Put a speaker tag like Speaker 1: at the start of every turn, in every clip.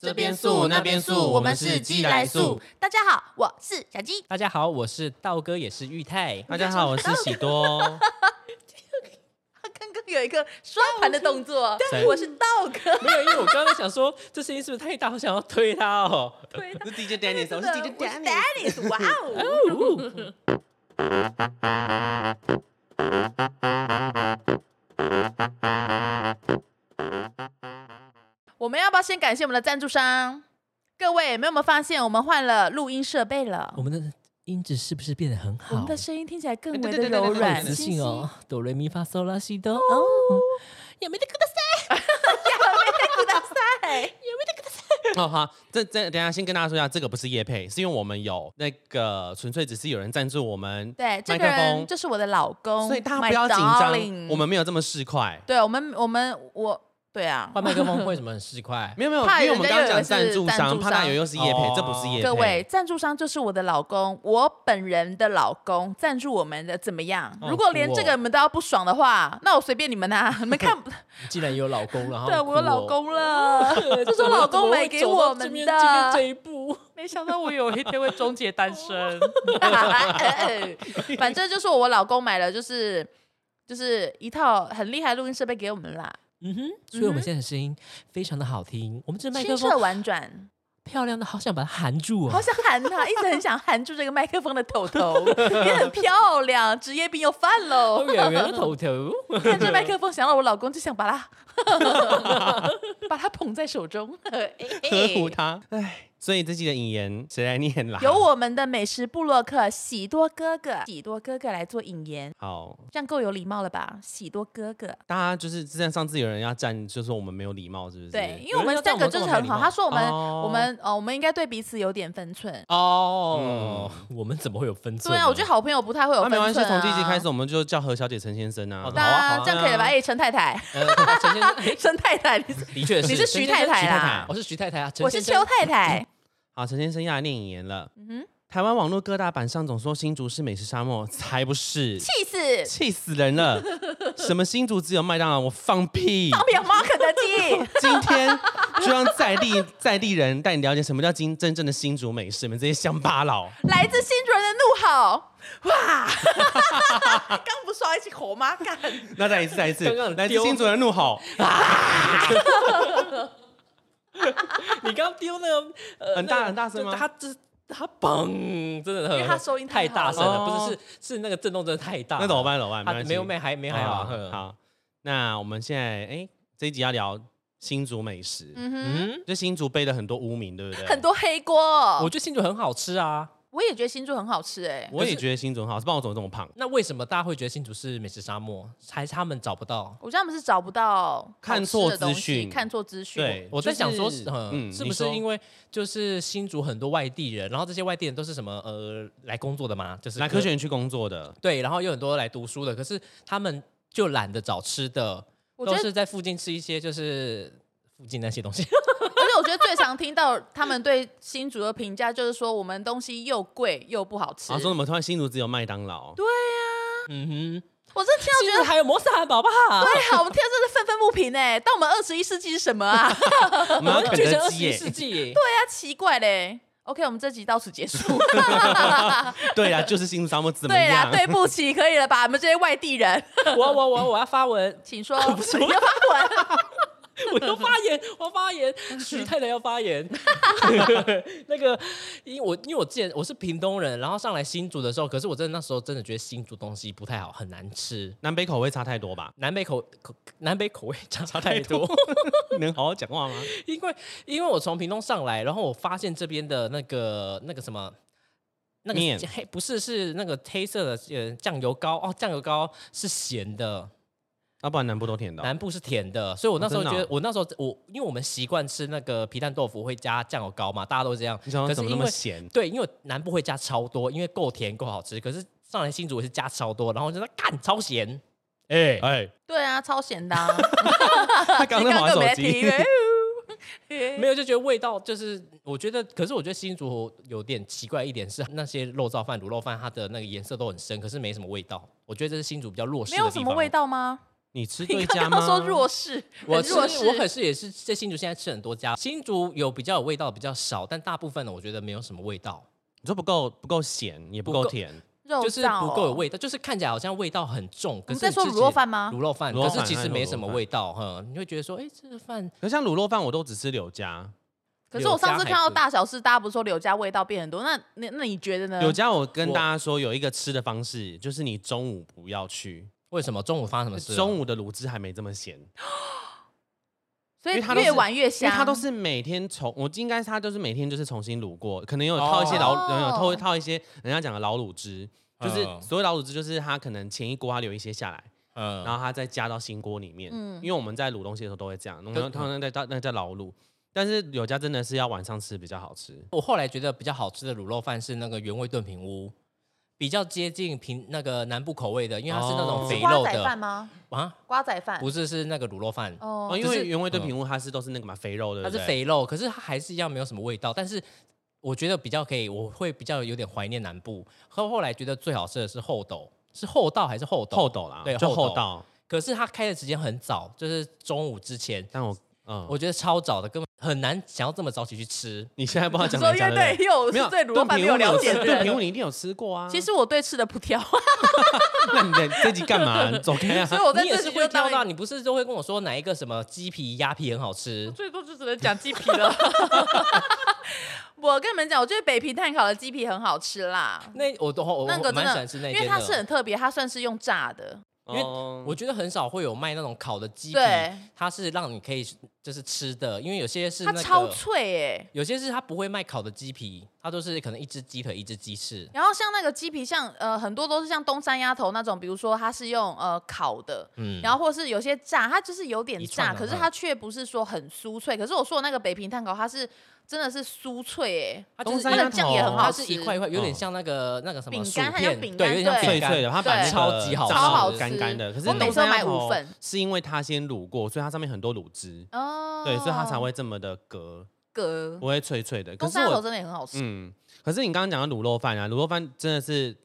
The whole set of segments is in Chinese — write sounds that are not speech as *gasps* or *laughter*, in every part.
Speaker 1: 这边素那边素我们是鸡来素。
Speaker 2: 大家好，我是小鸡。
Speaker 3: 大家好，我是道哥，也是玉泰。
Speaker 1: 大家好，我是喜多。
Speaker 2: 他刚刚有一个刷盘的动作，
Speaker 3: 对
Speaker 2: 我是道哥。
Speaker 3: 没有，因为我刚刚想说这声音是不是太大，我想要推他哦。
Speaker 1: 是 DJ Dennis，我是 DJ Dennis。
Speaker 2: Dennis，哇哦！我们要不要先感谢我们的赞助商？各位有没有发现，我们换了录音设备了
Speaker 3: 我？们的音质是不是变得很
Speaker 2: 我
Speaker 3: 好？
Speaker 2: 们的声音听起来更为
Speaker 1: 哎
Speaker 2: 的
Speaker 1: 对对对对
Speaker 2: 柔
Speaker 1: 对
Speaker 2: 软、
Speaker 3: 自
Speaker 2: 清晰
Speaker 3: 信。哦，哆来咪发嗦拉西哆。有没得跟
Speaker 1: 哦，好，这这等一下先跟大家说一下，这个不是叶配，是因为我们有那个纯粹只是有人赞助我们
Speaker 2: 对，这
Speaker 1: 麦
Speaker 2: 个
Speaker 1: 克
Speaker 2: 人
Speaker 1: 风，
Speaker 2: 就是我的老公，
Speaker 1: 所以大家
Speaker 2: my
Speaker 1: 不要紧张，
Speaker 2: darling
Speaker 1: 我们没有这么市侩。
Speaker 2: 对我们，我们我对啊，
Speaker 3: 换麦克风为什么很市侩？
Speaker 1: 没有没有，因
Speaker 2: 怕
Speaker 1: 为我们
Speaker 2: 人家
Speaker 1: 刚刚
Speaker 2: 以为
Speaker 1: 讲
Speaker 2: 是
Speaker 1: 赞助
Speaker 2: 赞
Speaker 1: 商，
Speaker 2: 助
Speaker 1: 怕大
Speaker 2: 商
Speaker 1: 有又是叶配
Speaker 3: 哦，
Speaker 1: 这不是叶配。
Speaker 2: 各位，赞助商就是我的老公，我本人的老公赞助我们的怎么样？
Speaker 3: 哦
Speaker 2: 如果连这个你们都要不爽的话，那我随便你
Speaker 3: *laughs*
Speaker 2: 们啦、你们看，
Speaker 3: 既然有老公，然后
Speaker 2: 对我有老
Speaker 3: 哭
Speaker 2: 公了， *laughs*
Speaker 3: 哦，
Speaker 2: 这是我老公买给我
Speaker 3: 怎么会走到这边
Speaker 2: 们
Speaker 3: 今天这
Speaker 2: 的。
Speaker 3: 一步，
Speaker 4: 没想到我有一天会终结
Speaker 2: *laughs*
Speaker 4: 单身。
Speaker 2: 嗯反正就是我老公买了，就是就是一套很厉害的录音设备给我们啦，
Speaker 3: 嗯哼，所以我们现在的声音非常的好听，我们这麦
Speaker 2: 清
Speaker 3: 克
Speaker 2: 澈
Speaker 3: 风
Speaker 2: 婉转，
Speaker 3: 漂亮的，好想把它含住啊
Speaker 2: 好！想喊他，一直很想含住这个麦克风的头头，也很漂亮，职业病又犯喽
Speaker 3: 哦，。圆圆的头头，
Speaker 2: 看这麦克风，想到我老公就想把他把他 *laughs* 捧在手中， *laughs* 哎
Speaker 1: *laughs* 呵护他，哎，所以这集的引言谁来念啦？
Speaker 2: 由我们的美食部落客喜多哥哥，喜多哥哥来做引言，
Speaker 1: 好，
Speaker 2: 这样够有礼貌了吧？喜多哥哥，
Speaker 1: 大家就是之前上次有人要站，就说我们没有礼貌，是不是？
Speaker 2: 对，因为
Speaker 3: 有
Speaker 2: 我
Speaker 3: 人
Speaker 2: 们
Speaker 3: 要
Speaker 2: 三
Speaker 3: 赞
Speaker 2: 个
Speaker 3: 我
Speaker 2: 就是
Speaker 3: 这么没
Speaker 2: 很
Speaker 3: 礼
Speaker 2: 好。
Speaker 3: 貌
Speaker 2: 他说我们、
Speaker 1: 哦
Speaker 2: 我们哦，我们应该对彼此有点分寸。
Speaker 3: 哦，我们怎么会有分寸
Speaker 2: 对
Speaker 3: 呢？
Speaker 2: 啊，我觉得好朋友不太会有分
Speaker 1: 那、没
Speaker 2: 寸、啊。
Speaker 1: 关系，从这一集开始，我们就叫何小姐、陈先生啊
Speaker 3: 好。的
Speaker 2: 那
Speaker 3: 好啊
Speaker 2: 这样可以了吧？
Speaker 3: 好啊
Speaker 2: 哎、陈太太，
Speaker 3: 呃，陈先生，
Speaker 2: *laughs*
Speaker 3: 哎
Speaker 2: 陈太太，你是
Speaker 3: 的确是，
Speaker 2: 你是徐
Speaker 3: 陈先
Speaker 2: 太
Speaker 3: 生
Speaker 2: 太
Speaker 1: 徐太
Speaker 2: 啦
Speaker 1: 太，
Speaker 3: 我是徐太太啊，陈
Speaker 2: 我是
Speaker 3: 先生
Speaker 2: 邱太太。
Speaker 1: 好，陈先生要来念引言了。
Speaker 2: 嗯哼，
Speaker 1: 台湾网络各大版上总说新竹是美食沙漠，才不是，
Speaker 2: 气死！
Speaker 1: 气死人
Speaker 2: *laughs*
Speaker 1: 了！什么新竹只有麦当劳，我放屁！
Speaker 2: 放屁，有猫肯德基。
Speaker 1: 今天就让在地在地人带你了解什么叫今真正的新竹美食，你们这些乡巴
Speaker 3: *laughs*
Speaker 1: 佬。
Speaker 2: 来自新主人的怒吼，哇！刚不是要一起吼吗？干！
Speaker 1: 那再一次，再一次
Speaker 3: 刚刚，
Speaker 1: 来自
Speaker 3: 丢
Speaker 1: 新竹人的怒吼，
Speaker 3: 你刚丢那个呃
Speaker 1: 很大很大声吗
Speaker 3: 他这他嘣，真的很，
Speaker 2: 因为它收音太
Speaker 3: 太
Speaker 2: 好
Speaker 3: 大声了，
Speaker 1: 了
Speaker 3: 不是是是哦那个震动真的太大了。
Speaker 1: 那怎么办？怎么办？
Speaker 3: 他
Speaker 1: 关系
Speaker 3: 啊没有没还没还好啊
Speaker 1: 好
Speaker 3: 喝。
Speaker 1: 好，那我们现在哎、这一集要聊新竹美食，
Speaker 2: 嗯哼，
Speaker 3: 嗯，
Speaker 1: 就新竹背了很多污名，对
Speaker 3: *laughs*
Speaker 1: 不对？
Speaker 2: 很，多黑锅
Speaker 3: 我。觉得新竹很好吃啊。
Speaker 2: 我也觉得新竹很好吃哎，
Speaker 1: 我也觉得新竹很好，是不然我怎么这么胖？
Speaker 3: 那为什么大家会觉得新竹是美食沙漠？还是他们找不到？
Speaker 2: 我觉得他们是找不到
Speaker 1: 看错
Speaker 2: 好吃的东西
Speaker 1: 资讯
Speaker 2: 看错资讯。
Speaker 1: 对，
Speaker 3: 我在想说
Speaker 1: 就是，
Speaker 3: 嗯，是不
Speaker 1: 你
Speaker 3: 是
Speaker 1: 说
Speaker 3: 因为就是新竹很多外地人，然后这些外地人都是什么呃来工作的嘛，就是
Speaker 1: 来科学园区工作的？
Speaker 3: 对，然后有很多来读书的，可是他们就懒得找吃的，
Speaker 2: 我觉
Speaker 3: 都
Speaker 2: 得，
Speaker 3: 是在附近吃一些就是附近那些
Speaker 2: *laughs*
Speaker 3: 东西。
Speaker 2: 而且我觉得最常听到他们对新竹的评价就是说，我们东西又贵又不好吃。
Speaker 1: 啊，说怎么突然新竹只有麦当劳？
Speaker 3: 嗯哼，
Speaker 2: 我真的听到
Speaker 3: 新 *laughs*
Speaker 2: 觉
Speaker 3: 竹
Speaker 2: 得。
Speaker 3: 还有摩斯汉堡吧？
Speaker 2: 对啊，我们天真的愤愤不平哎！到我们二十一世纪是什么啊？
Speaker 1: 我们要肯
Speaker 3: 就
Speaker 1: 德
Speaker 3: 是二十
Speaker 1: 基
Speaker 3: 一
Speaker 1: 耶
Speaker 3: 世！纪，
Speaker 2: 对啊，奇怪嘞。OK，我们这集到此结束。
Speaker 1: 对啦，就是新竹沙漠怎么
Speaker 2: 对
Speaker 3: 啊
Speaker 2: 啦，
Speaker 1: 样？
Speaker 2: 对不起，可以了吧？我们这些外地人，，
Speaker 3: 我我我我要发文
Speaker 2: 请说。
Speaker 3: 不是我
Speaker 2: 你要发文，
Speaker 3: 我要发言，我要发言，徐太太要发言。 *laughs* 那个，因为我因为我之前我是屏东人，然后上来新竹的时候，可是我真的那时候真的觉得新竹东西不太好，很难吃。
Speaker 1: 南北口味差太多吧？
Speaker 3: 南北口口南北口味 *laughs* 差太多，
Speaker 1: *laughs* 能好好讲话吗？
Speaker 3: *laughs* 因为因为我从屏东上来，然后我发现这边的那个那个什么。那个
Speaker 1: 面
Speaker 3: 黑不是是那个黑色的呃酱油膏哦，酱油膏是咸的，
Speaker 1: 要不然南部都甜的哦。
Speaker 3: 南部是甜的，所以我那时候
Speaker 1: 真的
Speaker 3: 觉
Speaker 1: 哦
Speaker 3: 得，我那时候我因为我们习惯吃那个皮蛋豆腐会加酱油膏嘛，大家都这样。
Speaker 1: 你想
Speaker 3: 可是
Speaker 1: 说怎么那
Speaker 3: 因
Speaker 1: 么
Speaker 3: 为
Speaker 1: 咸？
Speaker 3: 对，因为南部会加超多，因为够甜够好吃。可是上来新竹我是加超多，然后我就说干超咸， *laughs* 哎、
Speaker 1: 哎，
Speaker 2: 对啊，超咸的啊、
Speaker 1: 他刚刚在玩手机。
Speaker 3: 没有就觉得味道就是，我觉得，可是我觉得新竹有点奇怪一点是那些肉燥饭、卤肉饭它的那个颜色都很深，可是没什么味道。我觉得这是新竹比较弱势的
Speaker 2: 没
Speaker 3: 地
Speaker 2: 有
Speaker 3: 方。
Speaker 2: 什么味道吗？
Speaker 1: 你吃对
Speaker 2: 你
Speaker 1: 家
Speaker 2: 刚
Speaker 1: 吗？
Speaker 2: 刚说弱势，
Speaker 3: 我
Speaker 2: 很
Speaker 3: 吃
Speaker 2: 弱势，
Speaker 3: 我可是也是在新竹现在吃很多家，新竹有比较有味道的比较少，但大部分的我觉得没有什么味道，
Speaker 1: 你说不够不够咸，也不够
Speaker 3: 不够
Speaker 1: 甜，
Speaker 2: 肉
Speaker 3: 就是
Speaker 2: 燥
Speaker 3: 不够有
Speaker 2: 哦。
Speaker 3: 味道，就是看起来好像味道很重，可
Speaker 2: 们
Speaker 3: 是
Speaker 2: 在
Speaker 3: 你
Speaker 2: 说
Speaker 3: 自己
Speaker 2: 卤肉饭吗
Speaker 3: 卤肉饭，
Speaker 1: 卤肉
Speaker 3: 可是
Speaker 1: 饭
Speaker 3: 其
Speaker 1: 还
Speaker 3: 实
Speaker 1: 有
Speaker 3: 没
Speaker 1: 卤
Speaker 3: 什
Speaker 1: 肉
Speaker 3: 么
Speaker 1: 饭
Speaker 3: 味道，哼，你会觉得说，哎，这个饭
Speaker 1: 可像卤肉饭我都只吃柳家，
Speaker 2: 可是我上次看到
Speaker 3: 柳家还可以
Speaker 2: 大小事，大家不是说柳家味道变很多，那那那你觉得呢？
Speaker 1: 柳家我跟
Speaker 3: 我
Speaker 1: 大家说有一个吃的方式，就是你中午不要去，
Speaker 3: 为什么中午发生什么事了？
Speaker 1: 中午的卤汁还没这么咸，
Speaker 2: 所以
Speaker 1: 因为它都是
Speaker 2: 越晚越
Speaker 1: 因为
Speaker 2: 香，
Speaker 1: 它都是每天重，我应该是它就是每天就是重新卤过，可能有套一些老，
Speaker 2: 哦
Speaker 1: 有有套套一些人家讲的老卤汁，就是
Speaker 3: 嗯
Speaker 1: 所谓老卤汁就是它可能前一锅它留一些下来，
Speaker 3: 嗯，
Speaker 1: 然后它再加到新锅里面，
Speaker 2: 嗯
Speaker 1: 因为我们在卤东西的时候都会这样，我们
Speaker 3: 嗯
Speaker 1: 通常在那叫老卤，但是柳家真的是要晚上吃比较好吃，
Speaker 3: 我后来觉得比较好吃的卤肉饭是那个原味炖品屋，比较接近平那个南部口味的，因为它是那
Speaker 1: 哦
Speaker 3: 种
Speaker 2: 是
Speaker 3: 肥
Speaker 2: 瓜
Speaker 3: 肉
Speaker 2: 仔饭
Speaker 3: 的
Speaker 2: 吗？
Speaker 3: 啊，
Speaker 2: 瓜仔饭
Speaker 3: 不是是那个卤肉饭，
Speaker 1: 哦，
Speaker 2: 哦，
Speaker 1: 因
Speaker 3: 就
Speaker 1: 为
Speaker 3: 是
Speaker 1: 原味炖品屋它是都是那个嘛肥肉的，
Speaker 3: 它是
Speaker 1: 对不对，
Speaker 3: 肥肉，可是它还是一样没有什么味道，但是。我觉得比较可以，我会比较有点怀念南部。后后来觉得最好吃的是厚豆，是厚道还是厚豆？
Speaker 1: 厚豆啦，
Speaker 3: 对
Speaker 1: 就
Speaker 3: 厚
Speaker 1: 厚
Speaker 3: 豆
Speaker 1: 道，
Speaker 3: 可是它开的时间很早，就是中午之前，
Speaker 1: 但我嗯，
Speaker 3: 我觉得超早的，根本很难想要这么早起去吃。
Speaker 1: 你现在不知道
Speaker 2: 你
Speaker 1: 讲
Speaker 2: 说
Speaker 1: 哪一
Speaker 2: 乐
Speaker 1: 家对不对
Speaker 2: 队，因为我
Speaker 1: 没有
Speaker 2: 是对卤肉饭没有了解的
Speaker 1: 炖品屋
Speaker 2: 人。
Speaker 1: 你一定有吃过啊。
Speaker 2: 其实我对吃的不挑，
Speaker 1: *laughs* 那你的这集干嘛？你走开
Speaker 3: *laughs*
Speaker 1: 啊！
Speaker 2: 所以我在
Speaker 3: 你也
Speaker 2: 哦这
Speaker 3: 是
Speaker 2: 里
Speaker 3: 会
Speaker 2: 就
Speaker 3: 挑
Speaker 2: 当
Speaker 3: 到，
Speaker 2: 一
Speaker 3: 你不是都会跟我说哪一个什么鸡皮、鸭皮很好吃？
Speaker 4: 最多就只能讲鸡皮了。
Speaker 2: *laughs* 我跟你们讲，我觉得北皮炭烤的鸡皮很好吃啦，
Speaker 3: 那我都我
Speaker 2: 那个
Speaker 3: 我蛮喜欢吃
Speaker 2: 真
Speaker 3: 那
Speaker 2: 的，
Speaker 3: 间
Speaker 2: 因
Speaker 3: 的，
Speaker 2: 为它是很特别，它算是用炸的，
Speaker 1: 因
Speaker 3: 为
Speaker 1: 我
Speaker 3: 我觉得很少会有卖那种烤的鸡皮
Speaker 2: 对，
Speaker 3: 它是让你可以就是吃的，因为有些是那
Speaker 2: 它
Speaker 3: 个
Speaker 2: 超脆哎。
Speaker 3: 有些是它不会卖烤的鸡皮，它都是可能一只鸡腿一只鸡翅，
Speaker 2: 然后像那个鸡皮像，呃很多都是像东山鸭头那种，比如说它是用呃烤的，
Speaker 3: 嗯，
Speaker 2: 然后或是有些炸，它就是有点
Speaker 3: 一串
Speaker 2: 炸，
Speaker 3: 啊
Speaker 2: 可是
Speaker 3: 嗯
Speaker 2: 它却不是说很酥脆。可是我说的那个北平炭烤，它是真的是酥脆哎、
Speaker 3: 它就是
Speaker 1: 东山
Speaker 2: 那
Speaker 1: 鸭
Speaker 2: 个
Speaker 1: 头
Speaker 2: 酱也很好
Speaker 3: 它
Speaker 2: 吃，
Speaker 3: 是一块一块，有点像那个那个什么
Speaker 2: 饼
Speaker 3: 薯
Speaker 2: 干它像
Speaker 3: 片
Speaker 2: 饼，干
Speaker 3: 对，有点像
Speaker 2: 对
Speaker 1: 脆
Speaker 3: 饼干
Speaker 1: 嗯脆的，它把那个
Speaker 2: 对
Speaker 3: 超级好吃
Speaker 1: 炸到
Speaker 2: 超好吃
Speaker 1: 干干的。可是
Speaker 2: 我每
Speaker 1: 东
Speaker 2: 次都
Speaker 1: 山鸭
Speaker 2: 买五
Speaker 1: 头
Speaker 2: 份
Speaker 1: 是因为它先卤过，所以它上面很多卤汁，
Speaker 2: 哦，
Speaker 1: 对，所以它才会这么的隔，
Speaker 2: 隔。
Speaker 1: 不会脆脆的。可
Speaker 2: 东
Speaker 1: 是
Speaker 2: 山鸭头
Speaker 1: 我
Speaker 2: 真的也很好吃，
Speaker 1: 嗯，可是你刚刚讲的卤肉饭啊，卤肉饭真的是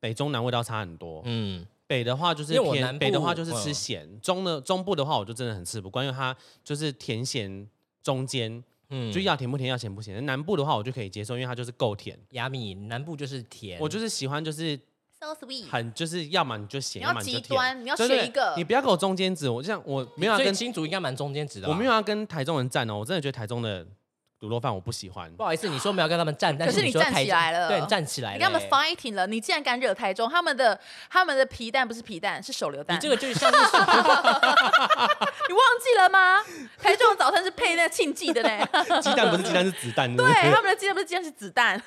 Speaker 1: 北中南味道差很多。
Speaker 3: 嗯，
Speaker 1: 北的话就是
Speaker 3: 因为我
Speaker 1: 偏
Speaker 3: 南
Speaker 1: 北的
Speaker 3: 部
Speaker 1: 话就是吃
Speaker 3: 嗯
Speaker 1: 咸，中的中部的话我就真的很吃不惯，因为它就是甜咸中间，
Speaker 3: 嗯，
Speaker 1: 就要甜不甜，要咸不咸。南部的话我就可以接受，因为它就是够甜。
Speaker 3: 亚米南部就是甜，
Speaker 1: 我就是喜欢就是
Speaker 2: ，so sweet。
Speaker 1: 很就是要么你就咸，
Speaker 2: 你要
Speaker 1: 么你就
Speaker 2: 极端
Speaker 1: 甜
Speaker 2: 你要
Speaker 1: 对对
Speaker 2: 选一个
Speaker 1: 你不要给我中间值。我这样我没有要啊
Speaker 3: 所以
Speaker 1: 跟
Speaker 3: 新竹应该蛮中间值的吧，
Speaker 1: 我没有要啊跟台中人站哦，我真的觉得台中的卤肉饭我不喜欢
Speaker 3: 不。好意思，你说没有跟他们站，但
Speaker 2: 可是
Speaker 3: 你
Speaker 2: 你
Speaker 3: 说
Speaker 2: 站
Speaker 3: 台
Speaker 2: 起
Speaker 3: 中
Speaker 2: 来了
Speaker 3: 对，你站起来了
Speaker 2: 你
Speaker 3: 欸，
Speaker 2: 跟他们 fighting 了，你竟然敢惹台中？他们的他们的皮蛋不是皮蛋，是手榴弹。
Speaker 3: 你这个就是像 *laughs* 是
Speaker 2: 你忘记了
Speaker 3: *laughs*
Speaker 2: 吗？台中的早餐是配那个庆记的呢。
Speaker 1: 鸡蛋不是鸡蛋是子弹，
Speaker 2: 对，他们的鸡蛋不是鸡蛋是子弹。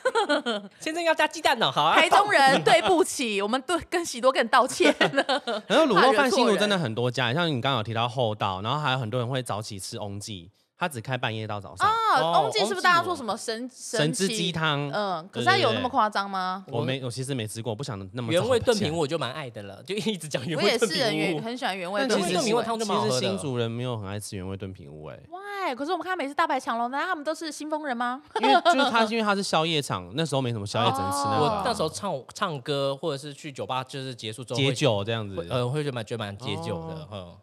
Speaker 3: 现在要加鸡蛋了， *laughs* 好啊，
Speaker 2: 台中人，对不起，我们对跟喜多更道歉。
Speaker 3: *laughs*
Speaker 1: 然后卤肉
Speaker 2: 怕惹
Speaker 1: 饭
Speaker 2: 错
Speaker 1: 新竹真
Speaker 2: 人
Speaker 1: 的很多家，像你刚刚有提到厚道，然后还有很多人会早起吃翁记，它只开半夜到早上。
Speaker 2: 哦，
Speaker 3: 哦
Speaker 2: 翁记是不是
Speaker 3: 翁记
Speaker 2: 大家
Speaker 3: 我
Speaker 2: 说什么神神
Speaker 1: 神之鸡
Speaker 2: 奇？
Speaker 1: 汤，
Speaker 2: 嗯，可是
Speaker 1: 对
Speaker 2: 它
Speaker 1: 对
Speaker 2: 有
Speaker 1: 对
Speaker 2: 那么夸张吗？
Speaker 1: 我没，我其实没吃过，我不想那么
Speaker 3: 原味炖
Speaker 1: 品
Speaker 3: 品，我就蛮爱的了，就一直讲原
Speaker 2: 我
Speaker 3: 味
Speaker 2: 也
Speaker 3: 炖
Speaker 2: 是很
Speaker 3: 品
Speaker 2: 原
Speaker 3: 屋。
Speaker 2: 很喜欢原味
Speaker 1: 但
Speaker 2: 炖
Speaker 1: 其
Speaker 3: 其
Speaker 2: 品屋，
Speaker 1: 实
Speaker 3: 实原味汤就蛮好喝
Speaker 1: 其
Speaker 3: 的
Speaker 1: 实新竹人没有很爱吃原味炖品屋哎、
Speaker 2: 喂，可是我们看美是大排长龙，那他们都是新丰人吗？ *laughs*
Speaker 1: 因为就是它，因为它是宵夜场，那时候没什么宵夜，只能吃
Speaker 2: 哦
Speaker 1: 那个、
Speaker 3: 我那时候唱唱歌或者是去酒吧，就是结束之后
Speaker 1: 解
Speaker 3: 会，
Speaker 1: 酒哦这样子
Speaker 3: 会。呃，会觉得蛮觉得蛮解酒的，嗯，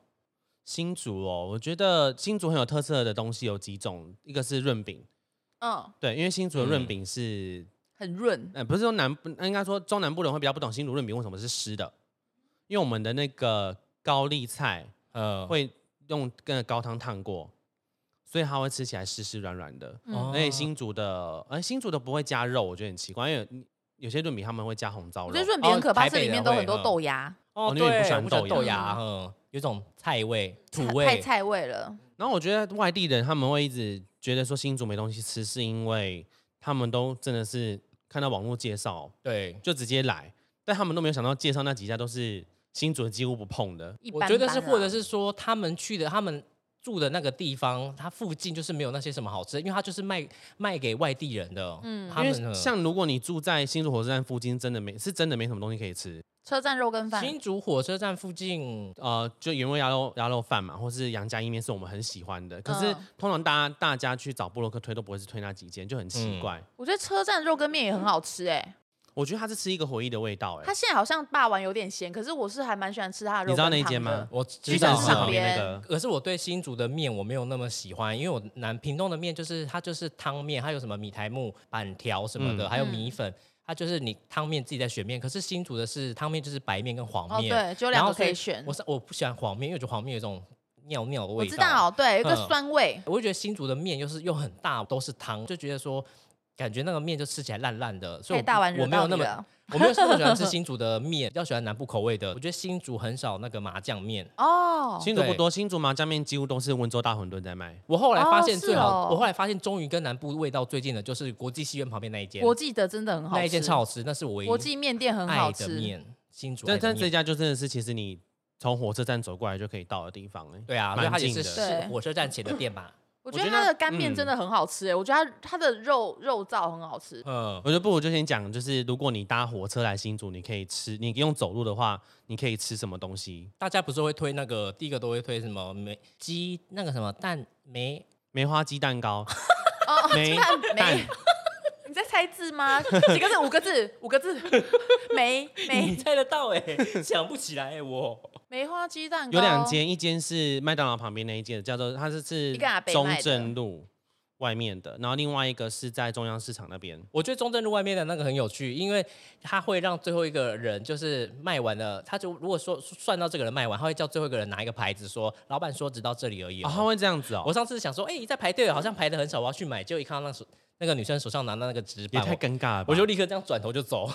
Speaker 1: 新竹哦，我觉得新竹很有特色的东西有几种，一个是润饼，
Speaker 2: 嗯，
Speaker 1: 对，因为新竹的
Speaker 3: 嗯
Speaker 1: 润饼是，
Speaker 2: 很润。
Speaker 1: 呃，不是说南部，应该说中南部人会比较不懂新竹润饼为什么是湿的，因为我们的那个高丽菜
Speaker 3: 呃，
Speaker 1: 会用跟高汤烫过，所以它会吃起来湿湿软软的。
Speaker 2: 嗯
Speaker 3: 哦
Speaker 1: 而且新竹的，哎，新竹的不会加肉，我觉得很奇怪，因为有有些润饼他们会加红糟
Speaker 2: 我
Speaker 1: 肉
Speaker 2: 觉得。润饼很可
Speaker 3: 哦
Speaker 2: 怕，
Speaker 3: 台
Speaker 2: 是
Speaker 3: 北
Speaker 2: 里
Speaker 3: 的
Speaker 2: 面都很多
Speaker 3: 会嗯
Speaker 2: 豆芽、
Speaker 1: 哦
Speaker 3: 哦，
Speaker 1: 因为你
Speaker 3: 对，
Speaker 1: 不喜欢
Speaker 3: 我喜欢
Speaker 1: 豆
Speaker 3: 豆
Speaker 2: 芽
Speaker 3: 芽，嗯，有种菜味、土
Speaker 2: 菜太
Speaker 3: 味，
Speaker 2: 菜味了。
Speaker 1: 然后我觉得外地人他们会一直觉得说新竹没东西吃，是因为他们都真的是看到网络介绍
Speaker 3: 对。
Speaker 1: 就直接来，但他们都没有想到介绍那几家都是新竹几乎不碰的。
Speaker 2: 一
Speaker 3: 我
Speaker 2: 般啊
Speaker 3: 觉得
Speaker 2: 般
Speaker 3: 是，
Speaker 2: 啦
Speaker 3: 或者是说他们去的，他们住的那个地方，它附近就是没有那些什么好吃的，因为它就是卖卖给外地人的，嗯，他
Speaker 1: 因
Speaker 3: 们
Speaker 1: 为
Speaker 3: 呢
Speaker 1: 像如果你住在新竹火车站附近，真的没是真的没什么东西可以吃，
Speaker 2: 车站肉羹饭，
Speaker 3: 新竹火车站附近，
Speaker 1: 呃，就原味鸭肉鸭肉饭嘛，或是杨家意面是我们很喜欢的。可是
Speaker 2: 嗯
Speaker 1: 通常大家大
Speaker 3: 嗯
Speaker 1: 家去找布洛克推都不会是推那几间，就很奇怪。
Speaker 2: 我觉得车站肉羹面也很好吃哎、
Speaker 1: 我觉得它是吃一个回忆的味道、
Speaker 2: 它
Speaker 1: 哎，
Speaker 2: 现在好像霸王有点咸，可是我是还蛮喜欢吃它的肉。
Speaker 1: 你知道那一间吗？？
Speaker 3: 我知
Speaker 2: 居酒
Speaker 3: 道
Speaker 2: 屋
Speaker 1: 市
Speaker 2: 旁
Speaker 1: 场
Speaker 2: 边
Speaker 1: 边那个。
Speaker 3: 可是我对新竹的面我没有那么喜欢，因为我南屏东的面就是它就是汤面，它有什么米苔木、板条什么的，
Speaker 1: 嗯
Speaker 3: 还有
Speaker 2: 嗯
Speaker 3: 米粉，它就是你汤面自己在选面。可是新竹的是汤面就是白面跟黄
Speaker 2: 哦，
Speaker 3: 面，
Speaker 2: 对，只有
Speaker 3: 然
Speaker 2: 两
Speaker 3: 后
Speaker 2: 个可以
Speaker 3: 所
Speaker 2: 选。
Speaker 3: 我是我不喜欢黄面，因为我觉得黄面有一种尿尿的
Speaker 2: 我
Speaker 3: 味道。
Speaker 2: 知道，对，有一个
Speaker 3: 嗯
Speaker 2: 酸味。
Speaker 3: 我会觉得新竹的面又是又很大，都是汤，就觉得说感觉那个面就吃起来烂烂的，所以
Speaker 2: 太
Speaker 3: 我
Speaker 2: 大碗
Speaker 3: 我
Speaker 2: 惹
Speaker 3: 没有
Speaker 2: 到
Speaker 3: 那
Speaker 2: 你
Speaker 3: 么
Speaker 2: 了。
Speaker 3: 我没有那么喜
Speaker 2: *laughs*
Speaker 3: 欢吃新竹的面，比较喜欢南部口味的。我觉得新竹很少那个麻酱面。
Speaker 2: 哦，
Speaker 1: 新竹不多，新竹麻酱面几乎都是温州大馄饨在卖。
Speaker 3: 我后来发
Speaker 2: 哦
Speaker 3: 现
Speaker 2: 是
Speaker 3: 最好，
Speaker 2: 哦
Speaker 3: 我后来发现终于跟南部味道最近的就是国际戏院旁边那一间，
Speaker 2: 国际的真的很好吃，
Speaker 3: 那一间超好吃，那是我唯一
Speaker 2: 国际面店很
Speaker 3: 爱的
Speaker 2: 好吃。
Speaker 3: 面，新竹爱
Speaker 1: 但
Speaker 3: 的
Speaker 1: 但这
Speaker 3: 面。
Speaker 1: 家就真的是，其实你从火车站走过来就可以到的地方、哎，
Speaker 3: 对啊，所以
Speaker 1: 蛮
Speaker 3: 它也
Speaker 1: 近
Speaker 3: 是
Speaker 1: 的。
Speaker 2: 对
Speaker 3: 是火车站前的店
Speaker 1: *coughs*
Speaker 3: 吧？
Speaker 2: 我
Speaker 1: 我
Speaker 2: 觉得
Speaker 1: 觉
Speaker 2: 它
Speaker 1: 得
Speaker 2: 的干面真
Speaker 1: 嗯
Speaker 2: 的很好吃、欸，我觉得它它的肉肉燥很好吃。
Speaker 3: 嗯
Speaker 1: 我，觉得不如就先讲，就是如果你搭火车来新竹，你可以吃，你用走路的话，你可以吃什么东西？
Speaker 3: 大家不是会推那个第一个都会推什么梅鸡那个什么蛋梅
Speaker 1: 梅花鸡蛋糕，
Speaker 2: 哦，
Speaker 1: *laughs* 梅
Speaker 2: 蛋
Speaker 1: 蛋
Speaker 2: 梅，你在猜字
Speaker 3: *laughs*
Speaker 2: 吗？几个字？五个字？五个字？梅
Speaker 3: 你
Speaker 2: 梅
Speaker 3: *laughs* 猜得到哎、想不起来哎、我
Speaker 2: 梅花鸡蛋糕
Speaker 1: 有两，间，一间是麦当劳旁边那一间，叫做它是是
Speaker 2: 哦一个阿伯
Speaker 1: 中
Speaker 2: 卖的
Speaker 1: 正路外面的，然后另外一个是在中央市场那边。
Speaker 3: 我觉得中正路外面的那个很有趣，因为他会让最后一个人就是卖完了，他就如果说算到这个人卖完，他会叫最后一个人拿一个牌子说，老板说只到这里而已、
Speaker 1: 哦，他
Speaker 3: 哦。
Speaker 1: 会这样子
Speaker 3: 我
Speaker 1: 哦，
Speaker 3: 上次想说，哎、在排队好像排的很少，我要去买，结果一看到那手那个女生手上拿到那个纸
Speaker 1: 也
Speaker 3: 板，
Speaker 1: 太尴尬了吧。
Speaker 3: 我我就立刻这样转头就走。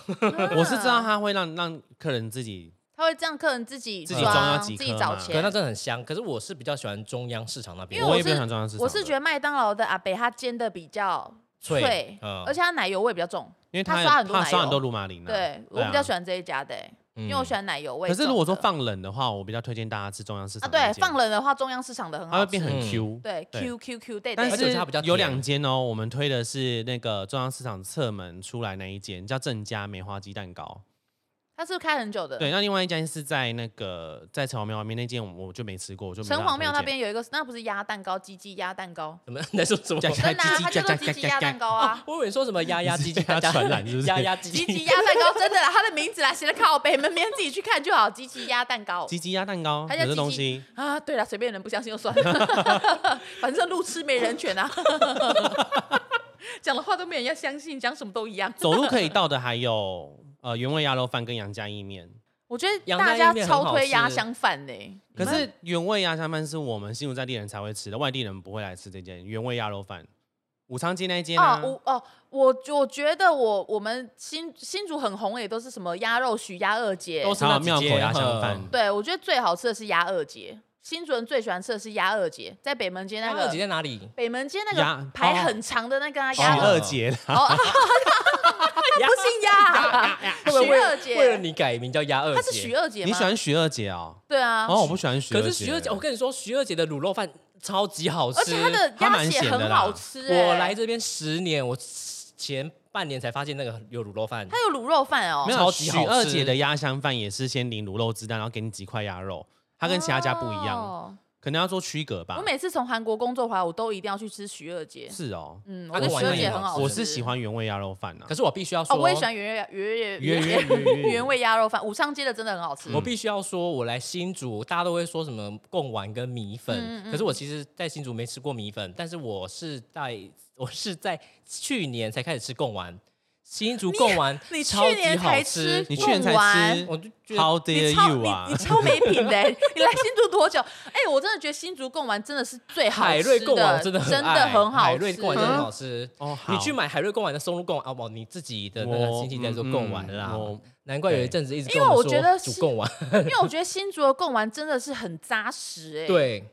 Speaker 1: 我是知道
Speaker 2: 啊
Speaker 1: 他会让让客人自己，
Speaker 2: *laughs* 他会这样，客人自己
Speaker 1: 自己
Speaker 2: 装
Speaker 1: 装
Speaker 3: 啊
Speaker 1: 要几
Speaker 2: 自己
Speaker 1: 颗
Speaker 2: 找
Speaker 1: 嘛
Speaker 3: 可是那
Speaker 2: 钱。
Speaker 3: 真的很香，可是我是比较喜欢中央市场那边
Speaker 2: 因为，
Speaker 1: 我
Speaker 2: 我
Speaker 1: 也不
Speaker 2: 是
Speaker 1: 想中央市场的，
Speaker 2: 我是觉得麦当劳的阿北他煎的比较
Speaker 3: 脆
Speaker 2: 脆，
Speaker 3: 嗯
Speaker 2: 而且它奶油味比较重。
Speaker 1: 因为
Speaker 2: 他
Speaker 1: 他
Speaker 2: 刷很多奶
Speaker 1: 刷很
Speaker 2: 油
Speaker 1: 多乳麻林啊。
Speaker 2: 对我
Speaker 1: 啊嗯
Speaker 2: 比较喜欢这一家的、欸因为我喜欢奶油味
Speaker 1: 可
Speaker 2: 重的。
Speaker 1: 是如果说放冷的话，我比较推荐大家吃中央市
Speaker 2: 啊，
Speaker 1: 场那
Speaker 2: 对，
Speaker 1: 一间。
Speaker 2: 放冷的话，中央市场的很
Speaker 1: 它
Speaker 2: 好
Speaker 1: 会
Speaker 2: 吃
Speaker 1: 变很
Speaker 3: 嗯
Speaker 1: Q。
Speaker 2: 对
Speaker 1: 对
Speaker 2: ，Q Q Q，对对
Speaker 1: 但
Speaker 3: 而且
Speaker 1: 是
Speaker 3: 它比较
Speaker 1: 有
Speaker 3: 甜
Speaker 1: 两间哦，我们推的是那个中央市场侧门出来那一间，叫郑家梅花鸡蛋糕。
Speaker 2: 它是不是开很久的？
Speaker 1: 对，，那另外一间是在那个在城隍庙外面那间，我我就没吃过，我就没
Speaker 2: 城
Speaker 1: 办法
Speaker 2: 隍庙那
Speaker 1: 推荐
Speaker 2: 边有一个，那不是鸭蛋
Speaker 1: *laughs*
Speaker 2: 糕，鸡鸡鸭蛋糕，
Speaker 3: 什么嗯 *laughs* 你在说什么？
Speaker 1: 讲
Speaker 2: 真的、啊，
Speaker 1: 鸡鸡
Speaker 2: 它叫做
Speaker 1: 嘎嘎
Speaker 2: 鸡鸡
Speaker 1: 嘎
Speaker 2: 鸭
Speaker 1: 嘎
Speaker 2: 蛋糕
Speaker 1: *laughs*
Speaker 2: 啊，
Speaker 3: 我以为说什 *laughs* 么鸭鸭
Speaker 1: 你是
Speaker 3: 鸡鸡，
Speaker 1: 被它
Speaker 3: 大家
Speaker 1: 传染是不是
Speaker 3: 鸭鸭鸡
Speaker 2: 鸡
Speaker 3: 鸡，
Speaker 2: 鸡鸭蛋糕，真的啦，它的名字啦，写的靠北，你们明天自己去看就好，鸡鸡鸭蛋糕。
Speaker 1: 鸡鸡鸭蛋糕，
Speaker 2: 它
Speaker 1: 有
Speaker 2: 叫
Speaker 1: 这
Speaker 2: 鸡
Speaker 1: 东
Speaker 2: 鸡
Speaker 1: 西。
Speaker 2: 啊，对了，随便人不相信就算了，反正路痴没人权啊，讲的话都没人要相信，讲什么都一样。
Speaker 1: 走路可以到的还有 *laughs* 呃原味鸭肉饭跟杨家意面。
Speaker 2: 我觉得
Speaker 3: 杨
Speaker 2: 大
Speaker 3: 家意
Speaker 2: 家
Speaker 3: 面很
Speaker 2: 超
Speaker 3: 好
Speaker 2: 推鸭
Speaker 3: 吃
Speaker 2: 香饭呢、
Speaker 1: 可是原味鸭香饭是我们新竹在地人才会吃的，外地人不会来吃这间原味鸭肉饭。武昌街那一间
Speaker 2: 哦
Speaker 1: 啊，，
Speaker 2: 我哦，我我觉得我我们新新竹很红的也都是什么鸭肉许鸭二
Speaker 3: *laughs*
Speaker 2: 姐，
Speaker 3: 都是
Speaker 1: 还
Speaker 3: 那
Speaker 1: 有
Speaker 3: 几
Speaker 1: 庙口
Speaker 3: 间
Speaker 1: 鸭香
Speaker 3: 嗯
Speaker 1: 饭。
Speaker 2: 对我觉得最好吃的是鸭二姐，新竹人最喜欢吃的是鸭二姐，在北门街那
Speaker 3: 鸭二姐
Speaker 2: 个
Speaker 3: 在哪里？
Speaker 2: 北门街那
Speaker 1: 鸭
Speaker 2: 个排很长的那个啊
Speaker 1: 许
Speaker 2: 鸭
Speaker 3: 哦
Speaker 2: 二，
Speaker 1: 二姐啦，
Speaker 2: 不姓
Speaker 3: 啊
Speaker 2: 鸭， *laughs* 许二
Speaker 3: 为了
Speaker 2: 姐，
Speaker 3: 你改名叫鸭二姐，
Speaker 2: 她是许二姐吗？
Speaker 1: 你喜欢许二姐哦？
Speaker 2: 对啊，
Speaker 1: 哦，我不喜欢许二
Speaker 3: 可
Speaker 1: 姐。
Speaker 3: 是徐二姐，我跟你说，徐二姐的卤肉饭超级好吃。
Speaker 2: 而且她的
Speaker 1: 她
Speaker 2: 鸭
Speaker 1: 蛮
Speaker 2: 血
Speaker 1: 咸的
Speaker 2: 很
Speaker 1: 啦
Speaker 2: 好吃，
Speaker 3: 我
Speaker 2: 欸
Speaker 3: 来，这边十年，我前半年才发现那个有卤肉饭
Speaker 2: 她。有卤肉饭哦
Speaker 1: 没，有
Speaker 3: 超级
Speaker 1: 许
Speaker 3: 好吃
Speaker 1: 二姐的鸭香饭也是先淋卤肉汁蛋，然后给你几块鸭肉，它跟其他家不一样，
Speaker 2: 哦
Speaker 1: 可能要做区隔吧
Speaker 2: 我。每次从韩国工作回来，我都一定要去吃许二姐，
Speaker 1: 是哦，
Speaker 2: 嗯，
Speaker 3: 她
Speaker 2: 我
Speaker 3: 跟
Speaker 2: 觉
Speaker 3: 丸
Speaker 2: 得许二
Speaker 3: 子一
Speaker 2: 姐
Speaker 3: 样
Speaker 2: 很好吃，
Speaker 1: 我是喜欢原味鸭肉饭啊
Speaker 3: 可。是我必须要说，
Speaker 2: 哦，我也喜欢原味原原
Speaker 1: 原原原原
Speaker 2: 原味鸭肉饭，武昌街的真的很好吃。
Speaker 3: 我必须要说，我来新竹，大家都会说什么贡丸跟米粉，
Speaker 2: 嗯
Speaker 3: 可是我其实，在新竹没吃过米粉，但是我是在我是在去年才开始吃贡丸。新竹贡丸
Speaker 2: 你去
Speaker 3: 超级
Speaker 2: 年
Speaker 3: 好
Speaker 2: 才
Speaker 3: 吃
Speaker 2: 吃，
Speaker 1: 你去年
Speaker 2: 贡
Speaker 1: 才
Speaker 2: 丸
Speaker 1: 吃
Speaker 3: 我就觉得
Speaker 1: ，How
Speaker 2: 你
Speaker 1: dare
Speaker 2: 超
Speaker 1: you
Speaker 2: 你
Speaker 1: 啊
Speaker 2: 你！超没品的欸、你来新竹多久？哎、我真的觉得新竹贡丸真的是最好
Speaker 3: 海
Speaker 2: 吃
Speaker 3: 瑞贡丸
Speaker 2: 真
Speaker 3: 真的很爱
Speaker 2: 很好吃。
Speaker 3: 海瑞贡丸真的很好吃。
Speaker 1: 哦，
Speaker 3: 你去买海瑞贡丸的松露贡丸，哦不，你自己的那个亲戚在做贡丸啦
Speaker 1: 我嗯嗯我。
Speaker 3: 难怪有一阵子一直
Speaker 2: 因
Speaker 3: 跟
Speaker 2: 为
Speaker 3: 们
Speaker 2: 我觉得
Speaker 3: 说
Speaker 2: 是
Speaker 3: 煮贡丸，
Speaker 2: 因为我觉得新竹的贡丸真的是很扎实、哎，，
Speaker 3: 对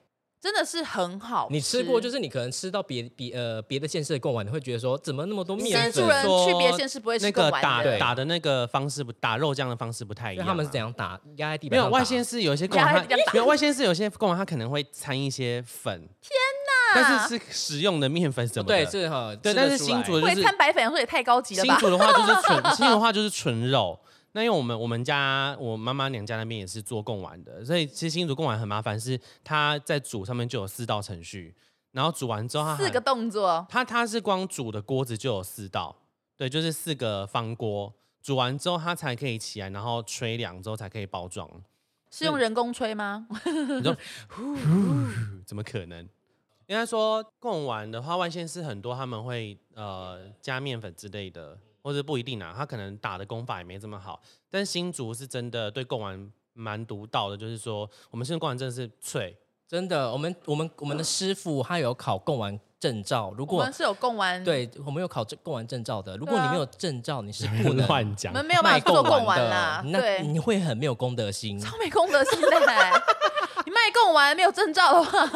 Speaker 2: 真的是很好
Speaker 3: 你吃过，就是是你可能吃到别别呃别的县市的贡丸，你会觉得说怎么那么多面
Speaker 2: 新
Speaker 1: 是
Speaker 2: 竹
Speaker 3: 粉？
Speaker 2: 人去别的县市不会
Speaker 1: 那
Speaker 2: 吃
Speaker 1: 个
Speaker 2: 贡丸
Speaker 1: 打
Speaker 2: 的，
Speaker 1: 打的那个方式不打肉酱的方式不太一
Speaker 3: 因为
Speaker 1: 样啊。
Speaker 3: 他们是怎样打压在地
Speaker 1: 没
Speaker 3: 板上
Speaker 1: 有
Speaker 3: 打？
Speaker 1: 外县市有一些贡丸
Speaker 2: 压力比较
Speaker 1: 它，没有外县市有些贡丸它可能会掺一些粉，天哪！但是是食用的面粉什么
Speaker 3: 对
Speaker 1: 的，
Speaker 3: 是哈，
Speaker 1: 对，
Speaker 3: 吃得
Speaker 1: 但是
Speaker 3: 出
Speaker 1: 新
Speaker 3: 来
Speaker 1: 竹的就是
Speaker 2: 会掺白粉，说也太高级了
Speaker 1: 新
Speaker 2: 吧？
Speaker 1: 竹的话就是纯，
Speaker 2: *laughs*
Speaker 1: 新竹的话就是纯肉。那因为我们我们家我妈妈娘家那边也是做贡丸的，所以其实新竹贡丸很麻烦，是它在煮上面就有四道程序，然后煮完之后它还
Speaker 2: 四个动作，
Speaker 1: 它它是光煮的锅子就有四道，对，就是四个方锅，煮完之后它才可以起来，然后吹凉之后才可以包装。
Speaker 2: 是用人工吹吗？
Speaker 1: 你说怎么可能？应该说贡丸的话，外县市很多他们会呃加面粉之类的，或者不一定啊，他可能打的功法也没这么好。但新竹是真的对贡丸蛮独到的，就是说我们现在贡丸真的是 *laughs* 脆，
Speaker 3: 真的，我们我们我们的师傅他有考贡丸证照，如
Speaker 2: 我
Speaker 3: 果
Speaker 2: 们是有供完，，
Speaker 3: 对我们有考证贡丸证照的，如果
Speaker 2: 对啊
Speaker 3: 你没有证照，你是不
Speaker 1: 不能
Speaker 3: 能
Speaker 1: 乱讲
Speaker 2: 我。们没有办
Speaker 3: 卖
Speaker 2: 法做
Speaker 3: 贡
Speaker 2: 供
Speaker 3: 丸
Speaker 2: 完
Speaker 3: 的
Speaker 2: 啦，
Speaker 3: 那
Speaker 2: 对，
Speaker 3: 你会很没有公德心。
Speaker 2: 超没公德心的欸。你卖供完没有证照的话，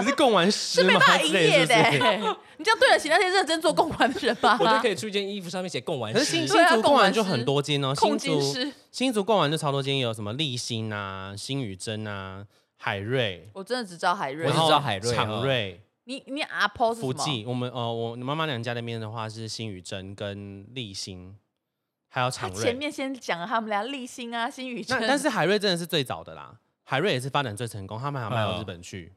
Speaker 1: 你是贡丸师吗？
Speaker 2: 办法
Speaker 1: 之
Speaker 2: 营
Speaker 1: 类
Speaker 2: 业
Speaker 1: 是不
Speaker 2: 的
Speaker 1: 是？
Speaker 3: *laughs*
Speaker 2: 欸，你这样对得起那些认真做供完的人吗？
Speaker 3: 我就可以出一件衣服，上面写贡丸
Speaker 1: 可是
Speaker 3: 师
Speaker 1: 新
Speaker 2: 对
Speaker 1: 新
Speaker 2: 啊
Speaker 1: 竹
Speaker 2: 贡
Speaker 1: 贡
Speaker 2: 丸
Speaker 1: 丸就
Speaker 2: 师
Speaker 1: 很多间哦，
Speaker 2: 控
Speaker 1: 新
Speaker 2: 金
Speaker 1: 竹
Speaker 2: 师，
Speaker 1: 新竹贡丸就超多间，有什么立新啊、新宇珍啊、海瑞，
Speaker 2: 我真的只知道海瑞
Speaker 3: 我
Speaker 1: 然
Speaker 3: 只。知
Speaker 1: 后
Speaker 3: 道海瑞
Speaker 1: 长
Speaker 3: 哦
Speaker 1: 瑞、
Speaker 2: 你你阿婆是什
Speaker 1: 福
Speaker 2: 么？
Speaker 1: 记，我们呃，我妈妈娘家那边的话是新宇珍跟立新，还有
Speaker 2: 他
Speaker 1: 长
Speaker 2: 前
Speaker 1: 瑞。
Speaker 2: 面先讲了他们俩立新啊、新宇
Speaker 1: 那
Speaker 2: 辰，
Speaker 1: 但是海瑞真的是最早的啦，海瑞也是发展最成功，他们还卖到日本去。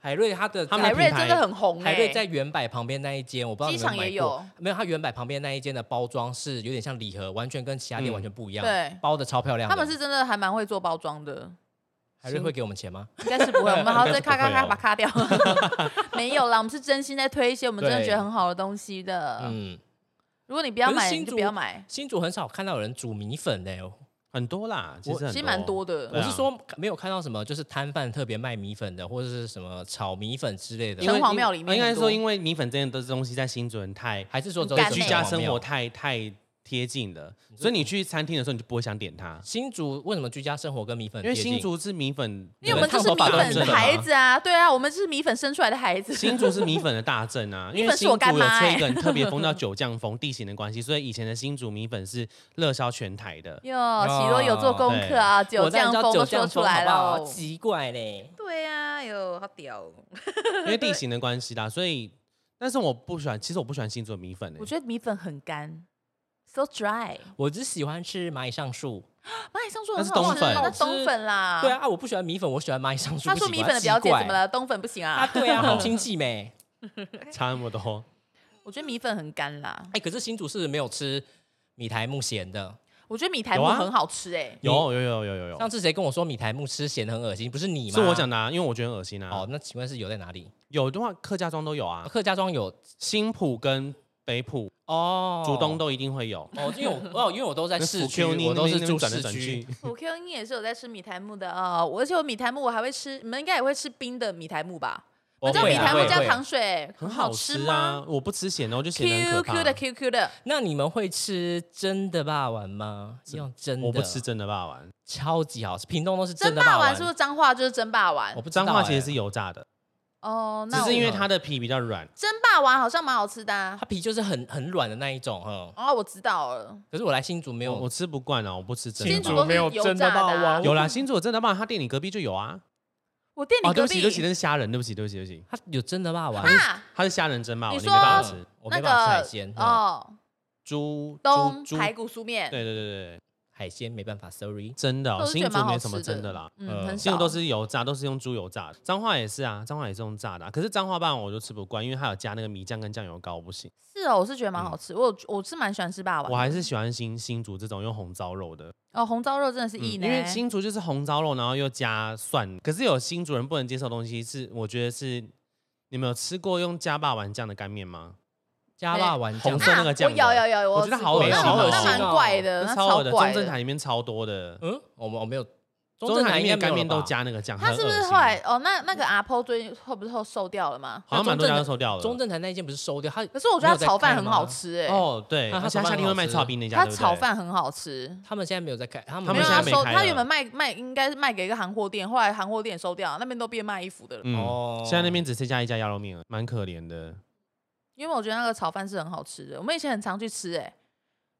Speaker 3: 海瑞他的
Speaker 1: 他们
Speaker 2: 海
Speaker 1: 的
Speaker 2: 瑞
Speaker 1: 品牌
Speaker 2: 真的很红欸，
Speaker 3: 海瑞在原百旁边那一间，我不知道你
Speaker 2: 机
Speaker 3: 们
Speaker 2: 场
Speaker 3: 买
Speaker 2: 也
Speaker 3: 过
Speaker 2: 有，
Speaker 3: 没有？它原百旁边那一间的包装是有点像礼盒，完全跟其他店
Speaker 1: 嗯
Speaker 3: 完全不一样，
Speaker 2: 对
Speaker 3: 包的超漂亮的。
Speaker 2: 他们是真的还蛮会做包装的，
Speaker 3: 海瑞会给我们钱吗？
Speaker 2: 应该
Speaker 3: *laughs*
Speaker 2: 是不会，我们好好再咔咔咔
Speaker 1: 应该是不会哦
Speaker 2: 把它咔掉。 *laughs* 没有啦，我们是真心在推一些我们真的
Speaker 3: 对
Speaker 2: 觉得很好的东西的。
Speaker 3: 嗯，
Speaker 2: 如果你不要
Speaker 3: 可是
Speaker 2: 买，
Speaker 3: 新
Speaker 2: 你就
Speaker 3: 竹
Speaker 2: 不要买，
Speaker 3: 新竹很少看到有人煮米粉的、哦。
Speaker 1: 很多啦，其
Speaker 3: 我
Speaker 1: 实很
Speaker 2: 其实蛮多
Speaker 1: 对
Speaker 2: 的。
Speaker 3: 我
Speaker 1: 啊
Speaker 3: 是说没有看到什么，就是摊贩特别卖米粉的，或者是什么炒米粉之类
Speaker 1: 因
Speaker 3: 的，
Speaker 2: 城
Speaker 1: 为
Speaker 2: 隍庙里
Speaker 1: 因
Speaker 2: 面
Speaker 1: 应该
Speaker 2: 很多
Speaker 1: 说，因为米粉这样的东西在新竹人太
Speaker 3: 还是说只有
Speaker 2: 很干
Speaker 1: 居
Speaker 2: 欸
Speaker 1: 家
Speaker 3: 城隍
Speaker 1: 生
Speaker 3: 庙
Speaker 1: 活太太贴近了，所以你去餐厅的时候你就不会想点它，
Speaker 3: 新竹为什么居家生活跟米粉
Speaker 1: 因为
Speaker 3: 贴近
Speaker 1: 新竹是米粉，
Speaker 2: 因为我们
Speaker 3: 烫
Speaker 2: 这
Speaker 3: 头
Speaker 2: 是米
Speaker 3: 发都
Speaker 2: 粉
Speaker 3: 是
Speaker 2: 的
Speaker 3: 真的
Speaker 2: 孩
Speaker 1: 子。
Speaker 2: 子啊，对啊，我们是米粉生出来的孩子。
Speaker 1: 新竹是米粉的大
Speaker 3: *laughs*
Speaker 1: 镇啊，因
Speaker 2: 米
Speaker 1: 为
Speaker 2: 粉是
Speaker 1: 新
Speaker 2: 我
Speaker 1: 竹
Speaker 2: 干
Speaker 1: 有
Speaker 2: 妈
Speaker 1: 吹
Speaker 2: 欸
Speaker 1: 一个很特别风叫九降风，地形的关系，所以以前的新竹米粉是热销全台
Speaker 3: *laughs*
Speaker 1: 的。
Speaker 2: 哟，喜多有做功课啊，九
Speaker 3: 哦我当然
Speaker 2: 降
Speaker 3: 知道
Speaker 2: 风都
Speaker 3: 九
Speaker 2: 说
Speaker 3: 降
Speaker 2: 出
Speaker 3: 风
Speaker 2: 来
Speaker 3: 好
Speaker 2: 了
Speaker 3: 不好。奇怪嘞。
Speaker 2: 对啊，有好屌哦。
Speaker 1: 因为地形的关系啦，所以但是我不喜欢，其实我不喜欢新竹的米粉诶、欸
Speaker 2: 我觉得米粉很干，so dry。
Speaker 3: 我只喜欢吃蚂蚁上树。
Speaker 2: 蚂蚁上树
Speaker 1: 那
Speaker 2: 很
Speaker 1: 是
Speaker 2: 好
Speaker 1: 冬
Speaker 2: 吃，
Speaker 1: 粉
Speaker 2: 那
Speaker 1: 好
Speaker 3: 吃
Speaker 2: 冬粉啦。
Speaker 3: 对，啊，我不喜欢米粉，我喜欢蚂蚁上树。
Speaker 2: 他说
Speaker 3: 不
Speaker 2: 米
Speaker 3: 喜欢
Speaker 2: 粉的表
Speaker 3: 奇
Speaker 2: 姐
Speaker 3: 怪
Speaker 2: 怎么了？冬粉不行
Speaker 3: 啊？
Speaker 2: 啊。
Speaker 3: 对
Speaker 2: *laughs*
Speaker 3: 啊，好亲戚没。
Speaker 1: 差那么
Speaker 3: *laughs*
Speaker 1: 多。
Speaker 2: 我觉得米粉很干啦。
Speaker 3: 哎，可是新竹是没有吃米苔木咸的。
Speaker 2: 我觉得米苔
Speaker 1: 有
Speaker 2: 木
Speaker 1: 啊
Speaker 2: 很好吃哎。
Speaker 1: 有有有有有有
Speaker 3: 上，次谁跟我说米苔木吃咸的很恶心？不是你吗？
Speaker 1: 是我讲的、啊，因为我觉得很恶心啊。
Speaker 3: 哦，那哦请问是有在哪里？
Speaker 1: 有的话客家庄都有啊，
Speaker 3: 客家庄有
Speaker 1: 新埔跟北埔、
Speaker 3: 哦，
Speaker 1: 竹东都一定会有。
Speaker 3: 哦，因为我哦，因为我都在
Speaker 1: 那
Speaker 3: 市
Speaker 1: 府
Speaker 3: 区，
Speaker 1: Q 你
Speaker 3: 我都
Speaker 1: 那
Speaker 3: 是
Speaker 1: 边那
Speaker 3: 住
Speaker 1: 边转来
Speaker 3: 市
Speaker 1: 转
Speaker 3: 区
Speaker 1: 去。，
Speaker 2: 我 *laughs* Q 你也是有在吃米苔木的啊、我而且我米苔木我还会吃，你们应该也会吃冰的米苔木吧？
Speaker 3: *laughs*
Speaker 1: 哦
Speaker 3: 我
Speaker 2: 叫
Speaker 3: 会
Speaker 2: 米
Speaker 3: 啊
Speaker 2: 苔木
Speaker 3: 会
Speaker 2: 加
Speaker 3: 会
Speaker 2: 糖水，
Speaker 1: 很
Speaker 2: 好
Speaker 1: 好
Speaker 2: 吃
Speaker 1: 吃
Speaker 2: 吗
Speaker 1: 啊！我不吃咸的，我就咸的
Speaker 2: ？Q
Speaker 1: 很可怕。
Speaker 2: Q 的 Q Q 的，
Speaker 3: 那你们会吃真的霸王吗？用真的，
Speaker 1: 我不吃，真的霸王，
Speaker 3: 超级好吃。屏东都是
Speaker 2: 蒸
Speaker 3: 的
Speaker 2: 霸
Speaker 3: 王，
Speaker 2: 丸是不是脏话就是蒸霸丸
Speaker 3: 我？不知道
Speaker 1: 彰化其实
Speaker 3: 欸
Speaker 1: 是油炸的，
Speaker 2: 哦，
Speaker 1: 只
Speaker 2: 那我
Speaker 1: 是因为它的皮比较软。
Speaker 2: 蒸霸丸好像蛮好吃的、啊
Speaker 3: 它。皮就是很很软的那一种，哈。
Speaker 2: 哦，我知道了，
Speaker 3: 可是我来新竹没
Speaker 1: 我
Speaker 3: 有
Speaker 1: 我，吃不惯啊，我不吃真
Speaker 2: 哦新
Speaker 1: 的
Speaker 2: 竹
Speaker 1: 霸
Speaker 2: 都
Speaker 1: 王。
Speaker 2: 是油炸的、啊。
Speaker 1: 有啦，新竹有真的霸王，他店里隔壁就有啊。
Speaker 2: 我店
Speaker 1: 哦，
Speaker 2: 里
Speaker 1: 对
Speaker 2: 隔
Speaker 1: 不起，对不
Speaker 2: 壁
Speaker 1: 起，那是虾仁，对不起，对不起，对不起，
Speaker 3: 它有真的霸王，
Speaker 2: 啊，
Speaker 1: 它是虾仁蒸霸王，
Speaker 2: 你
Speaker 1: 你没办法
Speaker 2: 说
Speaker 1: 吃。
Speaker 3: 我
Speaker 2: 那
Speaker 3: 没办法吃海
Speaker 2: 个
Speaker 3: 鲜，哦，
Speaker 2: 哦，
Speaker 1: 猪
Speaker 2: 东
Speaker 1: 猪猪
Speaker 2: 排骨酥面，
Speaker 1: 对对对对，
Speaker 3: 海鲜没办法，sorry。
Speaker 1: 真的、
Speaker 2: 我
Speaker 1: 哦，
Speaker 2: 是觉
Speaker 1: 新
Speaker 2: 得
Speaker 1: 竹
Speaker 2: 蛮好
Speaker 1: 没
Speaker 2: 吃
Speaker 1: 什么真的啦。呃
Speaker 2: 嗯，很
Speaker 1: 新
Speaker 2: 少
Speaker 1: 竹都是油炸，都是用猪油炸的。彰化也是啊，彰化也是用炸的啊、可是彰化棒我就吃不惯，因为它有加那个米酱跟酱油膏，我不行。
Speaker 2: 是哦，我是觉得蛮好吃，我有我是蛮喜欢吃霸
Speaker 1: 嗯我
Speaker 2: 王。
Speaker 1: 还是喜欢新新竹这种用红糟肉的，
Speaker 2: 哦，红糟肉真的是意
Speaker 1: 嗯因
Speaker 2: 呢，啊
Speaker 1: 为新竹就是红糟肉，然后又加蒜。可是有新竹人不能接受的东西是，我觉得是你们有吃过用加霸丸酱的干面吗？
Speaker 3: 加霸王酱
Speaker 1: 红色那个酱
Speaker 2: 啊、
Speaker 1: 的
Speaker 2: 我有有有有，
Speaker 1: 我觉得
Speaker 2: 吃
Speaker 1: 好
Speaker 2: 过
Speaker 3: 恶心
Speaker 2: 那
Speaker 3: 哦
Speaker 2: 那蛮怪的，呃那
Speaker 1: 那
Speaker 2: 超
Speaker 1: 超恶的，
Speaker 2: 怪
Speaker 1: 中
Speaker 2: 的
Speaker 1: 正。台里面超多的，
Speaker 3: *laughs* 嗯，我们我没有，
Speaker 1: 中正台
Speaker 3: 应该
Speaker 1: 里面
Speaker 3: 没有
Speaker 1: 干面
Speaker 3: 了吧
Speaker 1: 都，加那个酱，
Speaker 2: 他
Speaker 1: 很
Speaker 2: 是不
Speaker 1: 恶
Speaker 2: 是
Speaker 1: 心欸
Speaker 2: 后来哦？那那个阿婆最近后不是后瘦掉了吗？
Speaker 1: 好像蛮多家都收掉了？
Speaker 3: 中正台那一间不是收掉，它
Speaker 2: 可是我觉得他炒饭
Speaker 3: 没有在开
Speaker 2: 很
Speaker 3: 吗
Speaker 2: 好吃哎、
Speaker 1: 哦，对，
Speaker 3: 啊
Speaker 1: 而且
Speaker 3: 他炒
Speaker 1: 他
Speaker 3: 饭
Speaker 1: 夏天会卖
Speaker 3: 好吃
Speaker 1: 炒冰那家，
Speaker 2: 他
Speaker 1: 对不对
Speaker 2: 炒饭很好吃。
Speaker 3: 他们现在没有在开，他
Speaker 1: 他
Speaker 3: 们
Speaker 1: 们
Speaker 2: 没有
Speaker 1: 现
Speaker 2: 他
Speaker 1: 在没
Speaker 2: 收，
Speaker 1: 开
Speaker 2: 他
Speaker 1: 了
Speaker 2: 原本卖卖应该是卖给一个韩货店，后来韩货店也收掉，那边都变卖衣服的了。
Speaker 1: 嗯
Speaker 3: 哦
Speaker 1: 现在那边只剩下一家鸭肉面了，蛮可怜的。
Speaker 2: 因为我觉得那个炒饭是很好吃的，我们以前很常去吃哎、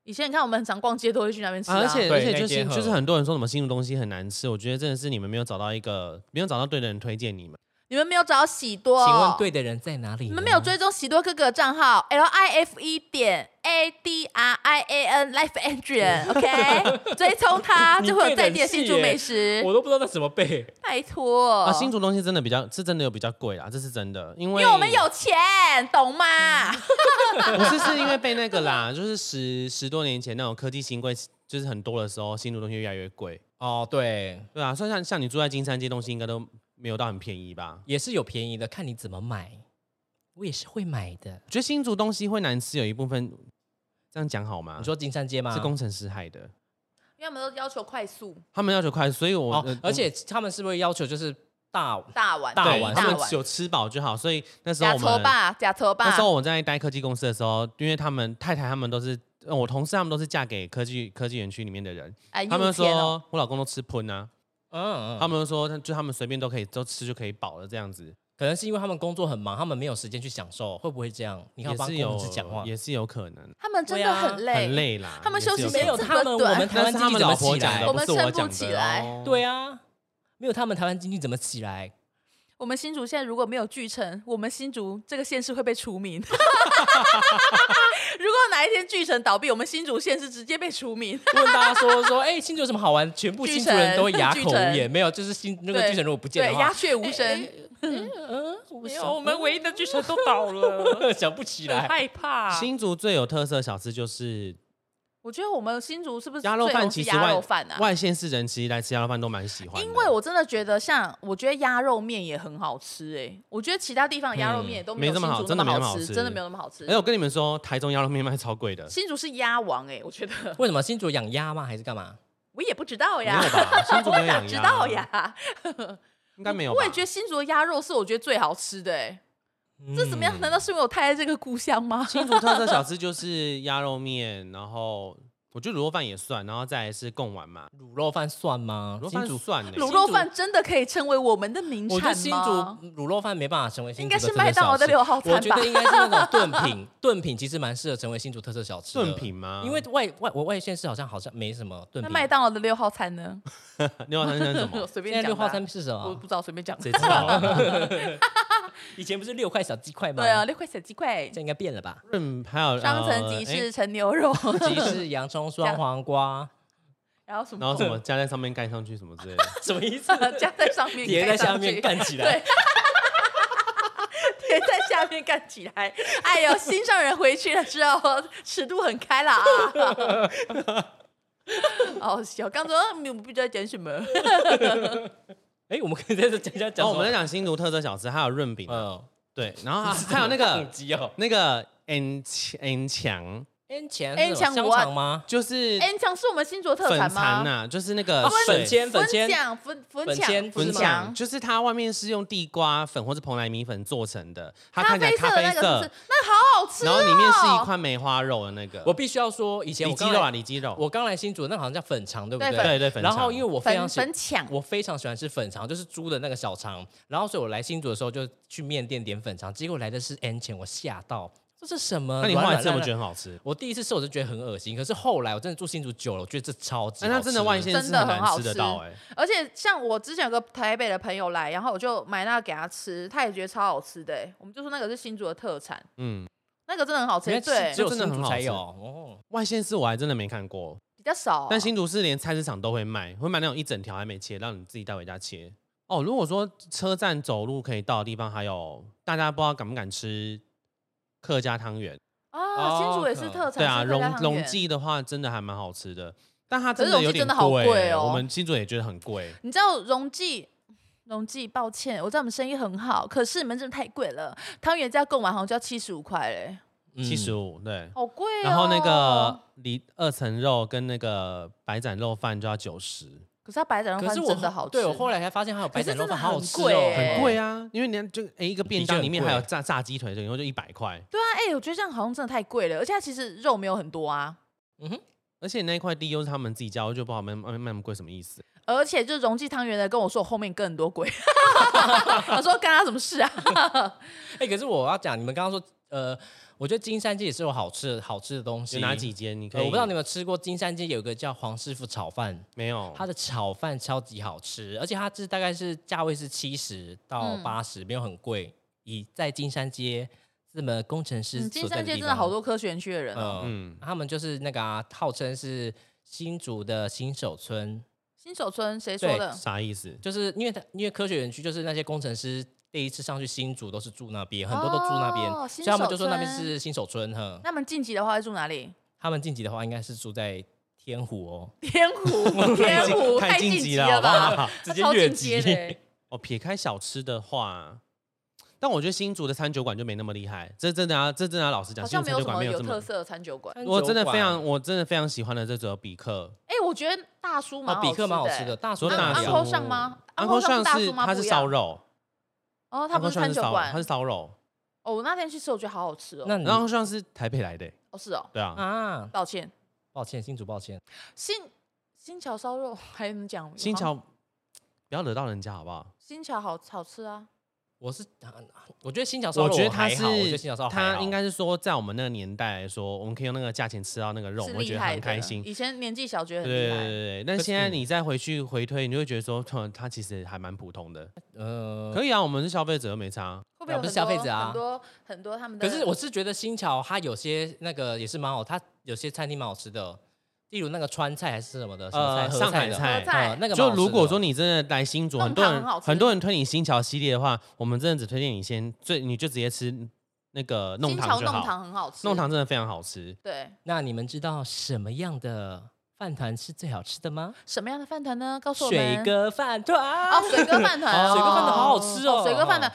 Speaker 2: 以前你看我们很常逛街都会去那边吃、啊
Speaker 1: 而且
Speaker 3: 对
Speaker 1: 而且
Speaker 3: 那
Speaker 1: 就
Speaker 3: 间
Speaker 1: 是就
Speaker 3: 很
Speaker 1: 是很多人说什么新的东西很难吃，我觉得真的是你们没有找到一个没有找到对的人推荐你们。
Speaker 2: 你们没有找到喜多，哦
Speaker 3: 请问对的人在哪里呢？
Speaker 2: 你们没有追踪喜多哥哥的账号 L I F E 点 A D R I A N Life
Speaker 1: *laughs*
Speaker 2: Engine OK，追踪他
Speaker 3: 你
Speaker 2: 就会有
Speaker 3: 背得
Speaker 2: 在地的
Speaker 3: 很细
Speaker 2: 新竹
Speaker 3: 耶
Speaker 2: 美食，
Speaker 3: 我都不知道那怎么背。 *laughs*
Speaker 2: 拜托、
Speaker 1: 啊，新竹东西真的比较是真的有比较贵啦，这是真的，因为嗯
Speaker 2: 因为我们有钱，懂吗？
Speaker 1: *laughs* 不是是因为被那个啦，就是十十多年前那种科技新贵，就是很多的时候，新竹东西越来越贵。
Speaker 3: 哦，对，
Speaker 1: 对啊，所以像像你住在金山街，东西应该都没有到很便宜吧？
Speaker 3: 也是有便宜的，看你怎么买。我也是会买的。
Speaker 1: 我觉得新竹东西会难吃，有一部分这样讲好吗？
Speaker 3: 你说啊金山街吗？
Speaker 1: 是工程师害的，
Speaker 2: 因为他们都要求快速
Speaker 1: 他们要求快，所以我、
Speaker 3: 哦
Speaker 1: 呃，
Speaker 3: 而且他们是不是要求就是大
Speaker 2: 大碗
Speaker 3: 大
Speaker 1: 对
Speaker 3: 碗
Speaker 1: 他
Speaker 2: 大
Speaker 1: 们
Speaker 2: 碗
Speaker 1: 有吃饱就好。所以那时候
Speaker 2: 假
Speaker 1: 我
Speaker 2: 愁
Speaker 1: 们
Speaker 2: 吧，假愁吧
Speaker 1: 那时，候我在待科技公司的时候，因为他们太太他们都是。呃我同事他们都是嫁给科技科技园区里面的人，
Speaker 2: 哎，
Speaker 1: 他们
Speaker 2: 又甜哦
Speaker 1: 说我老公都吃喷啊，
Speaker 3: 嗯，
Speaker 1: 他
Speaker 3: 嗯，
Speaker 1: 们说他就他们随便都可以都吃就可以饱了这样子，
Speaker 3: 可能是因为他们工作很忙，他们没有时间去享受，会不会这样？你看
Speaker 1: 也
Speaker 3: 我帮
Speaker 1: 是
Speaker 3: 工
Speaker 1: 有
Speaker 3: 资讲话，
Speaker 1: 也是有可能，
Speaker 2: 他们真
Speaker 3: 对
Speaker 2: 的
Speaker 3: 啊
Speaker 2: 很累，
Speaker 1: 很累啦。
Speaker 2: 他们休息
Speaker 1: 也是
Speaker 3: 没有
Speaker 1: 可能
Speaker 2: 这
Speaker 3: 他
Speaker 2: 么
Speaker 3: 们，
Speaker 2: 短
Speaker 3: 我们台
Speaker 1: 但
Speaker 3: 湾
Speaker 1: 是
Speaker 3: 经
Speaker 1: 他
Speaker 3: 济
Speaker 1: 们
Speaker 3: 怎么
Speaker 1: 老
Speaker 3: 起
Speaker 1: 婆讲
Speaker 3: 来
Speaker 1: 的，？不
Speaker 2: 我
Speaker 1: 是我讲
Speaker 2: 们撑不起
Speaker 1: 的
Speaker 2: 来
Speaker 1: 哦。
Speaker 3: 对啊，没有他们台湾经济怎么起来？
Speaker 2: 我们新竹现在如果没有巨城，我们新竹这个县市会被除名。 *laughs* 如果哪一天巨城倒闭，我们新竹县市直接被除名。
Speaker 3: 问大家说说，哎、新竹有什么好玩？全部
Speaker 2: 巨
Speaker 3: 新竹人都会
Speaker 2: 城
Speaker 3: 哑
Speaker 2: 巨
Speaker 3: 口无
Speaker 2: 城
Speaker 3: 言，没有，就是新那个
Speaker 2: 对
Speaker 3: 巨城如果不见
Speaker 2: 对，
Speaker 3: 的
Speaker 2: 鸦
Speaker 3: 话，哎
Speaker 2: 雀无声。
Speaker 3: 嗯，我
Speaker 4: 没有，
Speaker 3: 想
Speaker 4: 我们唯一的巨城都倒了，
Speaker 3: 嗯 *laughs* 想不起
Speaker 4: 很
Speaker 3: 来。
Speaker 4: 害怕。
Speaker 2: 啊
Speaker 1: 新竹最有特色的小吃就是
Speaker 2: 我觉得我们新竹是不是
Speaker 1: 鸭肉
Speaker 2: 最
Speaker 1: 饭，
Speaker 2: 红是
Speaker 1: 其实
Speaker 2: 鸭
Speaker 1: 外
Speaker 2: 肉饭啊？
Speaker 1: 外啊县市人其实来吃鸭肉饭都蛮喜欢的，
Speaker 2: 因为我真的觉得像，我觉得鸭肉面也很好吃哎、我觉得其他地方的鸭肉面也都有
Speaker 1: 没
Speaker 2: 新
Speaker 1: 这么好
Speaker 2: 竹
Speaker 1: 真的没
Speaker 2: 好
Speaker 1: 那么好
Speaker 2: 吃，
Speaker 1: 吃哎
Speaker 2: 真的没有那么好吃
Speaker 1: 而且。我跟你们说，台中鸭肉面卖超贵的，
Speaker 2: 新竹是鸭王哎、我觉得 *laughs*
Speaker 3: 为什么新竹养鸭吗？还是干嘛？
Speaker 2: 我也不知道
Speaker 1: 没有
Speaker 2: 呀，
Speaker 1: 吧？新竹
Speaker 2: 啊 *laughs* 我
Speaker 1: 没有
Speaker 2: 哪
Speaker 1: 养
Speaker 2: 知
Speaker 1: 鸭，
Speaker 2: 道，呀？
Speaker 1: 应该没有吧。
Speaker 2: 我也觉得新竹的鸭肉是我觉得最好吃的哎、这怎么样？
Speaker 3: 嗯
Speaker 2: 难道是因为我太爱这个故乡吗？
Speaker 1: 新竹特色小吃就是鸭肉面，然后我觉得卤肉饭也算，然后再来是贡丸嘛，
Speaker 3: 卤肉饭算吗
Speaker 1: 卤？肉
Speaker 3: 新
Speaker 1: 饭
Speaker 3: 竹，
Speaker 1: 算欸呢、
Speaker 2: 卤肉饭真的可以成为我们的名
Speaker 3: 我觉得
Speaker 2: 产
Speaker 3: 新竹
Speaker 2: 吗？
Speaker 3: 卤肉饭没办法成为新
Speaker 2: 应
Speaker 3: 竹
Speaker 2: 该
Speaker 3: 的
Speaker 2: 是
Speaker 3: 特
Speaker 2: 麦
Speaker 3: 色
Speaker 2: 当
Speaker 3: 小
Speaker 2: 劳的
Speaker 3: 吃
Speaker 2: 六号
Speaker 3: 我
Speaker 2: 餐
Speaker 3: 觉
Speaker 2: 哦吧
Speaker 3: 得。应该是那
Speaker 2: *laughs*
Speaker 3: 种炖品，炖品其实蛮适合成为新竹特色小吃的。
Speaker 1: 炖品吗？
Speaker 3: 因为外外我外县市好像好像没什么炖
Speaker 2: 那
Speaker 3: 品。
Speaker 2: 麦当劳的六号餐呢？
Speaker 1: 六号餐是什么
Speaker 2: *laughs* ？
Speaker 3: 现
Speaker 2: 随
Speaker 3: 在
Speaker 2: 便讲的啊。
Speaker 3: 六号餐是什
Speaker 2: 我
Speaker 3: 么？
Speaker 2: 不知道，随便讲。
Speaker 1: 谁知道、啊？
Speaker 3: 以前不是六块小鸡块吗？
Speaker 2: 对啊，，六块小鸡块
Speaker 3: 现，在应该变了吧？
Speaker 1: 润还有
Speaker 2: 双层
Speaker 1: 呃
Speaker 2: 吉
Speaker 1: 哎
Speaker 2: 士陈牛肉， *laughs*
Speaker 3: 鸡是洋葱
Speaker 2: 这
Speaker 3: 双
Speaker 2: 样
Speaker 3: 黄瓜，
Speaker 2: 然后什么？
Speaker 1: 然后什么加在上面盖上去什么之类的。
Speaker 3: 什么
Speaker 2: *laughs*
Speaker 3: 意思？
Speaker 2: 加在上面，
Speaker 3: 叠在
Speaker 2: 盖上
Speaker 3: 下面
Speaker 2: 去
Speaker 3: 干起来
Speaker 2: 对。 *laughs* 叠在下面干起来，哎呦，心上人回去了之后，尺度很开了啊！ *laughs* 哦，小刚说嗯我不知道讲什么，
Speaker 3: 哎，我们可以在这讲讲
Speaker 1: 然
Speaker 3: 讲什
Speaker 1: 后哦我
Speaker 3: 么。
Speaker 1: 们在讲新竹特色小吃，还有润饼，
Speaker 3: 嗯，
Speaker 1: 对，然后还还有那个
Speaker 3: *laughs* 烫鸡哦
Speaker 1: 那个 N 强 N 强，
Speaker 3: ，N 钱
Speaker 2: N
Speaker 3: 香
Speaker 2: 强
Speaker 3: 肠吗？
Speaker 1: 就是
Speaker 2: 哎，你讲是我们新竹特
Speaker 1: 粉
Speaker 2: 产
Speaker 1: 肠
Speaker 2: 吗？
Speaker 1: 呐、就是那个
Speaker 3: 啊
Speaker 1: 水
Speaker 3: 粉签粉签
Speaker 2: 墙粉粉
Speaker 3: 粉签
Speaker 2: 墙
Speaker 3: 不是
Speaker 1: 粉
Speaker 3: 吗
Speaker 1: 肠，
Speaker 2: 墙，
Speaker 1: 就是它外面是用地瓜粉或是蓬莱米粉做成的，它
Speaker 2: 咖
Speaker 1: 看起来
Speaker 2: 啡色
Speaker 1: 咖
Speaker 2: 的那
Speaker 1: 啡
Speaker 2: 个是不
Speaker 1: 色
Speaker 2: 是，？那个好好吃哦。
Speaker 1: 然后里面是一块梅花肉的那个，
Speaker 3: 我必须要说，以前
Speaker 1: 里
Speaker 3: 我
Speaker 1: 脊
Speaker 3: 刚
Speaker 1: 肉啊，
Speaker 3: 来，
Speaker 1: 里脊肉，
Speaker 3: 我刚来新竹，那好像叫粉肠，对不
Speaker 2: 对
Speaker 3: 对？
Speaker 2: 粉
Speaker 1: 对对粉
Speaker 3: 然
Speaker 1: 肠
Speaker 3: 后因为我非常
Speaker 2: 粉
Speaker 3: 喜
Speaker 2: 粉墙，
Speaker 3: 我非常喜欢吃粉肠，就是猪的那个小肠。然后所以我来新竹的时候就去面店点粉肠，结果来的是 N 钱，我吓到，这是什么？
Speaker 1: 那你后
Speaker 3: 软
Speaker 1: 来
Speaker 3: 软
Speaker 1: 真的
Speaker 3: 烂
Speaker 1: 觉得
Speaker 3: 烂？
Speaker 1: 很好吃？
Speaker 3: 我第一次吃我就觉得很恶心，可是后来我真的住新竹久了，我觉得这超级好吃。
Speaker 1: 那它真的外县
Speaker 2: 真
Speaker 1: 是
Speaker 2: 的
Speaker 1: 很
Speaker 2: 很
Speaker 1: 难
Speaker 2: 好
Speaker 1: 吃得
Speaker 2: 吃
Speaker 1: 到哎、
Speaker 2: 而且像我之前有个台北的朋友来，然后我就买那个给他吃，他也觉得超好吃的、欸我们就说那个是新竹的特产，
Speaker 1: 嗯，
Speaker 2: 那个真的很好吃
Speaker 3: 原来，
Speaker 2: 对
Speaker 3: 只，有
Speaker 1: 真的
Speaker 3: 新
Speaker 1: 很
Speaker 3: 竹
Speaker 1: 好
Speaker 3: 才
Speaker 1: 吃
Speaker 3: 有哦。
Speaker 1: 外县市我还真的没看过，
Speaker 2: 比较少、啊
Speaker 1: 但新竹市连菜市场都会卖，会卖那种一整条还没切，让你自己带回家切。哦，如果说车站走路可以到的地方，还有大家不知道敢不敢吃客家汤圆？
Speaker 2: 啊，新竹也是特产，
Speaker 1: 对啊，
Speaker 2: 是客家
Speaker 1: 溶
Speaker 2: 汤
Speaker 1: 溶
Speaker 2: 圆。
Speaker 1: 记的话，真的还蛮好吃的，但它
Speaker 2: 可是
Speaker 1: 真的
Speaker 2: 溶
Speaker 1: 有
Speaker 2: 剂
Speaker 1: 点
Speaker 2: 真的好贵哦
Speaker 1: 我们新竹也觉得很贵。
Speaker 2: 你知道溶记？溶记，抱歉，我知道我们生意很好，可是你们真的太贵了。汤圆加贡丸好像就要七十五块嘞，
Speaker 1: 七十
Speaker 3: 五，
Speaker 1: 五，对。
Speaker 2: 好贵嗯哦。
Speaker 1: 然后那个，里二层肉跟那个白斩肉饭就要九十，
Speaker 2: 可是它白斩
Speaker 3: 嗯
Speaker 2: 肉
Speaker 3: 可
Speaker 2: 饭
Speaker 3: 是我
Speaker 2: 真的好吃。
Speaker 3: 对我后来才发现还有白
Speaker 2: 可是
Speaker 3: 斩肉
Speaker 2: 真的
Speaker 3: 饭好好
Speaker 2: 很
Speaker 3: 吃
Speaker 2: 贵欸
Speaker 3: 哦，
Speaker 2: 耶
Speaker 1: 很贵啊！因为你看，就哎一个便当里面
Speaker 3: 的确
Speaker 1: 还
Speaker 3: 很
Speaker 1: 有
Speaker 3: 贵
Speaker 1: 炸炸鸡腿，然后就一百块，
Speaker 2: 对啊，哎、我觉得这样好像真的太贵了，而且它其实肉没有很多啊。
Speaker 1: 而且那一块地又是他们自己家，我就不好卖卖卖那么贵什么意思？
Speaker 2: 而且就是溶剂汤圆的跟我说，我后面更多鬼， *laughs* 我说干他什么事
Speaker 1: *laughs*
Speaker 2: 啊？
Speaker 3: 哎、可是我要讲，你们刚刚说，呃，我觉得金山街也是有好吃的好吃的东西。
Speaker 1: 有哪几？间？你可
Speaker 3: 呃、
Speaker 1: 以？
Speaker 3: 我不知道你们有没有吃过金山街有个叫黄师傅炒饭，
Speaker 1: 没
Speaker 2: 哦
Speaker 1: 有？
Speaker 3: 它的炒饭超级好吃，而且它是大概是价位是七十到
Speaker 2: 嗯
Speaker 3: 八十、没有很贵。以在金山街这么工程师
Speaker 2: 嗯，
Speaker 3: 所
Speaker 2: 金
Speaker 3: 在
Speaker 2: 山
Speaker 3: 地方，
Speaker 2: 街真的好多科学园区的人、哦，
Speaker 3: 嗯，
Speaker 1: 啊嗯，
Speaker 3: 他们就是那个、啊、号称是新竹的新手村，
Speaker 2: 新手村谁说的？
Speaker 1: 啥意思？
Speaker 3: 就是因为它因为科学园区就是那些工程师第一次上去新竹都是住那边，很多都住那边，
Speaker 2: 哦
Speaker 3: 所以他们就说那边
Speaker 2: 新手村
Speaker 3: 是新手村哈。
Speaker 2: 那么晋级的话会住哪里？
Speaker 3: 他们晋级的话，应该是住在天湖哦，
Speaker 2: 天湖，
Speaker 1: *laughs*
Speaker 2: 天
Speaker 1: 太
Speaker 2: 湖
Speaker 1: 晋太
Speaker 2: 晋
Speaker 1: 晋级
Speaker 2: 了
Speaker 1: 了，好不
Speaker 2: 吧？
Speaker 1: 好？ *laughs*
Speaker 3: 直
Speaker 2: 它
Speaker 3: 接
Speaker 2: 超
Speaker 3: 越
Speaker 2: 进阶的
Speaker 3: 级
Speaker 2: 欸。
Speaker 1: 哦，撇开小吃的话，但我觉得新竹的餐酒馆就没那么厉害，这真的要，这真的要老实讲，
Speaker 2: 好
Speaker 1: 新
Speaker 2: 像
Speaker 1: 竹
Speaker 2: 没有什
Speaker 1: 餐酒馆
Speaker 2: 么
Speaker 1: 没有
Speaker 2: 有
Speaker 1: 这
Speaker 2: 特
Speaker 1: 么。
Speaker 2: 色的餐酒馆。
Speaker 1: 我真的非常，
Speaker 3: 哦，
Speaker 1: 我真的非常喜欢的这只有比克。
Speaker 2: 哎，我觉得大叔
Speaker 1: 哦
Speaker 2: 蛮
Speaker 3: 比克蛮好
Speaker 2: 的
Speaker 3: 吃
Speaker 2: 欸
Speaker 3: 的，。大叔
Speaker 1: 说
Speaker 3: 大
Speaker 1: 大
Speaker 2: 安
Speaker 1: 叔
Speaker 2: 安 e 上吗安
Speaker 1: Uncle
Speaker 2: 扣上大
Speaker 1: 是
Speaker 2: 叔吗？
Speaker 1: 它
Speaker 2: 不
Speaker 1: 是
Speaker 2: 一
Speaker 1: 烧
Speaker 2: 样。
Speaker 1: 肉
Speaker 2: 哦，它不
Speaker 1: ，Uncle
Speaker 2: 是餐酒
Speaker 1: Sean 烧肉，它
Speaker 2: 馆
Speaker 1: 是。烧肉。
Speaker 2: 哦，我那天去吃，我觉得好好吃
Speaker 3: 那
Speaker 2: 哦。
Speaker 3: 你
Speaker 1: 然后 Uncle Sean 是台北来的欸，
Speaker 2: 哦，是哦，
Speaker 1: 对啊。
Speaker 3: 啊，
Speaker 2: 抱歉，
Speaker 3: 抱歉，新竹抱歉，
Speaker 2: 新新桥烧肉还能讲？
Speaker 1: 新
Speaker 2: 好
Speaker 1: 桥，不要惹到人家好不好？
Speaker 2: 新桥好好吃啊。
Speaker 3: 我是我觉得新桥烧
Speaker 1: 我
Speaker 3: 肉
Speaker 1: 觉得
Speaker 3: 还
Speaker 1: 他是
Speaker 3: 好，我觉得新桥烧肉还
Speaker 1: 他
Speaker 3: 好
Speaker 1: 应该是说，在我们那个年代来说，我们可以用那个价钱吃到那个肉，我
Speaker 2: 是
Speaker 1: 们会觉
Speaker 2: 厉
Speaker 1: 得
Speaker 2: 害
Speaker 1: 很
Speaker 2: 的，
Speaker 1: 开心。
Speaker 2: 以前年纪小觉得很厉
Speaker 1: 对对
Speaker 2: 害，
Speaker 1: 对对，但
Speaker 3: 可是
Speaker 1: 现在你再回去回推，你就会觉得说，哼它其实还蛮普通的。
Speaker 3: *laughs* 呃，
Speaker 1: 可以啊，我们是消费者又没差。
Speaker 2: 会不会有
Speaker 3: 不是
Speaker 2: 很
Speaker 3: 消费
Speaker 2: 多
Speaker 3: 者啊
Speaker 2: 很多很多他们的？
Speaker 3: 可是我是觉得新桥它有些那个也是蛮好，它有些餐厅蛮好吃的，例如那个川菜还是什么的，什么菜
Speaker 1: 呃
Speaker 3: 合
Speaker 1: 上海
Speaker 3: 的
Speaker 1: 菜
Speaker 2: 合菜
Speaker 3: 呃，那个蛮
Speaker 1: 就
Speaker 3: 好吃
Speaker 1: 如果
Speaker 3: 的
Speaker 1: 说你真的来新竹，
Speaker 2: 弄
Speaker 1: 很多
Speaker 2: 堂
Speaker 1: 人
Speaker 2: 很好吃
Speaker 1: 很多人推你新桥系列的话，我们真的只推荐你先最，你就直接吃那个弄
Speaker 2: 新桥
Speaker 1: 堂就
Speaker 2: 弄
Speaker 1: 好。
Speaker 2: 堂很好吃，
Speaker 1: 弄堂真的非常好吃，
Speaker 2: 对
Speaker 3: 那你们知道什么样的饭团是最好吃的吗？
Speaker 2: 什么样的饭团呢？告诉我们。
Speaker 3: 水哥饭团
Speaker 2: 哦，水哥饭团哦，
Speaker 3: 哦水哥饭团好好吃哦
Speaker 2: 水哥饭团，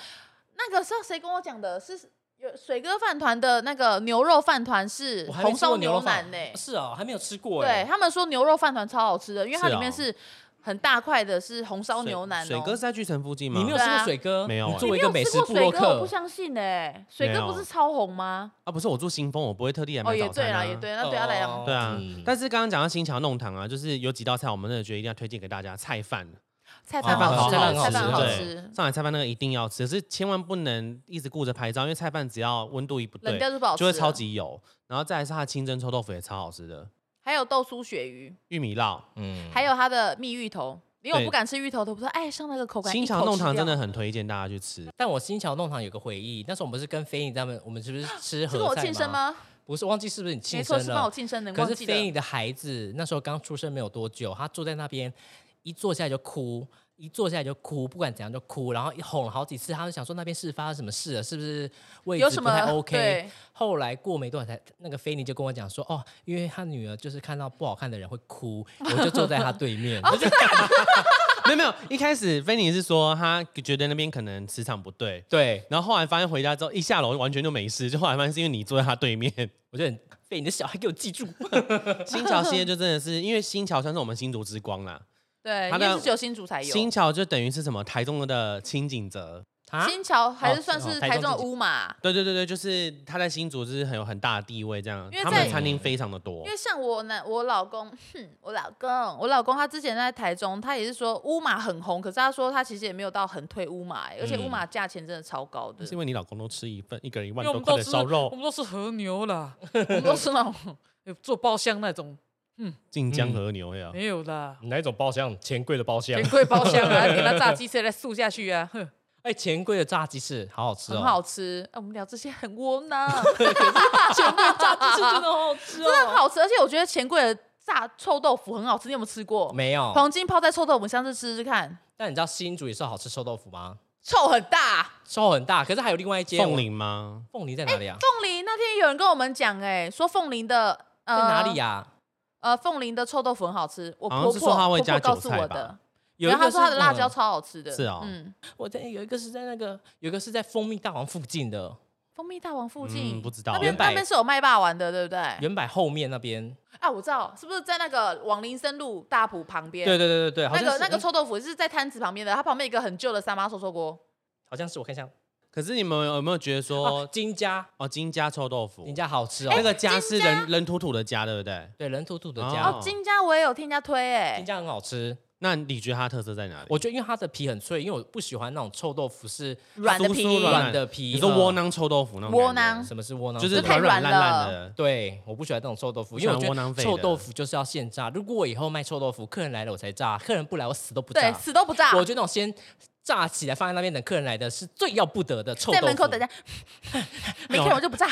Speaker 2: 那个是谁跟我讲的？是有水哥饭团的那个牛肉饭团是
Speaker 3: 我还没
Speaker 2: 红
Speaker 3: 吃过
Speaker 2: 烧
Speaker 3: 牛肉
Speaker 2: 牛
Speaker 3: 饭
Speaker 2: 腩呢、
Speaker 3: 是哦，还没有吃过
Speaker 2: 对
Speaker 3: 哎。
Speaker 2: 他们说牛肉饭团超好吃的，因为它
Speaker 1: 是
Speaker 2: 里面
Speaker 1: 哦
Speaker 2: 是很大块的，是红烧
Speaker 1: 水
Speaker 2: 牛腩、哦。
Speaker 1: 水哥是在巨城附近吗？
Speaker 3: 你没有
Speaker 2: 对
Speaker 3: 吃
Speaker 2: 啊
Speaker 3: 过水哥？
Speaker 1: 没有
Speaker 3: 你
Speaker 1: 哎
Speaker 3: 作为一个美食
Speaker 2: 你没
Speaker 3: 部落
Speaker 2: 有吃过水哥，我不
Speaker 3: 客，
Speaker 2: 相信哎、水
Speaker 1: 没
Speaker 2: 哥
Speaker 1: 有
Speaker 2: 不是超红吗？
Speaker 1: 啊，不是我住新丰，我不会特地来
Speaker 2: 哦，
Speaker 1: 买
Speaker 2: 也
Speaker 1: 早
Speaker 2: 对
Speaker 1: 餐
Speaker 2: 啦，
Speaker 1: 啊。
Speaker 2: 也对，那对他来讲
Speaker 3: 哦
Speaker 1: 对啊
Speaker 3: 嗯，
Speaker 1: 但是刚刚讲到新桥弄堂啊，就是有几道菜，我们真的觉得一定要推荐给大家。菜饭，
Speaker 2: 菜
Speaker 1: 菜
Speaker 2: 饭
Speaker 1: 饭
Speaker 2: 好吃，
Speaker 1: 菜饭
Speaker 2: 菜饭
Speaker 1: 很
Speaker 2: 好
Speaker 1: 哦好
Speaker 2: 吃
Speaker 1: 吃，，上海菜饭那个一定要吃，可是千万不能一直顾着拍照，因为菜饭只要温度一不
Speaker 2: 冷
Speaker 1: 对，
Speaker 2: 掉就不好吃，
Speaker 1: 就会超。级油。然后再来是它的清蒸臭豆腐也超好吃的，
Speaker 2: 还有豆酥鳕鱼，
Speaker 1: 玉米烙。
Speaker 3: 嗯
Speaker 2: 还有它的蜜芋头，连我
Speaker 1: 对
Speaker 2: 不敢吃芋头都不说，哎，上那个口感。
Speaker 1: 新
Speaker 2: 一口
Speaker 1: 桥弄堂
Speaker 2: 吃
Speaker 1: 真
Speaker 2: 掉
Speaker 1: 的很推荐大家去吃。
Speaker 3: 但我新桥弄堂有个回忆，那时候我们不是跟菲影他们，我们是不是吃
Speaker 2: 啊是跟
Speaker 3: 合
Speaker 2: 我
Speaker 3: 菜
Speaker 2: 庆生？吗？
Speaker 3: 不是，忘记是不是你庆
Speaker 2: 没错，
Speaker 3: 生
Speaker 2: 是帮我
Speaker 3: 了？
Speaker 2: 庆生的，
Speaker 3: 可
Speaker 2: 忘
Speaker 3: 是
Speaker 2: 记
Speaker 3: 菲影
Speaker 2: 了。
Speaker 3: 的孩子那时候刚出生没有多久，他坐在那边一坐下来就哭，一坐下来就哭，不管怎样就哭，然后一哄了好几次，他就想说那边是发生什么事了，是不是位
Speaker 2: 有
Speaker 3: 置
Speaker 2: 什
Speaker 3: 不太
Speaker 2: 么
Speaker 3: OK？
Speaker 2: 对，
Speaker 3: 后来过没多少才，那个菲尼就跟我讲说，哦，因为他女儿就是看到不好看的人会哭，我就坐在他对
Speaker 2: *laughs*
Speaker 3: 面，
Speaker 2: 哦
Speaker 3: 我就
Speaker 1: *laughs* 没有没有，一开始菲尼是说他觉得那边可能磁场不对，
Speaker 3: 对，
Speaker 1: 然后后来发现回家之后一下楼完全就没事，就后来发现是因为你坐在他对面。
Speaker 3: 我就很菲尼的小孩给我记
Speaker 2: *laughs*
Speaker 3: 住，
Speaker 1: 新桥系列就真的是因为新桥算是我们新竹之光啦，
Speaker 2: 对，
Speaker 1: 它
Speaker 2: 因为
Speaker 1: 的
Speaker 2: 是只有新竹才有。
Speaker 1: 新桥就等于是什么台中的清景泽。
Speaker 3: 啊
Speaker 2: 新桥还是
Speaker 3: 哦
Speaker 2: 算
Speaker 3: 是哦
Speaker 2: 是
Speaker 3: 台
Speaker 2: 台
Speaker 3: 中
Speaker 2: 中的
Speaker 3: 自己
Speaker 2: 乌马，
Speaker 1: 对对对对，就是他在新竹就是很有很大的地位，这样
Speaker 2: 因为
Speaker 1: 他们
Speaker 2: 在
Speaker 1: 的餐厅非常的多
Speaker 2: 因为。像我男我老公，哼，我老公，我老公他之前在台中，他也是说乌马很红，可是他说他其实也没有到很推乌马、欸而且乌马价钱真的超高的
Speaker 1: 是，因为你老公都吃一份，一个人一
Speaker 4: 因
Speaker 1: 万
Speaker 4: 为我
Speaker 1: 多
Speaker 4: 们
Speaker 1: 块
Speaker 4: 都
Speaker 1: 的
Speaker 4: 是
Speaker 1: 烧
Speaker 4: 我
Speaker 1: 肉，
Speaker 4: 们都是和牛啦，
Speaker 2: *laughs* 我们都是那种
Speaker 4: *laughs* 有做包厢那种
Speaker 1: 晋
Speaker 2: *laughs*
Speaker 1: 江和牛呀。
Speaker 4: 没有啦，
Speaker 3: 哪一种包厢？钱柜的包厢
Speaker 4: 钱柜包厢 *laughs* 啊，给
Speaker 1: *laughs*
Speaker 4: 他炸鸡翅来竖下去 *laughs* 啊，哼，
Speaker 3: 哎，钱柜的炸鸡翅好好吃哦，
Speaker 2: 很好吃。啊我们聊这些很窝囊，
Speaker 3: 钱柜炸鸡翅真的好好吃
Speaker 2: 真的很
Speaker 3: 哦，
Speaker 2: 好吃，而且我觉得钱柜的炸臭豆腐很好吃，你有没有吃
Speaker 1: 嗯
Speaker 2: 过？
Speaker 3: 没
Speaker 1: 哦
Speaker 3: 有，
Speaker 2: 黄金泡在臭豆腐，我们上次吃吃看，
Speaker 3: 但你知道新竹也是好吃臭豆腐吗？
Speaker 2: 臭很大。
Speaker 3: 臭很大，可是还有另外一间
Speaker 1: 凤，麟吗？
Speaker 3: 我凤梨在
Speaker 2: 哎
Speaker 3: 哪里啊？
Speaker 2: 凤梨那天有人跟我们讲、哎，说凤梨的
Speaker 3: 在
Speaker 2: 呃
Speaker 3: 哪里啊呀？
Speaker 2: 呃，凤梨的臭豆腐很好吃，我
Speaker 1: 啊好
Speaker 2: 婆婆
Speaker 1: 像是说她会
Speaker 2: 婆婆
Speaker 1: 加
Speaker 2: 告
Speaker 1: 韭
Speaker 2: 诉
Speaker 1: 菜
Speaker 2: 我
Speaker 1: 吧
Speaker 2: 的，
Speaker 3: 有一
Speaker 2: 然后
Speaker 3: 个
Speaker 2: 她
Speaker 3: 是
Speaker 2: 说她的辣椒
Speaker 3: 嗯
Speaker 2: 超好吃的，
Speaker 1: 是哦
Speaker 2: 嗯，
Speaker 3: 我在有一个是在那个，有一个是在蜂蜜大王附近的
Speaker 2: 蜂蜜大王附近、
Speaker 1: 嗯不知道
Speaker 2: 那边
Speaker 1: 原
Speaker 2: 那
Speaker 3: 版
Speaker 2: 边是有卖霸王的，对不对？
Speaker 3: 原柏后面那边。
Speaker 2: 啊，我知道，是不是在那个往林森路大埔旁边？
Speaker 3: 对对对对对，好
Speaker 2: 那
Speaker 3: 像
Speaker 2: 个
Speaker 3: 是嗯
Speaker 2: 那个臭豆腐是在摊子旁边的，它旁边一个很旧的三妈臭臭锅，
Speaker 3: 好像是我看一下，
Speaker 1: 可是你们有没有觉得
Speaker 3: 哦
Speaker 1: 说，
Speaker 3: 金家，
Speaker 1: 哦，金家臭豆腐
Speaker 3: 金，家好吃哦，
Speaker 2: 哎
Speaker 1: 那个家是
Speaker 2: 金家
Speaker 1: 人人土土的家，对不对？
Speaker 3: 对人兔兔的
Speaker 1: 哦
Speaker 3: 家，
Speaker 2: 哦，金家我也有听人家推、
Speaker 3: 金
Speaker 2: 哎，
Speaker 3: 家很好吃。
Speaker 1: 那你觉得它的特色在哪里？
Speaker 3: 我觉得因为它的皮很脆，因为我不喜欢那种臭豆腐是
Speaker 2: 软的
Speaker 1: 酥酥
Speaker 2: 皮，
Speaker 1: 软
Speaker 3: 软的皮，
Speaker 1: 你说窝
Speaker 3: 呃，
Speaker 1: 囊臭豆腐那种
Speaker 2: 窝
Speaker 1: 感觉
Speaker 2: 囊
Speaker 3: 什么是窝囊？
Speaker 1: 就是
Speaker 2: 这太
Speaker 1: 软软
Speaker 2: 软
Speaker 1: 烂
Speaker 2: 了
Speaker 1: 烂的。
Speaker 3: 对，我不喜欢那种臭豆腐，
Speaker 1: 我
Speaker 3: 因为我
Speaker 1: 喜欢
Speaker 3: 觉
Speaker 1: 窝囊
Speaker 3: 得
Speaker 1: 废
Speaker 3: 臭
Speaker 1: 的
Speaker 3: 豆腐就是要现炸。如果我以后卖臭豆腐，客人来了我才炸，客人不来我死都不
Speaker 2: 对，啊
Speaker 3: 炸。
Speaker 2: 死都不炸，
Speaker 3: 我就那种先炸起来放在那边等客人来的是最要不得的臭豆
Speaker 2: 在
Speaker 3: 腐。
Speaker 2: 门口等一下，没看我就
Speaker 3: *laughs*
Speaker 2: 不炸。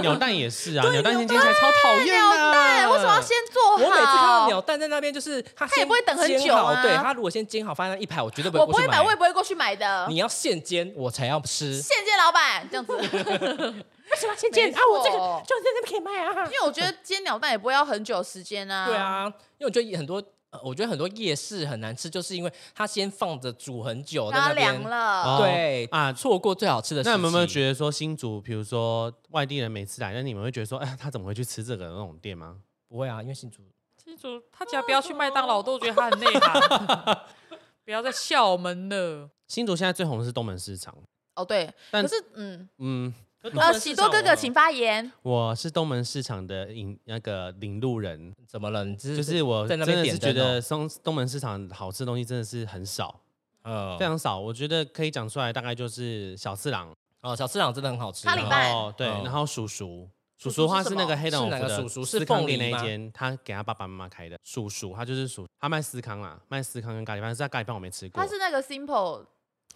Speaker 1: 鸟蛋也是啊，鸟蛋先煎起来超讨厌啊的。鸟蛋
Speaker 2: 为什么要先做
Speaker 3: 我
Speaker 2: 好？
Speaker 3: 每次看到鸟蛋在那边，就是它
Speaker 2: 它
Speaker 3: 它
Speaker 2: 也不会等很久啊
Speaker 3: 对，它如果先煎好放在那一排，我绝对不
Speaker 2: 我
Speaker 3: 会
Speaker 2: 不
Speaker 3: 过
Speaker 2: 会
Speaker 3: 去
Speaker 2: 买，我也不会过去买的。
Speaker 3: 你要现煎我才要吃。
Speaker 2: 现煎老板这样子，
Speaker 3: *laughs* 为什么现
Speaker 2: 煎啊我这个
Speaker 3: 就在那边可以卖啊
Speaker 2: 因。为我觉得煎鸟蛋也不会要很久时间啊。
Speaker 3: 对，啊，因为我觉得很多。呃我觉得很多夜市很难吃，就是因为它先放着煮很久，在
Speaker 2: 让它
Speaker 3: 那边
Speaker 2: 凉了。
Speaker 1: 哦
Speaker 3: 对
Speaker 1: 啊
Speaker 3: 啊，错过最好吃的时期。
Speaker 1: 那你们有没有觉得说新竹，比如说外地人每次来，那你们会觉得说，哎，他怎么会去吃这个那种店吗？
Speaker 3: 不会啊？因为新竹
Speaker 4: 记住，他只要不要去麦当劳，我都觉得他很内行。
Speaker 2: *laughs*
Speaker 4: 不要再笑我们了，
Speaker 1: 新竹现在最红的是东门市场，
Speaker 2: 哦，对，
Speaker 1: 但
Speaker 2: 可是嗯，
Speaker 1: 嗯，
Speaker 2: 呃，喜多哥哥请发言。
Speaker 1: 我是东门市场的引那个领路人，
Speaker 3: 怎么了？你就
Speaker 1: 就是我
Speaker 3: 在
Speaker 1: 真
Speaker 3: 那边
Speaker 1: 的
Speaker 3: 点
Speaker 1: 是觉
Speaker 3: 灯哦
Speaker 1: 得东东门市场好吃的东西真的是很少，
Speaker 3: 嗯
Speaker 1: 非常少。我觉得可以讲出来，大概就是小四郎，
Speaker 3: 哦，小市长真的很好吃。
Speaker 2: 咖喱饭
Speaker 1: 然后哦对，
Speaker 3: 嗯
Speaker 1: 然后叔叔。叔
Speaker 2: 叔
Speaker 1: 叔的话
Speaker 2: 是
Speaker 1: 是
Speaker 2: 什么
Speaker 1: 那个黑
Speaker 3: 是
Speaker 1: 豆
Speaker 3: 哪
Speaker 1: 腐
Speaker 3: 个
Speaker 1: 的
Speaker 3: 叔叔是
Speaker 1: 思康
Speaker 3: 凤
Speaker 1: 店
Speaker 3: 梨
Speaker 1: 那一
Speaker 3: 吗
Speaker 1: 间，他给他爸爸妈妈开的。叔叔他就是叔，他卖思康啦，卖思康跟咖喱饭，是他咖喱饭我没吃过
Speaker 2: 他。是那个 simple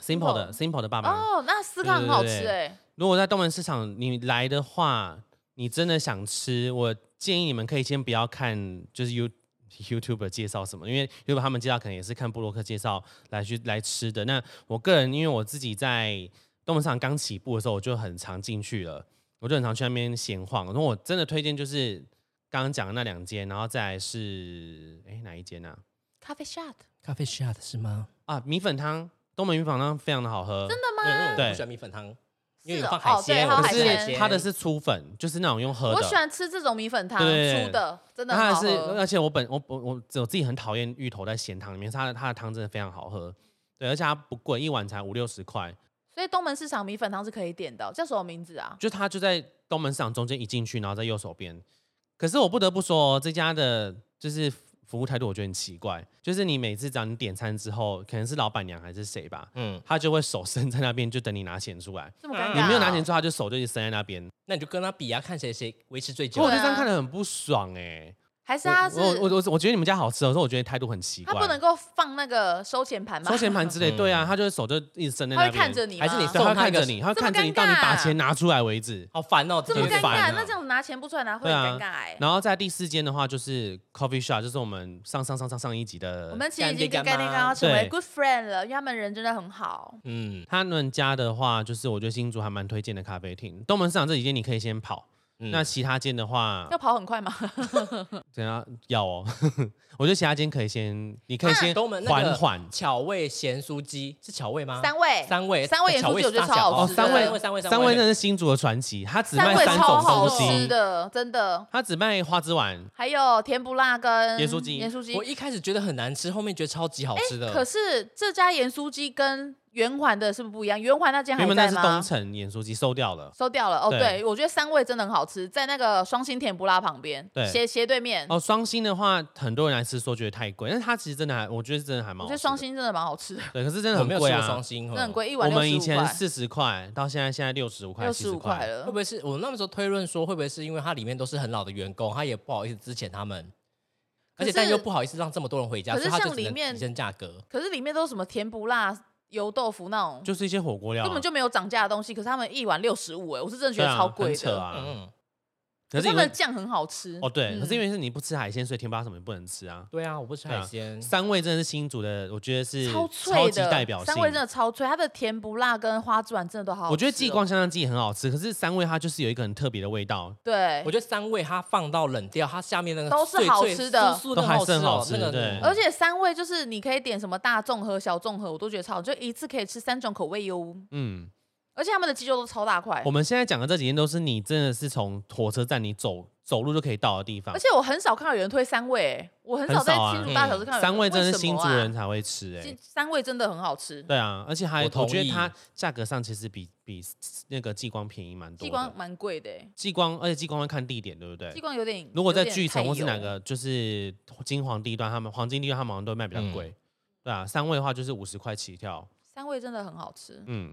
Speaker 1: Simple 的 Simple 的爸爸。
Speaker 2: 哦，那思康很好吃哎，
Speaker 1: 如果在东门市场你来的话，你真的想吃，我建议你们可以先不要看，就是 You YouTube 介绍什么，因为 YouTube 他们介绍可能也是看布洛克介绍来去来吃的。那我个人因为我自己在东门市场刚起步的时候，我就很常进去了，我就很常去那边闲晃。然后我真的推荐就是刚刚讲的那两间，然后再来是哎哪一间啊？
Speaker 2: 咖啡 shot
Speaker 3: 咖啡 shot 是吗？
Speaker 1: 啊，米粉汤，东门米粉汤非常的好喝，真的
Speaker 3: 对，因为我
Speaker 1: 对
Speaker 3: 不喜欢米粉汤，因为
Speaker 2: 是
Speaker 3: 有
Speaker 2: 哦
Speaker 3: 放
Speaker 2: 哦
Speaker 3: 海
Speaker 2: 对，
Speaker 3: 鲜，
Speaker 2: 还有
Speaker 3: 我
Speaker 2: 海
Speaker 3: 不吃
Speaker 1: 可
Speaker 3: 海
Speaker 1: 是
Speaker 2: 鲜。
Speaker 3: 鲜。
Speaker 1: 它的是粗粉，就是那种用喝的。
Speaker 2: 我喜欢吃这种米粉汤
Speaker 1: 对
Speaker 2: 粗的，真的
Speaker 1: 那它
Speaker 2: 很
Speaker 1: 也
Speaker 2: 好
Speaker 1: 是，呃
Speaker 2: 喝。
Speaker 1: 而且我本我我我我自己很讨厌芋头在咸汤里面，是它的它的汤真的非常好喝，对，而且它不贵，一碗才五六十块，
Speaker 2: 所以东门市场米粉汤是可以点的哦，叫什么名字啊？
Speaker 1: 就它就在东门市场中间一进去，然后在右手边。可是我不得不说哦，这家的就是服务态度我觉得很奇怪，就是你每次只要你点餐之后，可能是老板娘还是谁吧，
Speaker 3: 嗯，
Speaker 1: 他就会手伸在那边，就等你拿钱出来。
Speaker 2: 这么尴尬哦，
Speaker 1: 你没有拿钱出来，他就手就一直伸在那边，
Speaker 3: 那你就跟他比啊，看谁谁维持最
Speaker 1: 可
Speaker 3: 久
Speaker 1: 我
Speaker 2: 对。
Speaker 1: 就这样
Speaker 2: 啊
Speaker 1: 看得很不爽哎、
Speaker 2: 还是他是
Speaker 1: 我我我我我觉得你们家好吃哦，可是我觉得态度很奇
Speaker 2: 他
Speaker 1: 怪。
Speaker 2: 不能够放那个收钱盘吗？
Speaker 1: 收钱盘之类，
Speaker 3: 嗯
Speaker 1: 对啊，他就是手就一直伸在
Speaker 2: 他
Speaker 1: 那
Speaker 2: 会
Speaker 1: 边，
Speaker 2: 看着你吗，
Speaker 3: 还是你
Speaker 1: 对，他会
Speaker 3: 送他一
Speaker 1: 看
Speaker 3: 个
Speaker 1: 着你，他会
Speaker 2: 这么
Speaker 1: 看着你
Speaker 2: 尴
Speaker 1: 到你
Speaker 2: 尬啊
Speaker 1: 把钱拿出来为止。
Speaker 3: 好烦哦，
Speaker 2: *laughs* 这
Speaker 1: 有
Speaker 2: 么
Speaker 1: 点
Speaker 3: 真
Speaker 2: 尴
Speaker 3: 的
Speaker 1: 烦
Speaker 2: 尬
Speaker 1: 啊，
Speaker 2: 那这样拿钱不出来拿会
Speaker 1: 对
Speaker 2: 很
Speaker 1: 啊
Speaker 2: 尴尬哎。
Speaker 1: 然后在第四间的话，就是 coffee shop，就是我们上上上上上一集的，
Speaker 2: 我们其实已经跟
Speaker 3: 干
Speaker 2: 干
Speaker 3: 爹干
Speaker 2: 爹
Speaker 3: 妈
Speaker 2: 刚刚成为
Speaker 1: 对
Speaker 2: good friend 了，因为他们人真的很好。
Speaker 3: 嗯
Speaker 1: 他们家的话，就是我觉得新竹还蛮推荐的咖啡厅。东门市场这几间你可以先跑，
Speaker 3: 嗯
Speaker 1: 那其他间的话
Speaker 2: 要，跑很快吗？
Speaker 1: 嗯等下要哦。 *laughs* 我觉得其他间可以先，你可以
Speaker 2: 啊
Speaker 1: 先
Speaker 3: 东门那个
Speaker 1: 缓缓。
Speaker 3: 巧味咸酥鸡是巧味吗？
Speaker 2: 三位，
Speaker 3: 三味
Speaker 2: 三味盐
Speaker 3: 巧
Speaker 2: 酥鸡
Speaker 3: 味
Speaker 2: 我觉得
Speaker 3: 是
Speaker 2: 超
Speaker 3: 大小
Speaker 2: 好
Speaker 1: 哦，
Speaker 2: 吃的，
Speaker 1: 三
Speaker 3: 味
Speaker 1: 味
Speaker 3: 三味三
Speaker 1: 三
Speaker 3: 味
Speaker 1: 味真的是新竹的传奇，它只卖
Speaker 2: 味
Speaker 1: 三
Speaker 2: 超
Speaker 1: 种
Speaker 2: 好
Speaker 1: 东
Speaker 2: 吃
Speaker 1: 西，
Speaker 2: 的，真的。
Speaker 1: 它只卖花枝丸，
Speaker 2: 还有甜不辣跟
Speaker 1: 盐酥鸡
Speaker 2: 盐酥鸡
Speaker 3: 我。一开始觉得很难吃，后面觉得超级好吃的。
Speaker 2: 可是这家盐酥鸡跟圆环的是不是不一样？圆环那间还
Speaker 1: 原本那
Speaker 2: 在
Speaker 1: 是东
Speaker 2: 吗？
Speaker 1: 城演说机收掉了。
Speaker 2: 收掉了哦，
Speaker 1: 对
Speaker 2: 对，我觉得三味真的很好吃，在那个双星甜不辣旁边，
Speaker 1: 对
Speaker 2: 斜斜对面，
Speaker 1: 哦，双星的话，很多人来吃说觉得太贵，但是它其实真的还，我觉得是真的还蛮
Speaker 2: 我觉
Speaker 1: 好吃的。
Speaker 2: 得双星真的蛮好吃的，
Speaker 1: 对，可是真的
Speaker 3: 我
Speaker 1: 很
Speaker 3: 没有
Speaker 1: 贵
Speaker 3: 吃过
Speaker 1: 啊
Speaker 3: 双。星，
Speaker 2: 真的很贵，一碗
Speaker 1: 我
Speaker 2: 六
Speaker 1: 们
Speaker 2: 十
Speaker 1: 以
Speaker 2: 五
Speaker 1: 前
Speaker 2: 块，
Speaker 1: 四十块，到现在现在六十五块、
Speaker 2: 六
Speaker 1: 七
Speaker 2: 十
Speaker 1: 十
Speaker 2: 五块
Speaker 1: 块。
Speaker 2: 了
Speaker 3: 会不。会是我那么时候推论说，会不会是因为它里面都是很老的员工，他也不好意思之前他们，而
Speaker 2: 可
Speaker 3: 且
Speaker 2: 是
Speaker 3: 但又不好意思让这么多人回家，
Speaker 2: 可是
Speaker 3: 所以他就
Speaker 2: 像
Speaker 3: 只能
Speaker 2: 里面
Speaker 3: 提升价格。
Speaker 2: 可是里面都是什么甜不辣、油豆腐那种，
Speaker 1: 就是一些火锅料啊，
Speaker 2: 根本就没有涨价的东西。可是他们一碗六十五，哎，我是真的觉
Speaker 1: 对
Speaker 2: 得
Speaker 1: 啊
Speaker 2: 超贵
Speaker 1: 很扯
Speaker 2: 的。
Speaker 1: 啊。
Speaker 3: 嗯，
Speaker 1: 可是
Speaker 2: 他
Speaker 1: 因
Speaker 2: 们嗯
Speaker 1: 为
Speaker 2: 的酱很好吃
Speaker 1: 哦对，可是因
Speaker 2: 为
Speaker 1: 为是你不吃海鲜，所以甜不辣什么也不能吃啊。
Speaker 3: 对啊，我不吃
Speaker 1: 对啊
Speaker 3: 海鲜，
Speaker 1: 三味真的是新竹的，我觉得是
Speaker 2: 超
Speaker 1: 超
Speaker 2: 脆
Speaker 1: 级
Speaker 2: 的，
Speaker 1: 代表性。
Speaker 2: 三味真的超脆，它的甜不辣跟花枝丸真的都好好吃哦
Speaker 1: 我觉得继光香香鸡也很好吃，可是三味它就是有一个很特别的味道，
Speaker 2: 对
Speaker 3: 我，觉得三味它放到冷掉，它下面那个
Speaker 2: 都是
Speaker 3: 脆
Speaker 2: 好
Speaker 3: 脆
Speaker 2: 吃的
Speaker 3: 酥酥
Speaker 1: 都
Speaker 3: 的
Speaker 1: 还是很
Speaker 3: 好
Speaker 1: 好吃
Speaker 3: 哦那个
Speaker 1: 对
Speaker 2: 而且三味就是你可以点什么大综合、小综合，我都觉得超好，就一次可以吃三种口味哟。
Speaker 1: 嗯。
Speaker 2: 而且他们的鸡肉都超大块
Speaker 1: 我，们现在讲的这几天都是你真的是从火车站你走走路就可以到的地方
Speaker 2: 而，且我很少看到有人推三味，哎我很少
Speaker 1: 很
Speaker 2: 在
Speaker 1: 少啊
Speaker 2: 新竹
Speaker 3: 嗯
Speaker 2: 大小吃看到有人
Speaker 1: 三味真的是
Speaker 2: 为什
Speaker 1: 新
Speaker 2: 么
Speaker 1: 竹
Speaker 2: 啊
Speaker 1: 人才会吃哎、
Speaker 2: 新三味真的很好吃，
Speaker 1: 对啊，而且还
Speaker 3: 我
Speaker 1: 我
Speaker 3: 同
Speaker 1: 觉
Speaker 3: 意
Speaker 1: 得它价格上其实比比那个激光便宜蛮多
Speaker 2: 鸡
Speaker 1: 的。
Speaker 2: 光蛮贵的，哎
Speaker 1: 激光，而且激光会看地点，对不对
Speaker 2: 鸡？光有点
Speaker 1: 如果在
Speaker 2: 有点
Speaker 1: 巨城
Speaker 2: 太
Speaker 1: 或是哪
Speaker 2: 油
Speaker 1: 个就是金黄地段，他们黄金地段他们好像都卖
Speaker 3: 嗯
Speaker 1: 比较贵。对啊，三位的话就是五十块起跳。嗯
Speaker 2: 三味真的很好吃，
Speaker 1: 嗯，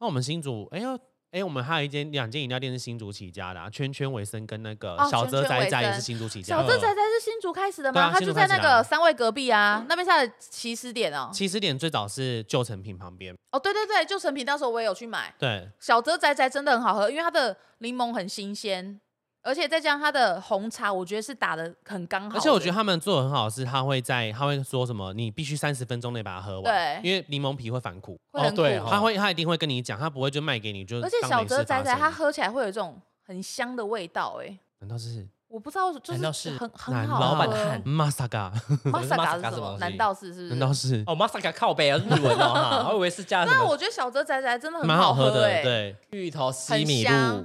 Speaker 1: 那我们新竹，哎呦，哎，我们还有一间两间饮料店是新竹起家的、啊，圈圈维森跟那个
Speaker 2: 哦
Speaker 1: 小泽
Speaker 2: 圈圈
Speaker 1: 仔
Speaker 2: 维
Speaker 1: 仔也
Speaker 2: 森
Speaker 1: 是新竹起家的。
Speaker 2: 小镇仔仔是新竹开始的
Speaker 1: 对
Speaker 2: 吗？
Speaker 1: 啊
Speaker 2: 他
Speaker 1: 新
Speaker 2: 就
Speaker 1: 竹
Speaker 2: 在
Speaker 1: 开始
Speaker 2: 那
Speaker 1: 的
Speaker 2: 个
Speaker 1: 啊
Speaker 2: 三味隔壁啊，那边是他的起始点哦。
Speaker 1: 起始点最早是旧成品旁边，
Speaker 2: 哦，对对对，就成品，当时我也有去买。
Speaker 1: 对，
Speaker 2: 小泽仔仔真的很好喝，因为它的柠檬很新鲜，而且再加上它的红茶，我觉得是打的很刚好的。
Speaker 1: 而且我觉得他们做的很好，是他会在他会说什么，你必须三十分钟内把它喝完，
Speaker 2: 对
Speaker 1: 因为柠檬皮会反苦，
Speaker 2: 会很
Speaker 3: 哦
Speaker 2: 苦，
Speaker 3: 对哦
Speaker 1: 他会他一定会跟你讲，他不会就卖给你，就是
Speaker 2: 而且
Speaker 1: 当
Speaker 2: 小
Speaker 1: 没事
Speaker 2: 泽
Speaker 1: 发
Speaker 2: 仔仔
Speaker 1: 生
Speaker 2: 它喝起来会有一种很香的味道、哎，
Speaker 1: 难道是
Speaker 2: 我不知道，就
Speaker 3: 难道
Speaker 2: 是
Speaker 3: 是
Speaker 2: 很很
Speaker 1: 南
Speaker 2: 好喝。
Speaker 1: 老
Speaker 3: 板
Speaker 2: 嗯
Speaker 1: *laughs*
Speaker 3: 汉
Speaker 1: Masaga？
Speaker 2: 马萨嘎是
Speaker 3: Masaka
Speaker 2: 什
Speaker 3: 什么
Speaker 2: 么
Speaker 3: 东？西
Speaker 2: 难道是是不是？
Speaker 1: 难道是
Speaker 3: 哦，Masaka 靠背啊，日文哦，
Speaker 2: *laughs*
Speaker 3: 哈我以为是加什
Speaker 2: 那
Speaker 3: 么
Speaker 2: 我觉得小泽仔仔真的很
Speaker 1: *laughs* 蛮好
Speaker 2: 喝
Speaker 1: 喝的？
Speaker 2: 哎
Speaker 1: 对，
Speaker 3: 芋头西米
Speaker 2: 很香
Speaker 3: 露，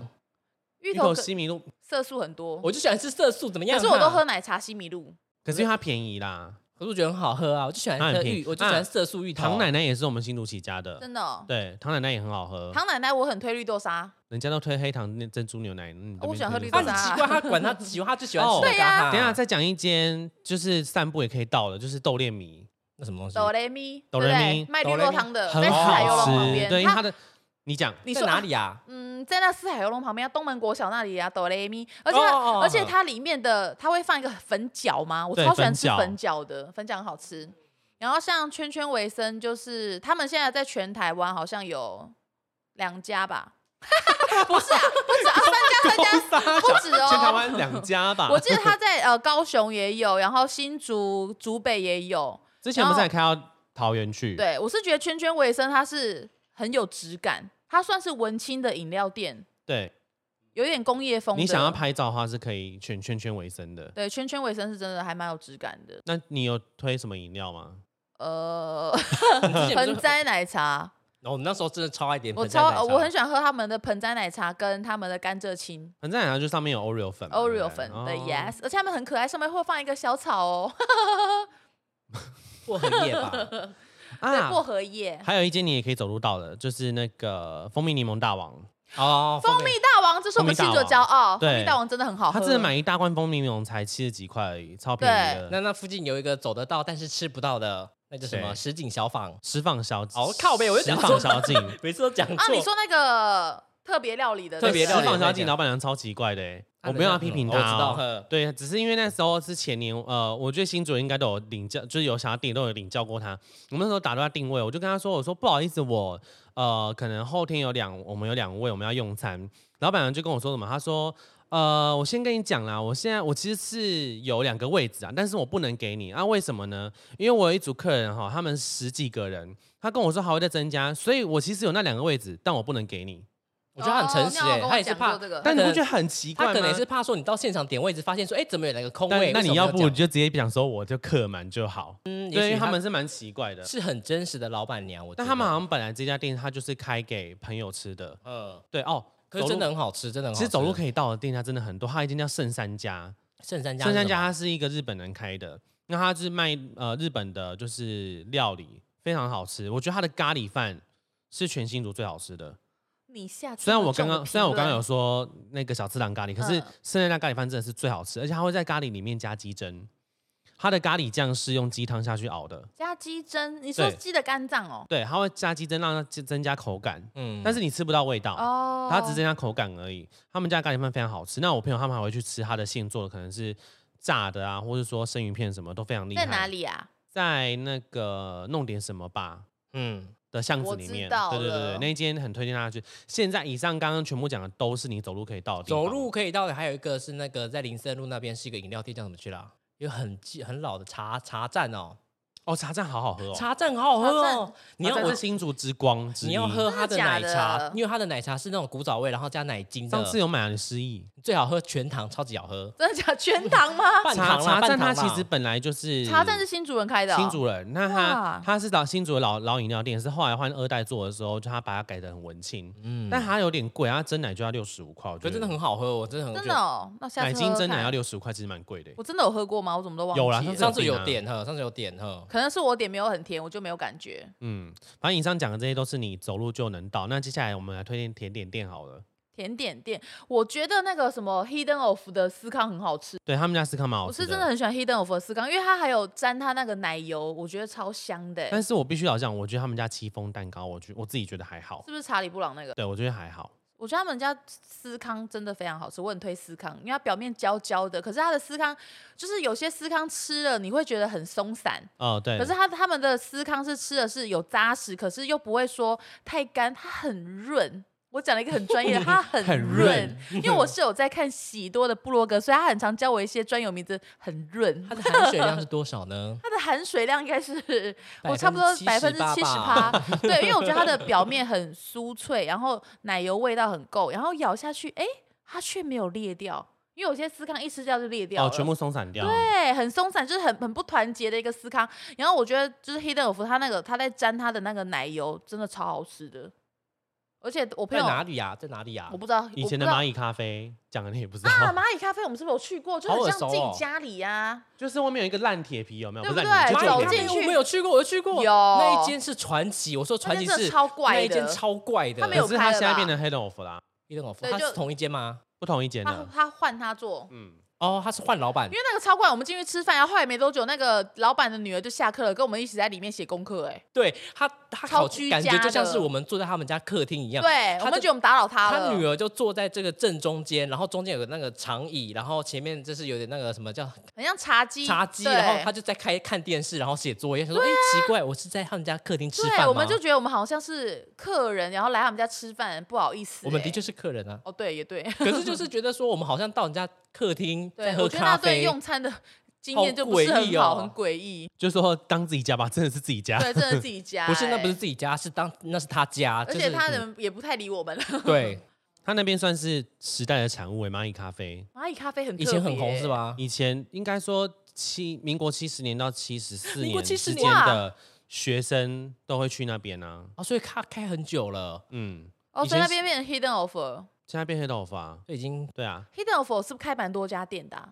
Speaker 2: 芋
Speaker 1: 芋
Speaker 2: 头
Speaker 1: 头
Speaker 2: 可
Speaker 1: 西米露，
Speaker 2: 色素很多，
Speaker 3: 我就喜欢吃色素，怎么样？
Speaker 2: 可是我都喝，奶茶西米露。
Speaker 1: 可是因为它便宜啦。
Speaker 3: 可是我觉得很好喝啊，我就喜欢
Speaker 1: 那很
Speaker 3: 喝
Speaker 1: 便宜
Speaker 3: 芋，我就喜
Speaker 1: 啊
Speaker 3: 欢色素芋头
Speaker 1: 唐奶奶也是我们新竹起家的，
Speaker 2: 真的哦、
Speaker 1: 对，唐奶奶也很好喝，
Speaker 2: 唐奶奶我很推绿豆沙，
Speaker 1: 人家都推黑糖那珍珠牛奶，嗯
Speaker 2: 哦我喜欢喝绿
Speaker 3: 啊，
Speaker 2: 豆
Speaker 3: 你
Speaker 2: 沙
Speaker 3: 奇怪，他管他喜欢，他就喜欢
Speaker 1: 哦
Speaker 3: 吃那
Speaker 2: 对啊
Speaker 3: 个
Speaker 2: 呀
Speaker 3: 哈。
Speaker 1: 等一下再讲一间，就是散步也可以到的，就是豆炼米，
Speaker 3: 那什么东西？
Speaker 2: 哆来咪，
Speaker 1: 哆
Speaker 2: 对不啊
Speaker 1: 来
Speaker 2: 对
Speaker 1: 咪
Speaker 2: 卖绿
Speaker 3: 哆来
Speaker 2: 豆
Speaker 3: 咪
Speaker 2: 汤的，
Speaker 1: 很
Speaker 2: 呃在四海游
Speaker 1: 好
Speaker 2: 龙
Speaker 1: 吃
Speaker 2: 旁边。，
Speaker 1: 对，因为
Speaker 2: 它
Speaker 1: 它的你讲
Speaker 2: 你
Speaker 3: 在
Speaker 2: 说
Speaker 3: 哪？里啊？
Speaker 2: 嗯，在那四海游龙旁边，东门国小那里啊，哆来咪。而且它
Speaker 3: 哦哦哦
Speaker 2: 而且它里面的，它会放一个粉饺吗？我
Speaker 1: 对
Speaker 2: 超喜欢
Speaker 1: 粉
Speaker 2: 吃
Speaker 1: 饺
Speaker 2: 粉饺的，粉饺很好吃。然后像圈圈维生，就是他们现在在全台湾好像有两家吧？不是啊，不止啊，三家三家，不止哦
Speaker 1: *laughs* 全台湾两家吧
Speaker 2: 我。记得他在呃高雄也有，然后新竹、竹北也有。
Speaker 1: 之前不是还开到桃园去？，
Speaker 2: 对我是觉得圈圈维生它是很有质感，它算是文青的饮料店，
Speaker 1: 对，
Speaker 2: 有点工业风的。
Speaker 1: 你想要拍照的话是可以选圈圈为生的。
Speaker 2: 对圈圈维生是真的还蛮有质感的。
Speaker 1: 那你有推什么饮料吗？
Speaker 2: 呃，
Speaker 3: 你之前不是
Speaker 2: 盆栽奶茶，
Speaker 3: 哦，我那时候真的超爱点
Speaker 2: 我
Speaker 3: 盆栽
Speaker 2: 超
Speaker 3: 奶茶，
Speaker 2: 呃我很喜欢喝他们的盆栽奶茶跟他们的甘蔗青。
Speaker 1: 反正好像就上面有 Oreo 粉嘛
Speaker 2: Oreo 粉
Speaker 1: 对不
Speaker 2: 对
Speaker 1: 对哦
Speaker 2: yes，而且他们很可爱，上面会放一个小草哦，
Speaker 3: 薄荷叶吧，
Speaker 2: *laughs* 对，薄
Speaker 1: 啊，
Speaker 2: 荷叶。
Speaker 1: 还有一间你也可以走路到的，就是那个蜂蜜柠檬大王。
Speaker 3: 哦，
Speaker 2: 蜂蜜大王，这是我们新竹的骄傲。
Speaker 1: 对
Speaker 2: 蜂蜜大王真的很好喝，
Speaker 1: 他真的买一大罐蜂蜜柠檬才七十几块而已，超便宜
Speaker 3: 那
Speaker 1: 的。
Speaker 3: 那附近有一个走得到但是吃不到的，那叫什么
Speaker 1: 谁
Speaker 3: 石井小坊，
Speaker 1: 石坊小姐
Speaker 3: 哦靠北我就
Speaker 1: 石
Speaker 3: 讲
Speaker 1: 坊小姐，
Speaker 3: 每次都讲
Speaker 2: 啊，
Speaker 3: 错。
Speaker 2: 你说那个特别料理
Speaker 3: *laughs*
Speaker 2: 的
Speaker 3: 特别料
Speaker 1: 石
Speaker 3: 理
Speaker 1: 坊小
Speaker 3: 那
Speaker 1: 姐
Speaker 3: 个
Speaker 1: 老板娘超奇怪的欸，
Speaker 3: 啊
Speaker 1: 我没有要
Speaker 3: 等一
Speaker 1: 批
Speaker 3: 下
Speaker 1: 评
Speaker 3: 嗯
Speaker 1: 她
Speaker 3: 我知道
Speaker 1: 哦
Speaker 3: 呵。
Speaker 1: 对，只是因为那时候是前年，呃，我觉得新主人应该都有领教，就是有想要订都有领教过她。我们那时候打电话定位，我就跟她说，我说不好意思，我呃可能后天有两，我们有两位我们要用餐，老板娘就跟我说什么，她说。呃，我先跟你讲啦，我现在我其实是有两个位置啊，但是我不能给你啊，为什么呢？因为我有一组客人哈，他们十几个人，他跟我说还会再增加，所以我其实有那两个位置，但我不能给你。
Speaker 3: 我觉得他很诚实
Speaker 2: 哦那我
Speaker 3: 哎，
Speaker 2: 跟我
Speaker 3: 他也是
Speaker 2: 讲
Speaker 3: 怕
Speaker 2: 过这个
Speaker 1: 但你
Speaker 3: 可
Speaker 1: 不
Speaker 3: 能
Speaker 1: 觉得很奇怪
Speaker 3: 他
Speaker 1: 吗？
Speaker 3: 可能也是怕说你到现场点位置，发现说，哎，怎么有两个空
Speaker 1: 但
Speaker 3: 位？
Speaker 1: 那
Speaker 3: 为什
Speaker 1: 你
Speaker 3: 么
Speaker 1: 要
Speaker 3: 没有
Speaker 1: 不你
Speaker 3: 讲
Speaker 1: 就直接讲说我就客满就好。
Speaker 3: 嗯，也
Speaker 1: 对，因
Speaker 3: 许
Speaker 1: 为他们是蛮奇怪的。
Speaker 3: 是很真实的老板娘，我觉得。
Speaker 1: 但他们好像本来这家店它就是开给朋友吃的。
Speaker 3: 嗯，
Speaker 1: 对哦，
Speaker 3: 可是
Speaker 1: 走
Speaker 3: 真
Speaker 1: 路
Speaker 3: 的。很好吃，真的很好
Speaker 1: 其
Speaker 3: 吃。
Speaker 1: 实走路可以到的店家真的很多，它一间叫圣三家，
Speaker 3: 圣山家是
Speaker 1: 圣
Speaker 3: 什么，
Speaker 1: 三家它是一个日本人开的，那它是卖呃日本的就是料理，非常好吃。我觉得它的咖喱饭是全新竹最好吃的。
Speaker 2: 你下次
Speaker 1: 虽然我
Speaker 2: 这
Speaker 1: 刚
Speaker 2: 么
Speaker 1: 刚虽然我刚刚有
Speaker 2: 重
Speaker 1: 说那个小次郎咖喱，可是
Speaker 2: 嗯
Speaker 1: 圣诞咖喱饭真的是最好吃，而且它会在咖喱里面加鸡胗，它的咖喱酱是用鸡汤下去熬的，
Speaker 2: 的评论加鸡胗，你说
Speaker 1: 对
Speaker 2: 鸡的肝脏哦，
Speaker 1: 对，它会加鸡胗让它增增加口感，
Speaker 3: 嗯，
Speaker 1: 但是你吃不到味道，
Speaker 2: 哦，
Speaker 1: 它只增加口感而已。他们家咖喱饭非常好吃，那我朋友他们还会去吃它的现做的，可能是炸的啊，或者说生鱼片什么都非常厉害。
Speaker 2: 在哪？里啊？
Speaker 1: 在那个弄点什么吧。
Speaker 3: 嗯，
Speaker 1: 的巷子
Speaker 2: 我
Speaker 1: 里
Speaker 2: 知
Speaker 1: 面，
Speaker 2: 道
Speaker 1: 对对对
Speaker 2: 了
Speaker 1: 对，那一间很推荐大家去。现在以上刚刚全部讲的都是你走路可以到的地方，
Speaker 3: 走路可以到的还有一个是那个在林森路那边是一个饮料店，叫什么去了？有很记很老的茶茶站哦，
Speaker 1: 哦，茶站好好喝哦，
Speaker 3: 茶站好好喝
Speaker 2: 茶
Speaker 3: 哦。你
Speaker 1: 你
Speaker 3: 要
Speaker 1: 要
Speaker 3: 我
Speaker 1: 是新竹之光之一
Speaker 3: 你要喝
Speaker 2: 真
Speaker 3: 它
Speaker 2: 的
Speaker 3: 的
Speaker 2: 假
Speaker 3: 奶茶
Speaker 2: 的，
Speaker 3: 因为它的奶茶是那种古早味，然后加奶精的，
Speaker 1: 上次有买了失忆。
Speaker 3: 最好喝全糖，超级好喝。
Speaker 2: 真的 *laughs* 假？全糖吗？
Speaker 3: 半
Speaker 1: 茶
Speaker 3: 糖啦
Speaker 1: 茶
Speaker 3: 半
Speaker 1: 站
Speaker 3: 糖
Speaker 1: 它
Speaker 3: 啦
Speaker 1: 其实本来 *laughs* 就是
Speaker 2: 茶站是新主人开的哦，
Speaker 1: 新竹人，那
Speaker 2: 哇
Speaker 1: 他他是老新竹的老老饮料店，是后来换二代做的时候，就他把它改得很文青，
Speaker 3: 嗯，
Speaker 1: 但它有点贵，它真奶就要六十五块，我
Speaker 3: 我觉
Speaker 1: 觉
Speaker 3: 得
Speaker 1: 得
Speaker 3: 真的很好喝，我真的很
Speaker 2: 真
Speaker 3: 觉
Speaker 2: 的
Speaker 3: 得。
Speaker 2: 哦，那下次
Speaker 1: 奶
Speaker 2: 喝
Speaker 1: 精
Speaker 2: 喝
Speaker 1: 真奶
Speaker 2: 看
Speaker 1: 要六十块，其实蛮贵的。欸
Speaker 2: 我真的有喝过吗？我怎么都忘记
Speaker 1: 有啊啦
Speaker 2: 了
Speaker 1: 上
Speaker 3: 上次有点喝，上次有点哦喝。
Speaker 2: 可能是我点没有很甜，我就没有感觉。
Speaker 1: 嗯，反正以上讲的这些都是你走路就能到。那接下来我们来推荐甜点店好了，
Speaker 2: 甜点店，我觉得那个什么 Hidden of 的司康很好吃，
Speaker 1: 对他们家司康蛮好
Speaker 2: 我
Speaker 1: 吃
Speaker 2: 是真的很喜欢 Hidden of 的司康，因为它还有沾它那个奶油，我觉得超香的欸。
Speaker 1: 但是我必须老实讲，我觉得他们家戚风蛋糕，我觉我自己觉得还好，
Speaker 2: 是不是查理布朗那个？
Speaker 1: 对我觉得还好。
Speaker 2: 我觉得他们家司康真的非常好吃，我很推司康，因为它表面焦焦的，可是它的司康就是有些司康吃了你会觉得很松散，
Speaker 1: 哦，对，
Speaker 2: 可是它他们的司康是吃的是有扎实，可是又不会说太干，它很润。我讲了一个很专 *laughs* 业的，它很
Speaker 1: 很
Speaker 2: 润
Speaker 1: 润，
Speaker 2: 因为我是有在看喜多的部落格，所以他很常教我一些专有名字，很润。
Speaker 3: 它的含水量是多少呢？
Speaker 2: 它的含水量应该 *laughs* 是 *laughs* 我差不多百分之七十趴
Speaker 3: 吧，
Speaker 2: 对，因为我觉得它的表面很酥脆，然后奶油味道很够，然后咬下去，哎，它却没有裂掉，因为有些司康一吃掉就裂掉了，
Speaker 1: 哦，全部松散掉，
Speaker 2: 对，很松散，就是很很不团结的一个司康。然后我觉得就是黑豆腐，它那个它在沾它的那个奶油，真的超好吃的，而且我朋
Speaker 3: 在
Speaker 2: 友
Speaker 3: 哪里呀、在哪里啊呀、
Speaker 2: 我不知道
Speaker 1: 以前的蚂蚁咖啡，讲了你也不知道，
Speaker 2: 啊，蚂蚁咖啡我们是不是有去过？就
Speaker 3: 好
Speaker 2: 很
Speaker 3: 耳
Speaker 2: 像
Speaker 3: 熟
Speaker 2: 自己
Speaker 3: 哦
Speaker 2: 家里呀、
Speaker 1: 就是外面有一个烂铁皮，有没有？
Speaker 2: 对
Speaker 1: 不是
Speaker 2: 不
Speaker 1: 烂铁
Speaker 2: 对
Speaker 1: 皮就
Speaker 2: 哎
Speaker 3: 蚂
Speaker 2: 走
Speaker 1: 是
Speaker 3: 蚁
Speaker 1: 有
Speaker 3: 咖
Speaker 2: 进
Speaker 3: 啡
Speaker 2: 去
Speaker 3: 我没有去过，我去过，
Speaker 2: 有
Speaker 3: 那一间是传奇，我说
Speaker 2: 那
Speaker 3: 传
Speaker 2: 间
Speaker 3: 奇
Speaker 2: 真的
Speaker 3: 是
Speaker 2: 超怪
Speaker 3: 那一间
Speaker 2: 的
Speaker 3: 超怪的，
Speaker 2: 它没有
Speaker 1: 可是它
Speaker 2: 开了
Speaker 1: 现在
Speaker 2: 吧
Speaker 1: 变成黑豆腐啦，
Speaker 3: 伊顿狗夫，
Speaker 2: 对
Speaker 3: 它
Speaker 2: 就是
Speaker 3: 同一间吗？
Speaker 1: 不同一间
Speaker 2: 他
Speaker 1: 的，
Speaker 2: 他换他做。
Speaker 1: 嗯，
Speaker 3: 哦，他是换老板
Speaker 2: 因为，那个超怪，我们进去吃饭，然后后来没多久，那个老板的女儿就下课了，跟我们一起在里面写功课、哎，
Speaker 3: 对他，他
Speaker 2: 超
Speaker 3: 好
Speaker 2: 居
Speaker 3: 感觉
Speaker 2: 家
Speaker 3: 就像
Speaker 2: 的
Speaker 3: 是我们坐在他们家客厅一样，
Speaker 2: 对，
Speaker 3: 他
Speaker 2: 我们
Speaker 3: 的
Speaker 2: 觉得我们打扰她了。
Speaker 3: 他女儿就坐在这个正中间，然后中间有个那个长椅，然后前面就是有点那个什么叫
Speaker 2: 很像茶几，
Speaker 3: 茶几，
Speaker 2: 对啊
Speaker 3: 然后他就在开看电视，然后写作业。他说：“哎、奇怪，我是在他们家客厅吃饭
Speaker 2: 对，
Speaker 3: 吗
Speaker 2: 我们就觉得我们好像是客人，然后来他们家吃饭，不好意思、
Speaker 3: 我们
Speaker 2: 哎
Speaker 3: 的确是客人啊，
Speaker 2: 哦，对，也对，
Speaker 3: 可是就是觉得说我们好像到人家客厅在
Speaker 2: 对，
Speaker 3: 喝
Speaker 2: 我觉得他
Speaker 3: 咖
Speaker 2: 对
Speaker 3: 啡，
Speaker 2: 用餐的经
Speaker 3: 好
Speaker 2: 验就不是
Speaker 3: 诡
Speaker 2: 很
Speaker 3: 异哦
Speaker 2: 好，很诡
Speaker 3: *laughs*
Speaker 2: 异。
Speaker 1: 就是说当自己家吧，真 *laughs* 的是自己家，
Speaker 2: 对，真的是自己家、
Speaker 3: 不是那不是
Speaker 2: 哎，
Speaker 3: 自己家，是当那是他家，
Speaker 2: 而
Speaker 3: 就
Speaker 2: 且
Speaker 3: 是
Speaker 2: 他
Speaker 3: 嗯
Speaker 2: 人也不太理
Speaker 3: *laughs*
Speaker 2: 我们了。 *laughs*
Speaker 3: 对
Speaker 1: 它那边算是时代的产物欸诶，蚂蚁咖啡。
Speaker 2: 蚂蚁咖啡很
Speaker 3: 以前很
Speaker 2: 特别欸
Speaker 3: 红是？吧？
Speaker 1: 以前应该说七民国七十年到七十四
Speaker 3: 民国
Speaker 1: 年之
Speaker 3: 70
Speaker 1: 间
Speaker 3: 年
Speaker 1: 的学生都会去那边啊，
Speaker 3: 啊，所以他开很久了，
Speaker 1: 嗯，
Speaker 2: 哦，
Speaker 3: 以
Speaker 2: 所
Speaker 3: 前
Speaker 2: 以那
Speaker 3: 是
Speaker 2: 边变成 Hidden Offer，Hidden
Speaker 1: 现在变黑头发，
Speaker 3: 就已经
Speaker 1: 对啊，
Speaker 2: Offer 是不是开蛮多家店的啊、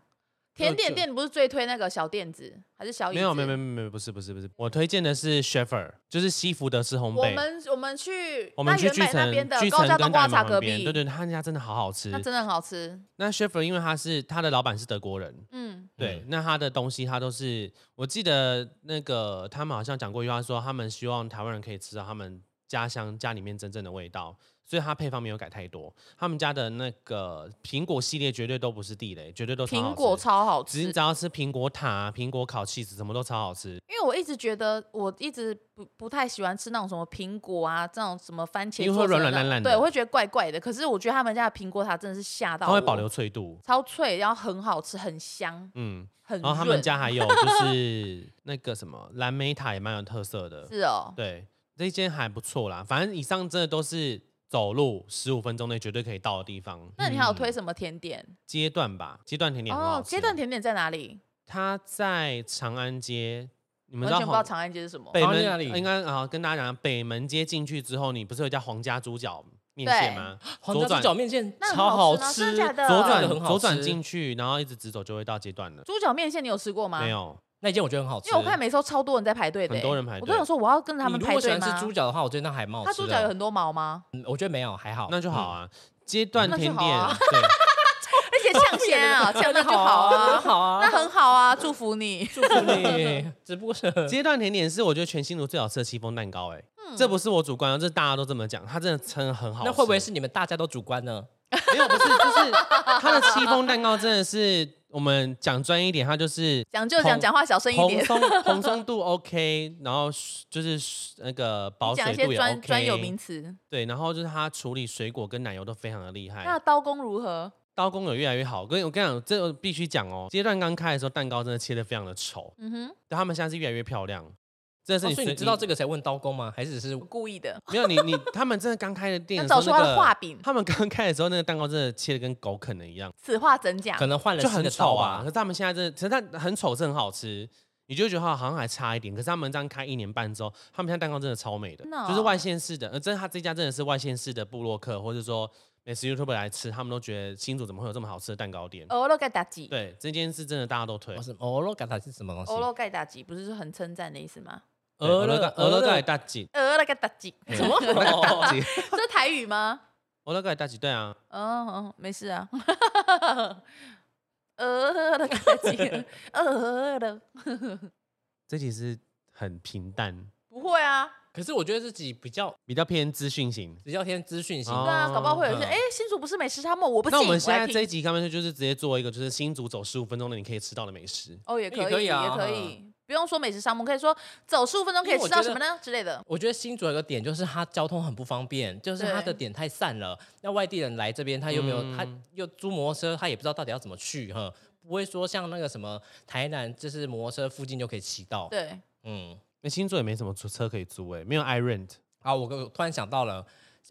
Speaker 2: 甜
Speaker 3: 就
Speaker 2: 点店不是最推那个小店子还是小椅
Speaker 1: 没有
Speaker 2: 子
Speaker 1: 没有没有没有，不是不是不是，我推荐的是 Sheffer，就是西福德式烘
Speaker 2: 我
Speaker 1: 焙，
Speaker 2: 们我们去
Speaker 1: 我们
Speaker 2: 那
Speaker 1: 去
Speaker 2: 原
Speaker 1: 巨
Speaker 2: 本那
Speaker 1: 城
Speaker 2: 边的
Speaker 1: 巨
Speaker 2: 高
Speaker 1: 城
Speaker 2: 架
Speaker 1: 跟
Speaker 2: 东瓜
Speaker 1: 大门
Speaker 2: 茶隔
Speaker 1: 旁边，
Speaker 2: 壁，
Speaker 1: 对对，他那家真的好好吃
Speaker 2: 那。真的很好吃。
Speaker 1: 那 Sheffer 因为他是他的老板是德国人，
Speaker 2: 嗯，
Speaker 1: 对，
Speaker 3: 嗯
Speaker 1: 那他的东西他都是，我记得那个他们好像讲过一句话说，他们希望台湾人可以吃到他们家乡家里面真正的味道，所以他配方没有改太多。他们家的那个苹果系列绝对都不是地雷，绝对都超好
Speaker 2: 苹
Speaker 1: 吃
Speaker 2: 果，超好
Speaker 1: 只
Speaker 2: 吃
Speaker 1: 你只。要吃苹果塔、苹果烤 cheese，什么都超好吃。
Speaker 2: 因为我一直觉得，我一直不不太喜欢吃那种什么苹果啊，这种什么番茄
Speaker 1: 因为
Speaker 2: 做
Speaker 1: 会
Speaker 2: 成的，
Speaker 1: 软软烂烂的
Speaker 2: 对，我会觉得怪怪的。可是我觉得他们家的苹果塔真的是吓到
Speaker 1: 它
Speaker 2: 我，
Speaker 1: 会保留脆度，
Speaker 2: 超脆，然后很好吃，很香，
Speaker 1: 嗯，
Speaker 2: 很
Speaker 1: 然
Speaker 2: 润。
Speaker 1: 后他们家
Speaker 2: *laughs*
Speaker 1: 还有就是那个什么蓝莓塔也蛮有特色的，
Speaker 2: 是哦，
Speaker 1: 对，这一间还不错啦。反正以上真的都是走路十五分钟内绝对可以到的地方。
Speaker 2: 那你还有推什么甜点？
Speaker 1: 阶段吧，阶段甜嗯点很好
Speaker 2: 哦，
Speaker 1: 吃
Speaker 2: 阶段甜点在哪里？
Speaker 1: 它在长安街，你们
Speaker 2: 完
Speaker 1: 知
Speaker 2: 全不知
Speaker 1: 道
Speaker 2: 道
Speaker 1: 黄
Speaker 2: 长安街是什么。
Speaker 1: 北
Speaker 3: 长安哦街哪
Speaker 1: 门
Speaker 3: 里
Speaker 1: 应该啊，跟大家讲，北门街进去之后，你不是有一家黄家猪脚面
Speaker 2: *laughs*
Speaker 1: 线吗？
Speaker 3: 黄
Speaker 1: 左
Speaker 3: 家
Speaker 1: 转
Speaker 3: 猪脚面线
Speaker 2: 那很
Speaker 3: 超
Speaker 2: 好吃吗
Speaker 3: 吃
Speaker 2: 真，的假的
Speaker 1: 左
Speaker 2: 那
Speaker 1: 转
Speaker 3: 个很好
Speaker 1: 左转
Speaker 3: 吃
Speaker 1: 进去，然后一直直走就会到阶段了。
Speaker 2: 猪脚面线你有吃过吗？
Speaker 1: 没。有，
Speaker 3: 那间我觉得很好吃。
Speaker 2: 因为我看每次都超多人在排队的、欸
Speaker 1: 很多人排队
Speaker 2: 我都想说我要跟着他们
Speaker 3: 你如
Speaker 2: 排
Speaker 3: 果喜
Speaker 2: 队
Speaker 3: 欢吃
Speaker 2: 吗？
Speaker 3: 猪脚的话，我觉得那还蛮好
Speaker 2: 它
Speaker 3: 吃的。
Speaker 2: 猪脚有很多毛
Speaker 1: *laughs*
Speaker 2: 吗？
Speaker 3: 嗯我觉得没有，还好，
Speaker 1: 那就好啊。阶段
Speaker 2: 嗯那就
Speaker 1: 甜
Speaker 2: 好 *laughs*
Speaker 1: 点
Speaker 2: 啊，
Speaker 1: 对，
Speaker 2: 而且呛鲜啊，呛那就好
Speaker 3: 好
Speaker 2: 啊，
Speaker 3: 好啊
Speaker 2: 那，很好啊，祝福你。
Speaker 3: 祝福
Speaker 1: *laughs*
Speaker 3: 你。只不过是
Speaker 1: 阶段甜点是我觉得全新竹最好吃的戚风蛋糕、欸，
Speaker 2: 嗯
Speaker 1: 这不是我主观啊，这大家都这么讲，它真的真的很好吃。
Speaker 3: 那会不
Speaker 1: *laughs*
Speaker 3: 会是你们大家都主观呢？
Speaker 1: 没有？不是，就是它的戚风蛋糕真的是我们讲专业一点，它就是
Speaker 2: 讲究讲
Speaker 1: 红
Speaker 2: 讲话小声一
Speaker 1: 蓬
Speaker 2: 点，
Speaker 1: 松蓬松度 OK，然后就是呃那个保
Speaker 2: 讲
Speaker 1: 水
Speaker 2: 一些
Speaker 1: 度也
Speaker 2: 专
Speaker 1: OK，
Speaker 2: 专有名词。
Speaker 1: 对，然后就是它处理水果跟奶油都非常的厉
Speaker 2: 那
Speaker 1: 害，
Speaker 2: 刀工如何？
Speaker 1: 刀工有越来越好。我跟我跟你讲，这我必须讲哦，阶段刚开的时候蛋糕真的切的非常的丑，
Speaker 2: 嗯哼，
Speaker 1: 但他们现在是越来越漂亮。这是
Speaker 3: 哦
Speaker 1: 你
Speaker 3: 所
Speaker 1: 随、
Speaker 3: 以你知道这个才问刀工吗？还是只是
Speaker 2: 我故意的，
Speaker 1: 没有你你他们真的刚开的店
Speaker 2: 要
Speaker 1: 的
Speaker 2: 找
Speaker 1: 时
Speaker 2: 出
Speaker 1: 候
Speaker 2: 他
Speaker 1: 那
Speaker 2: 的
Speaker 1: 个
Speaker 2: 画饼，
Speaker 1: 他们刚开的时候，那个蛋糕真的切的跟狗啃的一样，
Speaker 2: 此话怎讲
Speaker 3: 可？能换了
Speaker 1: 就
Speaker 3: 新
Speaker 1: 很
Speaker 3: 的
Speaker 1: 丑
Speaker 3: 刀
Speaker 1: 啊。可
Speaker 3: 吧？
Speaker 1: 是他们现在真的，其实它很丑是很好吃，你就会觉得它好像还差一点。可是他们这样开一年半之后，他们现在蛋糕真的超美的
Speaker 2: 真的哦，
Speaker 1: 就是外县市的，呃，真的他这家真的是外县市的部落客，或者说美食 YouTube 来吃，他们都觉得新竹怎么会有这么好吃的蛋糕店？
Speaker 2: 欧洛盖达吉，
Speaker 1: 对，这件事真的大家都推
Speaker 3: 哦，。什么欧罗嘎塔是什么东
Speaker 2: 欧
Speaker 3: 西？
Speaker 2: 洛盖达吉不是很称赞的意思吗？
Speaker 1: 俄勒盖俄勒盖大吉，
Speaker 2: 俄勒盖达吉，
Speaker 3: 什么？
Speaker 1: 大吉，
Speaker 2: *laughs* 这是台语吗？
Speaker 1: 俄勒盖大吉，对啊，
Speaker 2: 嗯嗯，没事啊。 *laughs* 俄勒盖达吉，俄勒
Speaker 1: 这集是很平淡，
Speaker 2: 不会啊，
Speaker 3: *laughs* 可是我觉得自己比较
Speaker 1: 比较偏资讯型。
Speaker 3: 比较偏资讯型，
Speaker 1: 哦
Speaker 2: 对啊，搞不好会有一些
Speaker 3: 嗯
Speaker 2: 哎，新竹不是美食沙漠，我不信。
Speaker 1: 那我们现
Speaker 2: 来
Speaker 1: 在
Speaker 2: 听
Speaker 1: 这一集干脆就是直接做一个，就是新竹走十五分钟的你可以吃到的美食。
Speaker 2: 哦也
Speaker 3: 也可
Speaker 2: 可以，
Speaker 3: 以啊
Speaker 2: 也可以，不用说美食沙漠，可以说走十五分钟可以
Speaker 3: 因为我
Speaker 2: 吃到
Speaker 3: 觉
Speaker 2: 什
Speaker 3: 得
Speaker 2: 么呢之类的。
Speaker 3: 我觉得新竹有个点就是它交通很不方便，就是它
Speaker 2: 对
Speaker 3: 的点太散了。那外地人来这边，他又没有、他
Speaker 1: 嗯
Speaker 3: 又租摩托车，他也不知道到底要怎么去哈。不会说像那个什么台南，就是摩托车附近就可以骑到。
Speaker 2: 对，
Speaker 3: 嗯，
Speaker 1: 那哎新竹也没什么租车可以租哎、没有 i rent。
Speaker 3: 啊，我我突然想到了，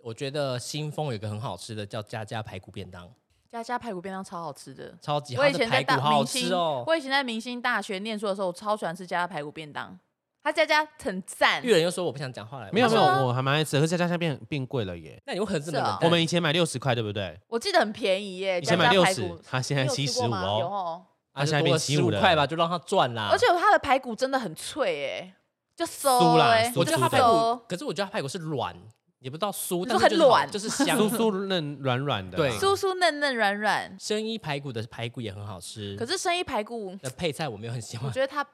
Speaker 3: 我觉得新丰有一个很好吃的叫家家排骨便当，
Speaker 2: 家家排骨便当超好吃的。
Speaker 3: 超级
Speaker 2: 我
Speaker 3: 它
Speaker 2: 以
Speaker 3: 的
Speaker 2: 前
Speaker 3: 排
Speaker 2: 在
Speaker 3: 骨
Speaker 2: 大
Speaker 3: 好好
Speaker 2: 明
Speaker 3: 吃
Speaker 2: 星，
Speaker 3: 哦。
Speaker 2: 我以前在明星大学念书的时候，我超喜欢吃家家排骨便当，他家家很赞
Speaker 3: 玉。人又说我不想讲话了，
Speaker 1: 没有
Speaker 3: 我
Speaker 1: 没
Speaker 3: 说
Speaker 1: 有，我还蛮爱吃的，可是在家乡变变贵了耶。
Speaker 3: 那你有可能是
Speaker 2: 是哦
Speaker 3: 冷
Speaker 1: 我
Speaker 3: 淡
Speaker 1: 们以前买六十块，对不对？
Speaker 2: 我记得很便宜耶，
Speaker 1: 以
Speaker 2: 家
Speaker 1: 前买
Speaker 2: 家
Speaker 1: 六
Speaker 2: 排
Speaker 1: 十
Speaker 2: 骨，，
Speaker 1: 它现在
Speaker 2: 你有
Speaker 1: 七
Speaker 2: 吃
Speaker 1: 十
Speaker 2: 过
Speaker 1: 五
Speaker 2: 吗？有
Speaker 1: 哦。
Speaker 2: 哦，
Speaker 1: 啊
Speaker 3: 啊，
Speaker 1: 现
Speaker 3: 就
Speaker 1: 在
Speaker 3: 多
Speaker 1: 变
Speaker 3: 了
Speaker 1: 七
Speaker 3: 十
Speaker 1: 五
Speaker 3: 五
Speaker 1: 了
Speaker 3: 块吧，就让它赚啦。
Speaker 2: 而且它的排骨真的很脆哎，就
Speaker 1: 酥
Speaker 2: 酥
Speaker 1: 啦
Speaker 2: 哎，
Speaker 1: 酥
Speaker 3: 我
Speaker 2: 我
Speaker 3: 觉得
Speaker 2: 觉得
Speaker 3: 它
Speaker 2: 它
Speaker 1: 它
Speaker 3: 排
Speaker 1: 排嗯
Speaker 3: 骨
Speaker 2: 酥，，
Speaker 3: 可是我觉得它排骨是软，也不到酥，
Speaker 2: 你
Speaker 3: 但
Speaker 2: 说
Speaker 3: 是就是
Speaker 2: 很软
Speaker 3: 就是
Speaker 1: 酥
Speaker 3: 香。
Speaker 1: 酥嫩软软的啦，
Speaker 3: 对
Speaker 2: 哦酥酥嫩嫩软软，
Speaker 3: 生一排骨的排骨也很好吃，
Speaker 2: 可
Speaker 3: 是
Speaker 2: 是生一排骨，
Speaker 3: 的配菜我没有很喜
Speaker 2: 我
Speaker 3: 欢。
Speaker 2: 觉得它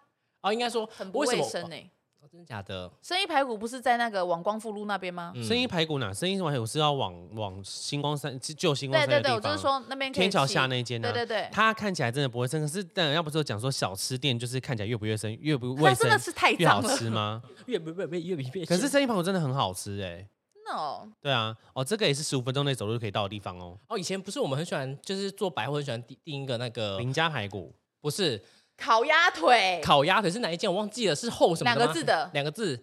Speaker 3: 哦，应该说
Speaker 2: 很不
Speaker 3: 为什
Speaker 2: 卫
Speaker 3: 么？
Speaker 2: 生
Speaker 3: 哦
Speaker 2: 哎。
Speaker 3: 真的假的？
Speaker 2: 生一排骨不是在那个往光复路那边吗？
Speaker 3: 嗯
Speaker 1: 生意排骨哪？生意排骨是要往往星光山，是旧星嗯光
Speaker 2: 对
Speaker 1: 山
Speaker 2: 对对，
Speaker 1: 的地
Speaker 2: 我就
Speaker 1: 方
Speaker 2: 是。说那边可以
Speaker 1: 天桥下
Speaker 2: 骑
Speaker 1: 那一间呢
Speaker 2: 对？对对，
Speaker 1: 它看起来真的不卫生，可是但要不是有讲说小吃店就是看起来越不卫生越不卫
Speaker 2: 它真的
Speaker 1: 生
Speaker 2: 是太
Speaker 1: 越好
Speaker 2: 脏了。*laughs*
Speaker 1: 吃吗？
Speaker 3: 越不越越越比越
Speaker 1: 可是生意排骨真的很好吃哎、
Speaker 2: no，
Speaker 1: 对啊，哦这个也是十五分钟内走路就可以到的地方哦，
Speaker 3: 哦，以前不是我们很喜欢，就是做白货很喜欢订订一个那个
Speaker 1: 林家排骨，
Speaker 3: 不是
Speaker 2: 烤鸭腿，
Speaker 3: 烤鸭腿是哪一件我忘记了，是厚什么
Speaker 2: 两
Speaker 3: 吗
Speaker 2: 个字的，
Speaker 3: 两个字，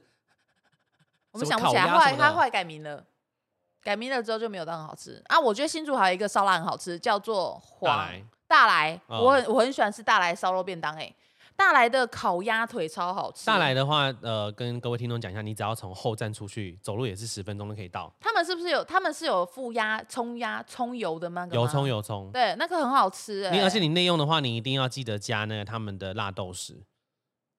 Speaker 2: 我们
Speaker 3: 什么
Speaker 2: 想不起来。
Speaker 3: 烤鸭
Speaker 2: 后来
Speaker 3: 什么
Speaker 2: 它
Speaker 3: 的
Speaker 2: 后来改名了，改名了之后就没有到很好吃啊。我觉得新竹还有一个烧腊很好吃，叫做
Speaker 1: 大
Speaker 2: 黄
Speaker 1: 来
Speaker 2: 大来，
Speaker 1: 哦
Speaker 2: 我很我很喜欢吃大来烧肉便当哎、大来的烤鸭腿超好吃。
Speaker 1: 大来的话，呃，跟各位听众讲一下，你只要从后站出去，走路也是十分钟就可以到，
Speaker 2: 他们是不是有他们是有附鸭葱鸭葱油的那个吗？
Speaker 1: 有葱，有葱。
Speaker 2: 对，那个很好吃哎、
Speaker 1: 你而且你内用的话，你一定要记得加那个他们的辣豆豉，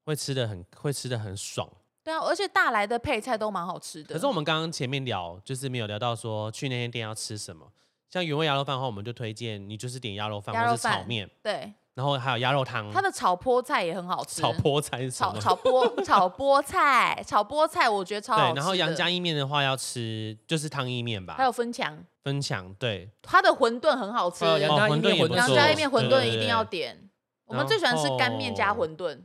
Speaker 1: 会吃的很会吃的很爽。
Speaker 2: 对啊，而且大来的配菜都蛮好吃的。
Speaker 1: 可是我们刚刚前面聊，就是没有聊到说去那间店要吃什么。像原味鸭肉饭的话，我们就推荐你就是点鸭肉饭
Speaker 2: 鸭
Speaker 1: 或
Speaker 2: 肉
Speaker 1: 是炒
Speaker 2: 饭
Speaker 1: 面，
Speaker 2: 对
Speaker 1: 然后还有鸭肉汤
Speaker 2: 它。的炒菠菜也很好吃，
Speaker 1: 嗯炒菠菜是什
Speaker 2: 炒
Speaker 1: 么？
Speaker 2: 炒菠炒菠菜，炒菠菜我觉得超好吃
Speaker 1: 对，
Speaker 2: 的。
Speaker 1: 然后杨家意面的话要吃就是汤意面吧，
Speaker 2: 还有分强，
Speaker 1: 分享对，
Speaker 2: 它的馄饨很好吃，
Speaker 3: 哦杨
Speaker 1: 哦
Speaker 3: 家意
Speaker 1: 馄饨
Speaker 3: 面
Speaker 1: 也
Speaker 3: 馄
Speaker 1: 不
Speaker 3: 饨
Speaker 2: 杨
Speaker 1: 错
Speaker 2: 家意面馄饨
Speaker 1: 对对
Speaker 2: 一定
Speaker 1: 对
Speaker 2: 要点。我们
Speaker 1: 然
Speaker 2: 最喜欢吃干面加馄饨，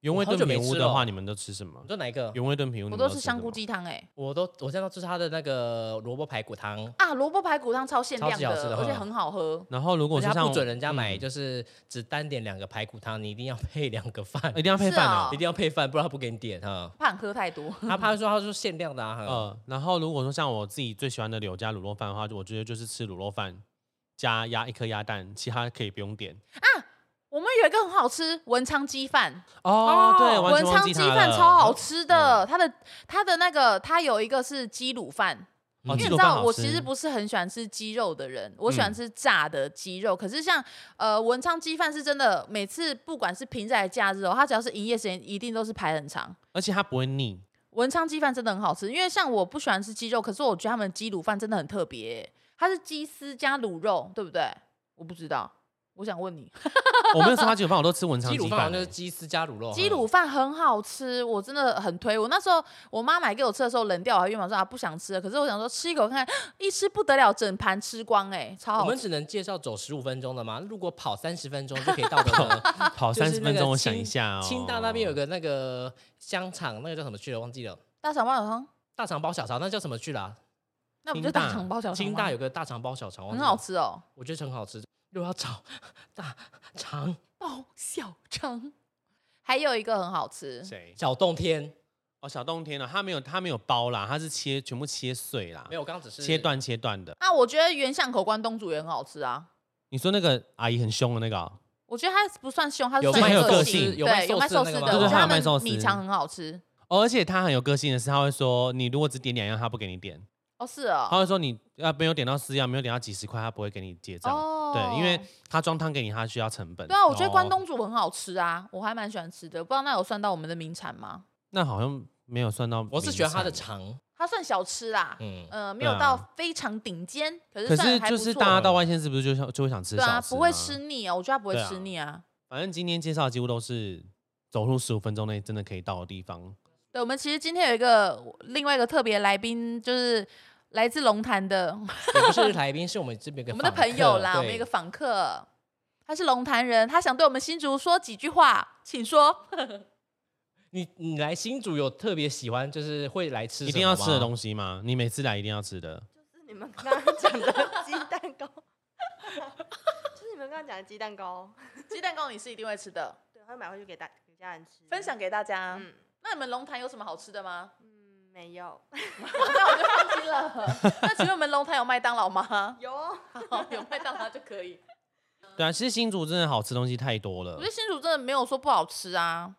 Speaker 1: 原味
Speaker 3: 我好
Speaker 1: 炖
Speaker 3: 久没
Speaker 1: 品屋
Speaker 3: 吃
Speaker 1: 的
Speaker 3: 了
Speaker 1: 话，你们都吃什么
Speaker 3: 你？说哪一个？
Speaker 1: 原味炖品屋，
Speaker 2: 我
Speaker 1: 你们
Speaker 2: 都
Speaker 1: 吃
Speaker 2: 是
Speaker 1: 什
Speaker 2: 香菇
Speaker 1: 么
Speaker 2: 鸡汤哎
Speaker 3: 我都我现在都吃它的那个萝卜排骨汤。
Speaker 2: 啊，萝卜排骨汤超限
Speaker 3: 超
Speaker 2: 量
Speaker 3: 级好吃的
Speaker 2: 的，而且
Speaker 3: 嗯
Speaker 2: 很好喝。
Speaker 1: 然后如果
Speaker 3: 而且
Speaker 1: 是
Speaker 3: 它
Speaker 1: 像
Speaker 3: 不准人家买，
Speaker 1: 嗯
Speaker 3: 就是只单点两个排骨汤，你一定要配两个饭，
Speaker 1: 一定要配
Speaker 2: 是
Speaker 1: 饭
Speaker 2: 哦
Speaker 1: 啊
Speaker 3: *laughs* 一。定要配饭，不然他不给你点哈。
Speaker 2: 怕你喝太多， *laughs*
Speaker 3: 他怕说他说限量的啊，哈
Speaker 1: 呃，然后如果说像我自己最喜欢的柳家卤肉饭的话，我觉得就是吃卤肉饭加鸭一颗鸭蛋，其他可以不用点。
Speaker 2: 我们有一个很好吃文昌鸡饭，
Speaker 1: 哦，对，完
Speaker 2: 文
Speaker 1: 全忘
Speaker 2: 昌
Speaker 1: 记
Speaker 2: 鸡
Speaker 1: 它
Speaker 2: 饭
Speaker 1: 了
Speaker 2: 超好吃的，它的它的那个它有一个是鸡卤饭，
Speaker 1: 哦
Speaker 2: 因为
Speaker 1: 鸡
Speaker 2: 你
Speaker 1: 肉
Speaker 2: 知
Speaker 1: 饭
Speaker 2: 道，
Speaker 1: 好
Speaker 2: 我其
Speaker 1: 吃
Speaker 2: 实不是很喜欢吃鸡肉的人，我喜欢
Speaker 1: 嗯
Speaker 2: 吃炸的鸡肉。可是像呃文昌鸡饭是真的，每次不管是平日还是假日哦，它只要是营业时间，一定都是排很长。
Speaker 1: 而且它不会腻。
Speaker 2: 文昌鸡饭真的很好吃，因为像我不喜欢吃鸡肉，可是我觉得他们鸡卤饭真的很特别耶、它是鸡丝加卤肉，对不对？我不知道，我想问你，
Speaker 1: 我没有吃它鸡肉饭，我都吃文昌
Speaker 3: 鸡卤
Speaker 1: 鸡
Speaker 3: 饭好像
Speaker 1: 饭
Speaker 3: 就是
Speaker 1: 欸。
Speaker 3: 鸡丝加卤肉，
Speaker 2: 鸡卤
Speaker 3: 哈
Speaker 2: 饭很好吃，我真的很推。我那时候我妈买给我吃的时候冷掉，我还愿望说啊不想吃了，可是我想说吃一口看看， *gasps* 一吃不得了，整盘吃光哎、超
Speaker 3: 我
Speaker 2: 好
Speaker 3: 们
Speaker 2: 吃。
Speaker 3: 只能介绍走十五分钟的嘛，如果跑三十分钟就可以到的呢。
Speaker 1: 跑
Speaker 3: 就
Speaker 1: 三
Speaker 3: 是
Speaker 1: 十
Speaker 3: 那
Speaker 1: 分
Speaker 3: 个
Speaker 1: 钟，我想一
Speaker 3: 清
Speaker 1: 下哦。
Speaker 3: 清大那边有个那个香肠，那个叫什么去了？忘记了。
Speaker 2: 大肠包小肠。
Speaker 3: 大肠包小肠，那叫什么去了啊？
Speaker 2: 那不就
Speaker 1: 清
Speaker 2: 大
Speaker 1: 大
Speaker 2: 肠包小肠
Speaker 3: 清
Speaker 2: 吗
Speaker 3: 大有个大肠包小肠，忘
Speaker 2: 很
Speaker 3: 记
Speaker 2: 好
Speaker 3: 了，
Speaker 2: 吃哦，
Speaker 3: 我觉得很好吃。如果要找 *laughs* 大肠
Speaker 2: 包小肠。还有一个很好吃，
Speaker 1: 谁？
Speaker 3: 小洞天，
Speaker 1: 哦，小冬天了，它没有它没有包啦，它是切全部切碎啦
Speaker 3: 没，有，我刚刚只是
Speaker 1: 切断切断的。
Speaker 2: 啊，我觉得原巷口关东煮也很好吃啊。
Speaker 1: 你说那个阿姨很凶的那个哦，
Speaker 2: 我觉得它不算凶，它是
Speaker 3: 有
Speaker 1: 卖
Speaker 2: 卖
Speaker 1: 寿
Speaker 2: 寿
Speaker 1: 司
Speaker 2: 司，
Speaker 3: 有卖
Speaker 2: 对，有
Speaker 3: 寿
Speaker 2: 卖
Speaker 3: 司
Speaker 2: 寿
Speaker 3: 那
Speaker 2: 司
Speaker 3: 个
Speaker 2: 的，
Speaker 3: 吗
Speaker 2: 我
Speaker 1: 对
Speaker 2: 觉得
Speaker 1: 还有
Speaker 2: 他
Speaker 1: 卖寿
Speaker 2: 们
Speaker 1: 司
Speaker 2: 米肠很好吃。
Speaker 1: 哦，而且他很有个性的是，他会说你如果只点两样，他不给你点，
Speaker 2: 哦，是哦
Speaker 1: 他，会说你啊没有点到四样，没有点到几十块，他不会给你结账。
Speaker 2: 哦
Speaker 1: 对，因为他装汤给你，他需要成本。
Speaker 2: 对啊，我觉得关
Speaker 1: 哦
Speaker 2: 东煮很好吃啊，我还蛮喜欢吃的。不知道那有算到我们的名产吗？
Speaker 1: 那好像没有算到，
Speaker 3: 我是喜欢它的。肠，
Speaker 2: 它算小吃啦，
Speaker 3: 嗯，
Speaker 2: 呃，没
Speaker 1: 对啊
Speaker 2: 有到非常顶尖，可
Speaker 1: 可
Speaker 2: 是算
Speaker 1: 是
Speaker 2: 还
Speaker 1: 就
Speaker 2: 不
Speaker 1: 是
Speaker 2: 错
Speaker 1: 大。家到外县市不是就想就会想吃
Speaker 2: 对
Speaker 1: 小吃
Speaker 2: 啊，不会
Speaker 1: 吗
Speaker 2: 吃。腻啊，我觉得它不会
Speaker 1: 对啊
Speaker 2: 吃腻啊。
Speaker 1: 反正今天介绍的几乎都是走路十五分钟内真的可以到的地方，
Speaker 2: 对，我们其实今天有一个另外一个特别来宾，就是来自龙潭的
Speaker 3: 也不是来宾，是我们这边一个
Speaker 2: 我们的
Speaker 3: 访
Speaker 2: 朋友
Speaker 3: 客
Speaker 2: 啦，我们
Speaker 3: 对
Speaker 2: 一个访客，他是龙潭人，他想对我们新竹说几句话，请说。 *laughs*
Speaker 3: 你你来新竹有特别喜欢，就是会来吃
Speaker 1: 一定要吃的
Speaker 3: 西，
Speaker 1: 东西吗？你每次来一定要吃
Speaker 2: 嗯
Speaker 1: 的，
Speaker 5: 就是你们刚刚讲的鸡蛋糕，就是你们刚刚讲的鸡蛋糕，
Speaker 2: 鸡蛋糕你是一定会吃的，
Speaker 5: 对，会买回去给大给家人吃，
Speaker 2: 分享给大家。
Speaker 5: 嗯
Speaker 2: 那你们龙潭有什么好吃的 *laughs* 吗？
Speaker 5: 嗯，没有，
Speaker 2: 那我就放心了。 *laughs* 那请问你们龙潭有麦当劳吗？ *laughs*
Speaker 5: 有哦
Speaker 2: 好，有麦当劳就可以。
Speaker 1: 对啊，其实新竹真的好吃东西太多了
Speaker 2: 我觉。得新竹真的没有说不好吃 *laughs* 啊，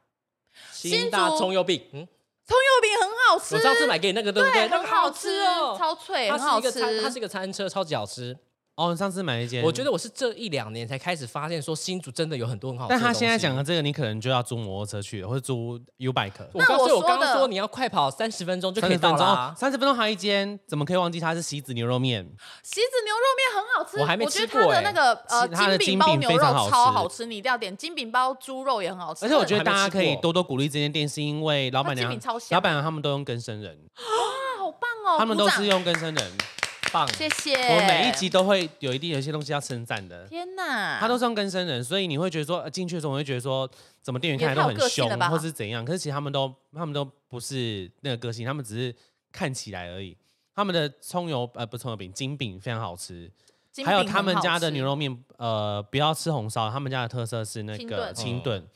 Speaker 3: 新大
Speaker 2: 新竹
Speaker 3: 葱油饼，嗯，
Speaker 2: 葱油饼很好吃，
Speaker 3: 我上次买给你那个对不对？那
Speaker 2: 很
Speaker 3: 个
Speaker 2: 好
Speaker 3: 吃哦，
Speaker 2: 超脆，
Speaker 3: 它
Speaker 2: 很
Speaker 3: 是
Speaker 2: 好
Speaker 3: 一个餐，它是
Speaker 2: 吃。
Speaker 3: 一个餐车，超级好吃。
Speaker 1: 哦，上次买了一间，
Speaker 3: 我觉得我是这一两年才开始发现，说新竹真的有很多很好吃的
Speaker 1: 但
Speaker 3: 东西。
Speaker 1: 他现在讲的这个，你可能就要租摩托车去了，或者租 U bike。
Speaker 3: 我刚，
Speaker 2: 那
Speaker 3: 所
Speaker 2: 我
Speaker 3: 以我
Speaker 2: 说
Speaker 3: 刚刚
Speaker 2: 的
Speaker 3: 说你要快跑三十分钟啊就
Speaker 1: 三
Speaker 3: 可以
Speaker 1: 十
Speaker 3: 到
Speaker 1: 分
Speaker 3: 啦、
Speaker 1: 钟，三十分钟还有一间，怎么可以忘记它是席子牛肉面？
Speaker 2: 席子牛肉面很好吃，
Speaker 3: 我还没
Speaker 2: 觉得
Speaker 3: 吃过
Speaker 2: 它的
Speaker 3: 欸
Speaker 2: 那个呃
Speaker 1: 其它的
Speaker 2: 饼
Speaker 1: 金
Speaker 2: 包
Speaker 1: 饼
Speaker 2: 牛
Speaker 1: 非
Speaker 2: 肉
Speaker 1: 常好吃
Speaker 2: 超好吃，你一定要点金饼包猪肉也很好吃，
Speaker 1: 而且我觉得
Speaker 3: 还没
Speaker 1: 大家
Speaker 3: 吃
Speaker 1: 可以
Speaker 3: 过
Speaker 1: 多多鼓励这间店，是因为老板
Speaker 2: 它
Speaker 1: 娘
Speaker 2: 煎饼超香
Speaker 1: 老板娘他们都用更生人，
Speaker 2: 啊好棒哦，
Speaker 1: 他们
Speaker 2: 鼓
Speaker 1: 都
Speaker 2: 掌
Speaker 1: 是用更生人。
Speaker 3: 棒，
Speaker 2: 谢谢，
Speaker 1: 我们每一集都会有一定有一些东西要称赞的，
Speaker 2: 天哪，
Speaker 1: 他都是用更生人，所以你会觉得说呃进去的时候，我会觉得说怎么店员
Speaker 2: 也
Speaker 1: 看起来
Speaker 2: 太
Speaker 1: 都
Speaker 2: 有个
Speaker 1: 很
Speaker 2: 性
Speaker 1: 凶啊
Speaker 2: 了吧，
Speaker 1: 或是怎样，可是其实他们都他们都不是那个个性，他们只是看起来而已。他们的葱油呃不是葱油饼金饼非常好吃，
Speaker 2: 金
Speaker 1: 还有
Speaker 2: 饼
Speaker 1: 他
Speaker 2: 很
Speaker 1: 们
Speaker 2: 好
Speaker 1: 家的牛
Speaker 2: 吃
Speaker 1: 肉面，呃，不要吃红烧，他们家的特色是那
Speaker 2: 清
Speaker 1: 个
Speaker 2: 炖
Speaker 1: 清炖，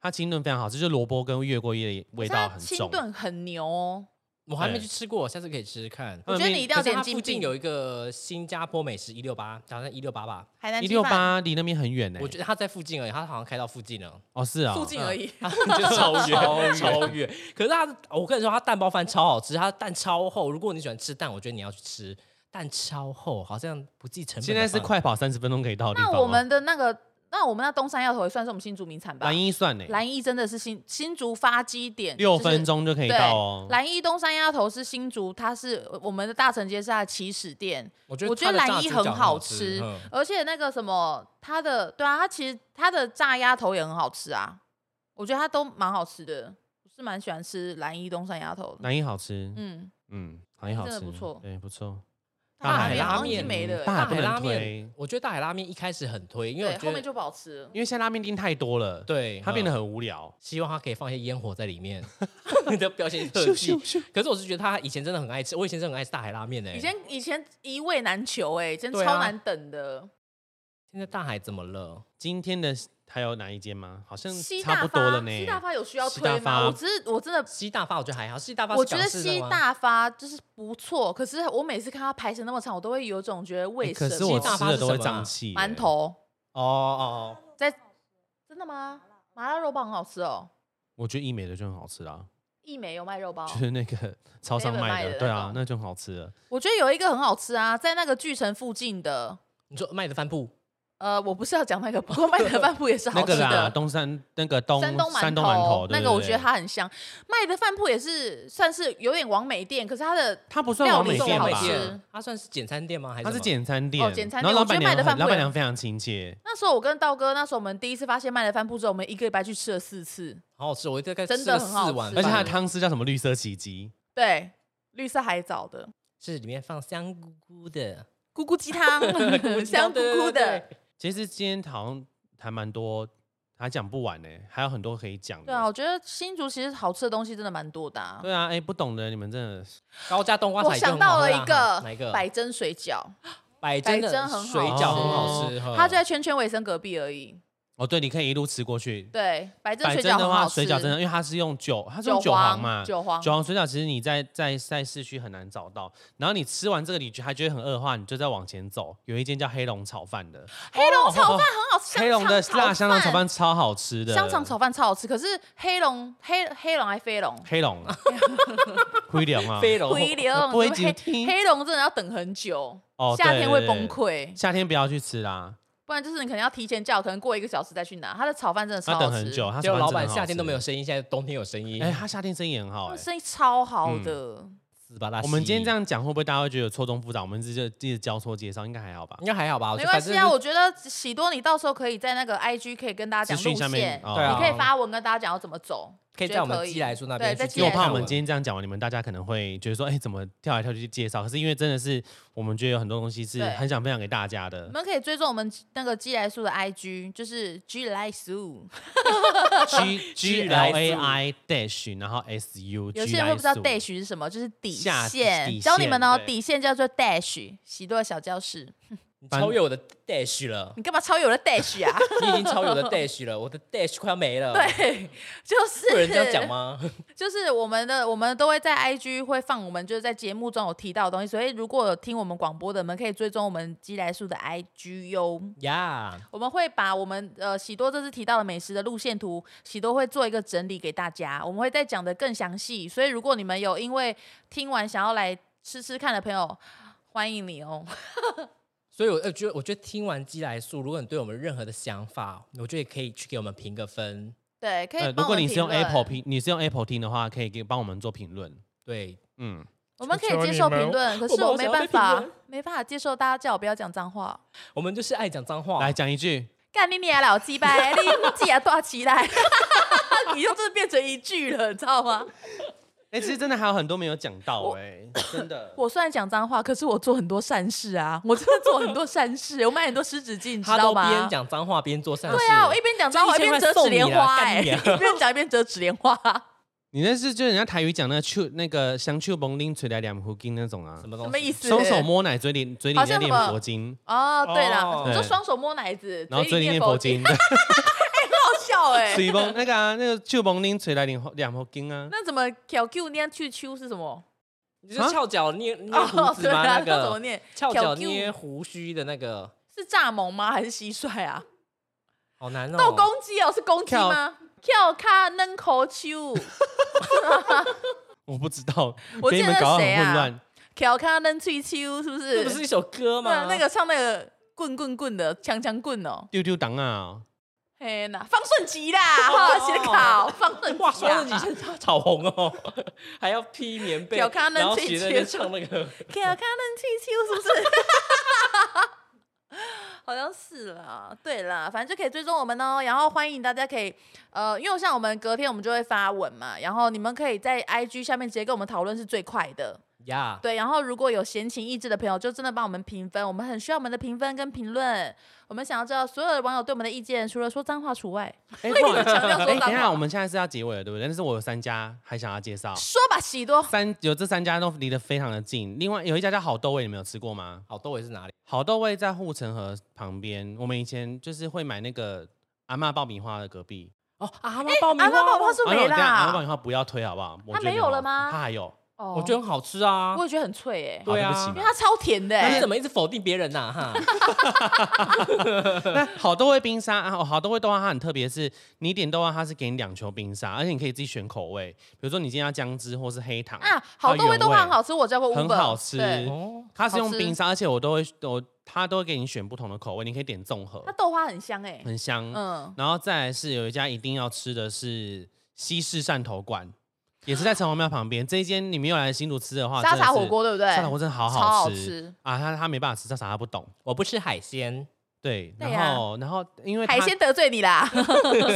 Speaker 1: 它清炖非常好吃，就是萝卜跟越过叶的味
Speaker 2: 可是它
Speaker 1: 道很
Speaker 2: 清
Speaker 1: 重。
Speaker 2: 炖很牛哦，
Speaker 3: 我还没
Speaker 1: 对
Speaker 3: 去吃过，下次可以吃吃看。
Speaker 2: 我觉得你一定
Speaker 3: 可
Speaker 2: 要
Speaker 3: 是
Speaker 2: 嗯点
Speaker 3: 它
Speaker 2: 金
Speaker 3: 附近
Speaker 2: 饼，
Speaker 3: 有一个新加坡美食一六八，好像一六八吧，
Speaker 2: 海南
Speaker 1: 一
Speaker 2: 鸡
Speaker 1: 六
Speaker 2: 饭
Speaker 1: 八离那边很远呢、
Speaker 3: 我觉得它在附近而已，它好像开到附近
Speaker 1: *laughs*
Speaker 3: 了，
Speaker 1: 哦是啊、
Speaker 2: 附近而已，
Speaker 3: 它就超 *laughs* 远超远。可是它，我跟你说，它蛋包饭超好吃，它蛋超厚。如果你喜欢吃蛋，我觉得你要去吃，蛋超厚，好像不计成本。
Speaker 1: 现在
Speaker 2: *laughs*
Speaker 1: 是，快跑三十分钟可以到的地
Speaker 2: *laughs* 那
Speaker 1: 方、哦。
Speaker 2: 我们的那个，那我们那东山药头也算是我们新竹名产吧？
Speaker 1: 蓝衣算呢、欸
Speaker 2: 蓝衣真的是新新竹发基点，
Speaker 1: 六
Speaker 2: 就是
Speaker 1: 分钟就可以
Speaker 2: 对
Speaker 1: 到哦。
Speaker 2: 蓝衣东山鸭头是新竹，它是我们的大城街是它的起始店，
Speaker 3: 我觉得
Speaker 2: 我觉得
Speaker 3: 它的
Speaker 2: 蓝衣
Speaker 3: 炸猪脚
Speaker 2: 很
Speaker 3: 好
Speaker 2: 好吃
Speaker 3: 嗯
Speaker 2: 而且那个什么，它的对啊，它其实它的炸鸭头也很好吃啊，我觉得它都蛮好吃的，我是蛮喜欢吃蓝衣东山鸭头的。
Speaker 1: 蓝衣好吃，
Speaker 2: 嗯，
Speaker 1: 嗯，蓝衣好吃，
Speaker 2: 真的不错
Speaker 1: 对，不错。
Speaker 2: 大
Speaker 3: 海
Speaker 2: 海
Speaker 3: 拉
Speaker 2: 好像已
Speaker 3: 面
Speaker 2: 经没了欸，
Speaker 1: 嗯大海
Speaker 2: 大
Speaker 1: 不
Speaker 3: 海
Speaker 1: 能
Speaker 3: 拉
Speaker 1: 推
Speaker 3: 面，我觉得大海拉面一开始很推，因为我
Speaker 2: 对，
Speaker 3: 觉得
Speaker 2: 后面就不好吃了。
Speaker 1: 因为现在拉面店太多了，，
Speaker 3: 对
Speaker 1: 它变得
Speaker 3: 嗯
Speaker 1: 很无聊。
Speaker 3: 希望他可以放一些烟火在里面， *laughs* 你的表情特技。可是我是觉得他以前真的很爱吃，我以前真的很爱欸吃大海拉面呢、
Speaker 2: 以前以前一味难求哎、真
Speaker 3: 对啊
Speaker 2: 超难等的。
Speaker 3: 现在大海怎么了？
Speaker 1: 今天的还有哪一间吗？好像
Speaker 2: 西
Speaker 1: 嗯差
Speaker 2: 大
Speaker 1: 不
Speaker 2: 发
Speaker 1: 多了呢。
Speaker 2: 西大发有需要
Speaker 1: 西大
Speaker 2: 推
Speaker 1: 发
Speaker 2: 吗？我只是我真的
Speaker 3: 西大发我觉得还好，西大发是
Speaker 2: 我觉得
Speaker 3: 港式的
Speaker 2: 西
Speaker 3: 吗
Speaker 2: 大发就是不错，可是我每次看它排成那么长，我都会有一种觉得
Speaker 1: 欸
Speaker 2: 为什
Speaker 1: 可
Speaker 2: 么？
Speaker 1: 是我
Speaker 3: 西大
Speaker 1: 吃
Speaker 3: 发
Speaker 1: 了
Speaker 3: 是
Speaker 1: 都
Speaker 3: 什
Speaker 1: 会
Speaker 3: 么
Speaker 1: 胀
Speaker 3: 啊
Speaker 1: 气耶。
Speaker 2: 馒头
Speaker 3: 哦哦哦，
Speaker 2: 在真的吗？麻辣肉包很好吃哦，
Speaker 1: 我觉得一美的就很好吃啦，
Speaker 2: 一美有卖肉包
Speaker 1: 就，是
Speaker 2: *laughs*
Speaker 1: 那个超商
Speaker 2: Seven
Speaker 1: 卖
Speaker 2: 卖的
Speaker 1: 的，
Speaker 2: 哦那
Speaker 1: 对啊
Speaker 2: 种，
Speaker 1: 那就很好吃了。
Speaker 2: 我觉得有一个很好吃啊，在那个巨城附近的。
Speaker 3: 你说卖的饭铺
Speaker 2: 呃，我不是要讲麦克，
Speaker 1: *laughs*
Speaker 2: 不过麦克饭铺也是好
Speaker 1: 那
Speaker 2: 吃
Speaker 1: 个啦，
Speaker 2: 的。
Speaker 1: 东山那个东
Speaker 2: 山东
Speaker 1: 山
Speaker 2: 馒
Speaker 1: 东馒头，对
Speaker 2: 那
Speaker 1: 对
Speaker 2: 个我
Speaker 1: 对
Speaker 2: 觉得它很香，卖的饭铺也是算是有点王美店，可是它的
Speaker 1: 它不算
Speaker 2: 料
Speaker 1: 完
Speaker 2: 理
Speaker 1: 美
Speaker 2: 是
Speaker 1: 店
Speaker 2: 好
Speaker 1: 吧？
Speaker 2: 吃
Speaker 3: 它算是简餐店吗？还是
Speaker 1: 它是
Speaker 3: 什么
Speaker 1: 简餐店，
Speaker 2: 哦简餐
Speaker 1: 然
Speaker 2: 店
Speaker 1: 后老
Speaker 2: 我觉得
Speaker 1: 板娘
Speaker 2: 卖的饭
Speaker 1: 很老
Speaker 2: 铺
Speaker 1: 板
Speaker 2: 也
Speaker 1: 娘非常亲切，
Speaker 2: 那时候我跟道哥，那时候我们第一次发现卖了饭铺之后，我们一个礼拜去吃了四次。
Speaker 3: 好好吃，我大概
Speaker 2: 真
Speaker 3: 吃
Speaker 2: 的
Speaker 3: 了
Speaker 2: 很好
Speaker 3: 四碗
Speaker 2: 吃
Speaker 1: 而
Speaker 3: 饭，
Speaker 1: 且它的汤是叫什么绿色奇迹，
Speaker 2: 对，绿色海藻的
Speaker 3: 是里面放香菇菇的，，
Speaker 2: 咕咕鸡
Speaker 1: *laughs*
Speaker 2: 汤 *laughs*
Speaker 3: 对对
Speaker 2: 香咕咕
Speaker 3: 对
Speaker 2: 的。
Speaker 3: 对
Speaker 1: 其实今天好像还蛮多，还讲不完呢、还有很多可以讲的。
Speaker 2: 对啊，我觉得新竹其实好吃的东西真的蛮多的、啊。
Speaker 1: 对啊，哎、不懂的你们真的是
Speaker 3: 高加冬瓜
Speaker 2: 我
Speaker 3: 彩
Speaker 2: 想
Speaker 3: 更好
Speaker 2: 到
Speaker 3: 喝
Speaker 2: 了
Speaker 3: 啦
Speaker 2: 一个
Speaker 3: 哪一个
Speaker 2: 百珍水饺，
Speaker 3: 百珍的
Speaker 2: 百珍很好
Speaker 3: 水饺很好
Speaker 1: 吃
Speaker 3: 吃，呵
Speaker 2: 它就在圈圈卫生隔壁而已。
Speaker 1: 哦，对，你可以一路吃过去。
Speaker 2: 对，百珍
Speaker 1: 百
Speaker 2: 水
Speaker 1: 珍
Speaker 2: 饺
Speaker 1: 的
Speaker 2: 很
Speaker 1: 话，
Speaker 2: 好吃。
Speaker 1: 水饺真的，因为它是用酒，它是用
Speaker 2: 韭
Speaker 1: 酒
Speaker 2: 黄
Speaker 1: 黄嘛，
Speaker 2: 韭黄
Speaker 1: 九。黄水饺其实你在在在市区很难找到。然后你吃完这个，你觉还觉得很饿的话，你就再往前走，有一间叫黑龙炒饭的，哦
Speaker 2: 黑龙炒饭很好吃，
Speaker 1: 黑龙的辣香肠
Speaker 2: 肠
Speaker 1: 炒饭超好吃的，
Speaker 2: 香肠炒饭超好吃。可是黑龙黑黑龙还飞龙，
Speaker 1: 黑
Speaker 2: *laughs*
Speaker 1: 龙，灰龙
Speaker 3: *laughs*
Speaker 1: 啊，
Speaker 3: 飞龙
Speaker 2: 灰龙
Speaker 1: 不会
Speaker 2: 黑
Speaker 1: 听
Speaker 2: 黑龙真的要等很久，
Speaker 1: 哦
Speaker 2: 夏天会崩。
Speaker 1: 对对对
Speaker 2: 溃。
Speaker 1: 夏天不要去吃啦，
Speaker 2: 不然就是你可能要提前叫，可能过一个小时再去拿。他的炒饭真的超
Speaker 1: 要
Speaker 2: 好吃，
Speaker 1: 等很久。他
Speaker 3: 结果老板
Speaker 1: 炒饭真的很好
Speaker 3: 夏天都没有
Speaker 1: 吃欸
Speaker 3: 声音，现在冬天有声音，
Speaker 1: 哎、他夏天生意很
Speaker 2: 他
Speaker 1: 好哎、
Speaker 2: 们生意超好的。
Speaker 1: 嗯
Speaker 3: 死吧啦！
Speaker 1: 我们今天这样讲，会不会大家会觉得错综复杂？我们一直一直交错介绍，应该还好吧？
Speaker 2: 嗯
Speaker 3: 应该还好吧？我
Speaker 2: 没
Speaker 3: 觉得反
Speaker 2: 关
Speaker 3: 正
Speaker 2: 系啊，
Speaker 3: 就
Speaker 2: 我觉得喜多，你到时候可以在那个 IG 可以跟大家
Speaker 1: 资
Speaker 2: 讲
Speaker 1: 讯
Speaker 2: 路
Speaker 1: 下面
Speaker 2: 线，
Speaker 1: 哦
Speaker 3: 对啊
Speaker 2: 你可以发文跟大家讲要怎么走。
Speaker 3: 可以
Speaker 2: 觉
Speaker 3: 在
Speaker 2: 得
Speaker 3: 我们
Speaker 2: 可以
Speaker 3: 寄来书那
Speaker 2: 对
Speaker 3: 边
Speaker 2: 在
Speaker 3: 去
Speaker 2: 寄
Speaker 1: 因
Speaker 3: 做
Speaker 1: 为
Speaker 2: 来书
Speaker 1: 我
Speaker 3: 看文，
Speaker 1: 怕我们今天这样讲完，你们大家可能会觉得说，哎、怎么跳来跳去介绍？可是因为真的是，我们觉得有很多东西是
Speaker 2: 对
Speaker 1: 很想分享给大家
Speaker 2: *laughs*
Speaker 1: 的
Speaker 2: 你。们可以追踪我们那个寄来素的 IG，就是 G 来素。
Speaker 1: G
Speaker 2: *laughs*
Speaker 1: G L A I dash，然后 S U，
Speaker 2: 有些人会不知道 dash 是什么，就是底
Speaker 1: 下
Speaker 2: 线。
Speaker 1: 底
Speaker 2: 教你们
Speaker 1: 线
Speaker 2: 哦，
Speaker 1: 对
Speaker 2: 底线叫做 dash。喜多小教室，
Speaker 3: 你超越我的 dash
Speaker 2: *laughs*
Speaker 3: 了，
Speaker 2: 你干嘛超越我的 dash 啊？
Speaker 3: 你已经超越我的 dash 了，我的 dash 快要没了。，
Speaker 2: 对， *laughs* 就是
Speaker 3: 有人这样讲吗？
Speaker 2: *laughs* 就是我们的，我们都会在 IG 会放我们就是在节目中有提到的东西，所以如果有听我们广播的，你们可以追踪我们鸡来素的 IG 哟。
Speaker 3: 呀，
Speaker 2: 我们会把我们呃喜多这次提到的美食的路线图，喜多会做一个整理给大家，我们会再讲的更详细。所以如果你们有因为听完想要来吃吃看的朋友，欢迎你哦。
Speaker 3: 所以我呃觉得，我觉得听完鸡来素，如果你对我们任何的想法，我觉得也可以去给我们评个分。
Speaker 2: 对，可以、
Speaker 1: 呃，如果你是用 Apple 评，你是用 Apple 听的话，可以给帮我们做评论。
Speaker 3: 对，
Speaker 1: 嗯，
Speaker 2: 我们可以接受评论，可
Speaker 3: 我
Speaker 2: 是
Speaker 3: 们好
Speaker 2: 我没
Speaker 3: 想要被
Speaker 2: 办法
Speaker 3: 评论，
Speaker 2: 没办法接受大家叫我不要讲脏话。
Speaker 3: 我们就是爱讲脏话。
Speaker 1: 来讲一句，
Speaker 2: 干你娘老鸡掰，
Speaker 3: *laughs*
Speaker 2: 你自己大起来， *laughs* 你就真的变成一句了，你知道吗？
Speaker 1: 哎、其实真的还有很多没有讲到、哎，真的。
Speaker 2: 我虽然讲脏话，可是我做很多善事啊，我真的做很多善事，我卖很多湿纸巾，你知
Speaker 3: 他都
Speaker 2: 道吗？
Speaker 3: 边讲脏话边做善事。
Speaker 2: 对啊，我一边讲脏话一
Speaker 3: 这一
Speaker 2: 边
Speaker 3: 千块
Speaker 2: 折纸
Speaker 3: 送你啦
Speaker 2: 莲花、哎，
Speaker 3: 干你啊
Speaker 2: 一边讲一边折纸莲花，
Speaker 1: 你那是就人家台语讲那个去那个香去蒙拎吹来两壶金那种啊
Speaker 3: 什，么东
Speaker 2: 什
Speaker 3: 西？
Speaker 2: 么意思？
Speaker 1: 双手摸奶，嘴里嘴里
Speaker 2: 好
Speaker 1: 在
Speaker 2: 像
Speaker 1: 念
Speaker 2: 什么
Speaker 1: 佛经，
Speaker 2: 哦，对了
Speaker 3: 哦，
Speaker 2: 你说
Speaker 1: 对
Speaker 2: 双手摸奶子，
Speaker 1: 然后
Speaker 2: 嘴
Speaker 1: 嘴
Speaker 2: 里
Speaker 1: 里
Speaker 2: 念
Speaker 1: 念
Speaker 2: 佛
Speaker 1: 佛
Speaker 2: 经，
Speaker 1: 经， *laughs*
Speaker 2: 好笑哎、
Speaker 1: 水蒙那个啊，那个去蒙拎吹来两两壶金啊，
Speaker 2: 那怎么 QQ 念去秋是什么？
Speaker 3: 你是翘脚捏捏胡
Speaker 2: 哦，
Speaker 3: 子
Speaker 2: 对
Speaker 3: 吗？
Speaker 2: 啊，
Speaker 3: 那
Speaker 2: 那怎么
Speaker 3: 个
Speaker 2: 念？
Speaker 3: 翘脚
Speaker 2: Q Q
Speaker 3: 捏胡须的那个，
Speaker 2: 是蚱蜢吗？还是蟋蟀
Speaker 3: 哦
Speaker 2: 啊？
Speaker 3: 好难哦。
Speaker 2: 斗公鸡哦，是公鸡
Speaker 1: 跳
Speaker 2: 吗？跳卡扔口球，
Speaker 1: 我不知道
Speaker 2: *laughs* 我，
Speaker 1: 给
Speaker 2: 记
Speaker 1: 你
Speaker 2: 得
Speaker 1: 们
Speaker 2: 那
Speaker 1: 搞得
Speaker 2: 谁
Speaker 1: 很
Speaker 2: 啊
Speaker 1: 混乱。
Speaker 2: 跳卡扔脆球，是不
Speaker 3: 这
Speaker 2: 是？
Speaker 3: 不是一首歌
Speaker 2: 对啊
Speaker 3: 吗？
Speaker 2: 那个唱那个棍棍棍的枪枪棍哦，
Speaker 1: 丢丢档啊，
Speaker 2: 嘿呐，方顺
Speaker 3: *laughs*
Speaker 2: 吉啦，
Speaker 3: 哦
Speaker 2: 哈，写的考方顺
Speaker 3: 哇，
Speaker 2: 吉
Speaker 3: 说的你
Speaker 2: 啊，
Speaker 3: 现在好红哦， *laughs* 还要披棉
Speaker 2: *laughs*
Speaker 3: 被，
Speaker 2: 小咖呢
Speaker 3: 然后
Speaker 2: 自己
Speaker 3: 学那边唱那个， *laughs*
Speaker 2: 跳卡扔脆球，是不 *laughs* 是？好像是啦，对啦，反正就可以追踪我们哦，然后欢迎大家可以，呃，因为像我们隔天我们就会发文嘛，然后你们可以在 IG 下面直接跟我们讨论是最快的，
Speaker 3: 呀，
Speaker 2: 对，然后如果有闲情逸致的朋友，就真的帮我们评分，我们很需要我们的评分跟评论。我们想要知道所有的网友对我们的意见，除了说脏话除外。 *laughs*
Speaker 1: 哎，
Speaker 2: 为
Speaker 1: 不
Speaker 2: 什么
Speaker 1: 然
Speaker 2: 强调说脏
Speaker 1: 哎，等一
Speaker 2: 话
Speaker 1: 下，我们现在是要结尾了，对不对？但是我有三家还想要介绍，
Speaker 2: 说吧，喜多，啊
Speaker 1: 三有这三家都离得非常的近。另外有一家叫好豆味，你们有吃过吗？
Speaker 3: 好多也是哪里？
Speaker 1: 好豆味在护城河旁边，我们以前就是会买那个阿嬷爆米花的隔壁。
Speaker 3: 哦，阿妈爆米
Speaker 2: 哎阿妈宝宝
Speaker 3: 花，
Speaker 2: 是
Speaker 1: 啊
Speaker 2: *laughs*
Speaker 1: 那
Speaker 2: 没
Speaker 1: 我等一下阿嬷爆
Speaker 2: 啦
Speaker 1: 米。花不要推好不好？我
Speaker 2: 它
Speaker 1: 觉得
Speaker 2: 没有了吗
Speaker 1: 它还有，
Speaker 2: 哦
Speaker 3: 我觉得很好吃啊
Speaker 2: 我。也觉得很脆哎、
Speaker 1: 好
Speaker 3: 对啊
Speaker 1: 对
Speaker 2: 因为
Speaker 1: 不
Speaker 2: *laughs*
Speaker 1: 起
Speaker 2: 它超甜的、
Speaker 3: 那你
Speaker 2: 欸
Speaker 3: 怎。么一直否定别人呐？哈，
Speaker 1: 那好豆味冰沙啊，哦好豆味豆花它很特别，是你点豆花它是给你两球冰沙，而且你可以自己选口味，比如说你今天要姜汁或是黑糖
Speaker 2: 啊，好多味都很好吃，我叫过 Uber，
Speaker 1: 很好吃
Speaker 2: 对
Speaker 3: 哦，
Speaker 1: 它是用
Speaker 2: 好吃
Speaker 1: 冰沙，而且我都会我它都会给你选不同的口味，你可以点综合
Speaker 2: 它，豆花很香哎、
Speaker 1: 很香。
Speaker 2: 嗯，
Speaker 1: 然后再来是有一家一定要吃的是西式汕头馆，也是在城隍庙旁边。这一间你没有来新竹吃的话，
Speaker 2: 沙
Speaker 1: 真的
Speaker 2: 茶
Speaker 1: 是
Speaker 2: 火，锅对不对？
Speaker 1: 沙茶火锅真的好
Speaker 2: 超好
Speaker 1: 吃
Speaker 2: 吃
Speaker 1: 啊！他他没办法吃沙茶，他不懂。
Speaker 3: 我不吃海鲜，
Speaker 1: 对，
Speaker 2: 对
Speaker 1: 然后、然后因为它
Speaker 2: 海鲜得罪你啦，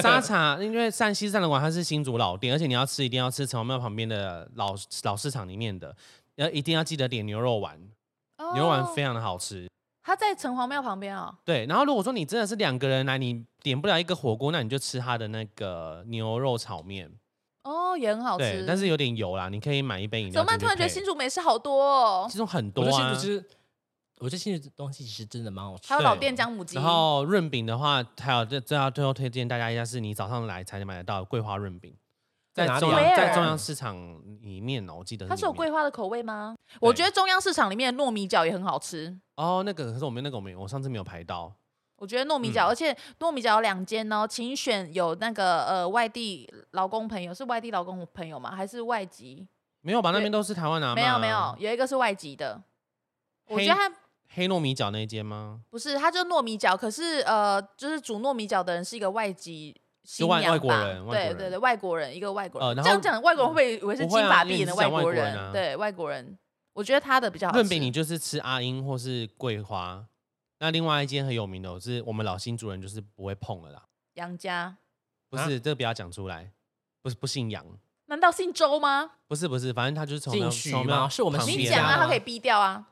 Speaker 1: 沙茶，因为山西汕头馆它是新竹老店，而且你要吃一定要吃城隍庙旁边的老老市场里面的，然后一定要记得点牛肉丸， *laughs* 牛肉丸非
Speaker 2: 哦
Speaker 1: 常的好吃。
Speaker 2: 它在城隍庙旁边哦。
Speaker 1: 对，然后如果说你真的是两个人来，你点不了一个火锅，那你就吃它的那个牛肉炒面，
Speaker 2: 哦，也很好
Speaker 1: 对
Speaker 2: 吃，。
Speaker 1: 但是有点油啦，你可以买一杯饮料。
Speaker 2: 怎么办？突然觉得新
Speaker 1: 竹
Speaker 2: 竹美食好多哦，
Speaker 1: 这种很
Speaker 3: 我
Speaker 1: 多
Speaker 3: 觉得新
Speaker 1: 啊
Speaker 3: 竹。吃，我觉得新竹东西其实真的蛮好吃
Speaker 2: 还。有老
Speaker 1: 对
Speaker 2: 店姜母鸡。
Speaker 1: 然后润饼的话，还有最最后最后推荐大家一下，是你早上来才能买得到的桂花润饼，在
Speaker 3: 在哪里
Speaker 1: 中
Speaker 2: 啊
Speaker 1: 央
Speaker 2: ？Where？
Speaker 1: 在中央市场里面哦，我记得
Speaker 2: 它是有
Speaker 1: 里面
Speaker 2: 桂花的口味吗？我觉得中央市场里面的糯米饺也很好吃。
Speaker 1: 哦，那个可是我们那个我没，我上次没有排到。
Speaker 2: 我觉得糯米饺，
Speaker 1: 嗯
Speaker 2: 而且糯米饺有两间哦，请选有那个呃外地劳工朋友，是外地劳工朋友吗？还是外籍？
Speaker 1: 没有吧？那
Speaker 2: 对
Speaker 1: 边都是台湾拿、啊、
Speaker 2: 没有没有，，有一个是外籍的。我觉得
Speaker 1: 黑
Speaker 2: 它
Speaker 1: 黑糯米饺那一间吗？
Speaker 2: 不是，它就是糯米饺，可是呃，就是煮糯米饺的人是一个外籍新
Speaker 1: 外
Speaker 2: 娘吧？
Speaker 1: 外国人外国
Speaker 2: 对
Speaker 1: 人
Speaker 2: 对对，外国人一个外国人。
Speaker 1: 呃然
Speaker 2: 这样
Speaker 1: 后
Speaker 2: 讲，外国人会不会以为是
Speaker 1: 不会
Speaker 2: 金
Speaker 1: 啊
Speaker 2: 发
Speaker 1: 因为
Speaker 2: 碧眼
Speaker 1: 你
Speaker 2: 的
Speaker 1: 是
Speaker 2: 外
Speaker 1: 讲
Speaker 2: 国
Speaker 1: 外国人
Speaker 2: 人？
Speaker 1: 啊
Speaker 2: 对外国人，我觉得他的比较好吃。
Speaker 1: 润饼你就是吃阿英或是桂花，那另外一间很有名的，我
Speaker 2: 啊
Speaker 1: 是我们老新主人就是不会碰了啦。
Speaker 2: 杨家。
Speaker 1: 不是，这个不要讲出来。不是不姓杨，
Speaker 2: 难道姓周吗？
Speaker 1: 不是不是，反正他就是从
Speaker 3: 姓
Speaker 1: 那
Speaker 3: 许
Speaker 1: 从
Speaker 3: 吗
Speaker 1: 那
Speaker 3: 是我们
Speaker 1: 旁
Speaker 3: 姓
Speaker 2: 你
Speaker 1: 边
Speaker 3: 别
Speaker 2: 讲
Speaker 3: 啊
Speaker 2: 啊，
Speaker 3: 吗
Speaker 2: 他可以逼掉啊。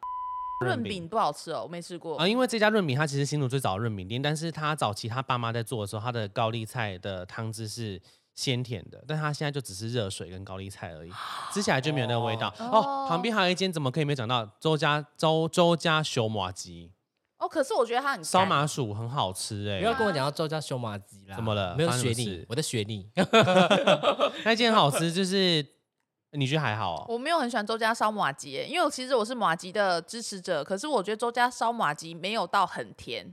Speaker 1: 润
Speaker 2: 润
Speaker 1: 饼
Speaker 2: 饼不好吃哦，我没吃过
Speaker 1: 啊，。因为这家润饼它其实新竹最早的润饼店，但是它早期他爸妈在做的时候，它的高丽菜的汤汁是鲜甜的，但它现在就只是热水跟高丽菜而已，吃起来就没有那个味道。哦，
Speaker 2: 哦
Speaker 1: 旁边还有一间怎么可以没有讲到周家周周家修麻鸡
Speaker 2: 哦，可是我觉得它很
Speaker 1: 烧
Speaker 2: 干
Speaker 1: 麻薯很好吃哎、
Speaker 3: 不要跟我讲到周家修马吉啦，
Speaker 1: 怎么了
Speaker 3: 没有
Speaker 1: 发生什
Speaker 3: 学
Speaker 1: 么
Speaker 3: 你
Speaker 1: 事，
Speaker 3: 我在学
Speaker 1: *laughs*
Speaker 3: 你。
Speaker 1: 那间很好吃，就是你觉得还好、哦？
Speaker 2: 我没有很喜欢周家烧马吉耶，因为我其实我是马吉的支持者，可是我觉得周家烧马吉没有到很甜，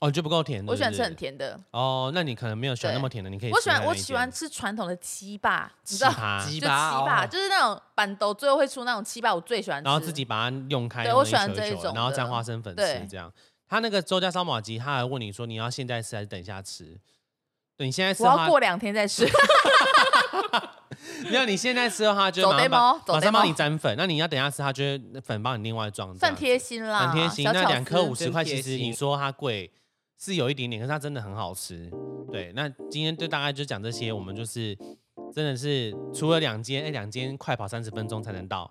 Speaker 1: 哦，你觉得不够甜？
Speaker 2: 我喜欢
Speaker 1: 对
Speaker 2: 吃
Speaker 1: 不对
Speaker 2: 很。甜的。
Speaker 1: 哦，那你可能没有喜欢那么甜的，你可以
Speaker 2: 我
Speaker 1: 试
Speaker 2: 喜
Speaker 1: 试看
Speaker 2: 欢
Speaker 1: 那一间。
Speaker 2: 我喜欢吃传统的鸡霸，你
Speaker 1: 奇
Speaker 2: 知道，
Speaker 1: 葩，
Speaker 3: 鸡
Speaker 2: *laughs* 就鸡
Speaker 3: 巴哦
Speaker 2: 霸，就是那种板豆最后会出那种鸡霸，我最喜欢吃。
Speaker 1: 然后自己把它用开，
Speaker 2: 对
Speaker 1: 用
Speaker 2: 我
Speaker 1: 成
Speaker 2: 喜欢
Speaker 1: 球
Speaker 2: 这一
Speaker 1: 球的
Speaker 2: 种
Speaker 1: 然后
Speaker 2: 的
Speaker 1: 沾花生粉
Speaker 2: 对
Speaker 1: 吃这样。他那个周家烧马鸡，他还问你说你要现在吃还是等一下吃？对你现在吃
Speaker 2: 我
Speaker 1: 的
Speaker 2: 要
Speaker 1: 话，
Speaker 2: 过两天再吃。
Speaker 1: 没有你现在吃的话，他
Speaker 2: *laughs*
Speaker 1: 就
Speaker 2: 走
Speaker 1: 马上
Speaker 2: demo，
Speaker 1: 帮
Speaker 2: 走
Speaker 1: 马上帮
Speaker 2: demo
Speaker 1: 你沾粉。那你要等一下吃，他就会粉帮你另外装，这
Speaker 2: 算
Speaker 1: 样
Speaker 2: 贴
Speaker 1: 子，
Speaker 2: 心啦，
Speaker 1: 很贴心。
Speaker 2: 小
Speaker 1: 那
Speaker 2: 巧
Speaker 1: 两颗
Speaker 2: 思
Speaker 1: 五十
Speaker 3: 真
Speaker 1: 块，
Speaker 3: 贴
Speaker 1: 其实你
Speaker 3: 心
Speaker 1: 说它贵是有一点点，可是它真的很好吃。对，那今天就大概就讲这些，我们就是真的是除了两间，哎，两间快跑三十分钟才能到，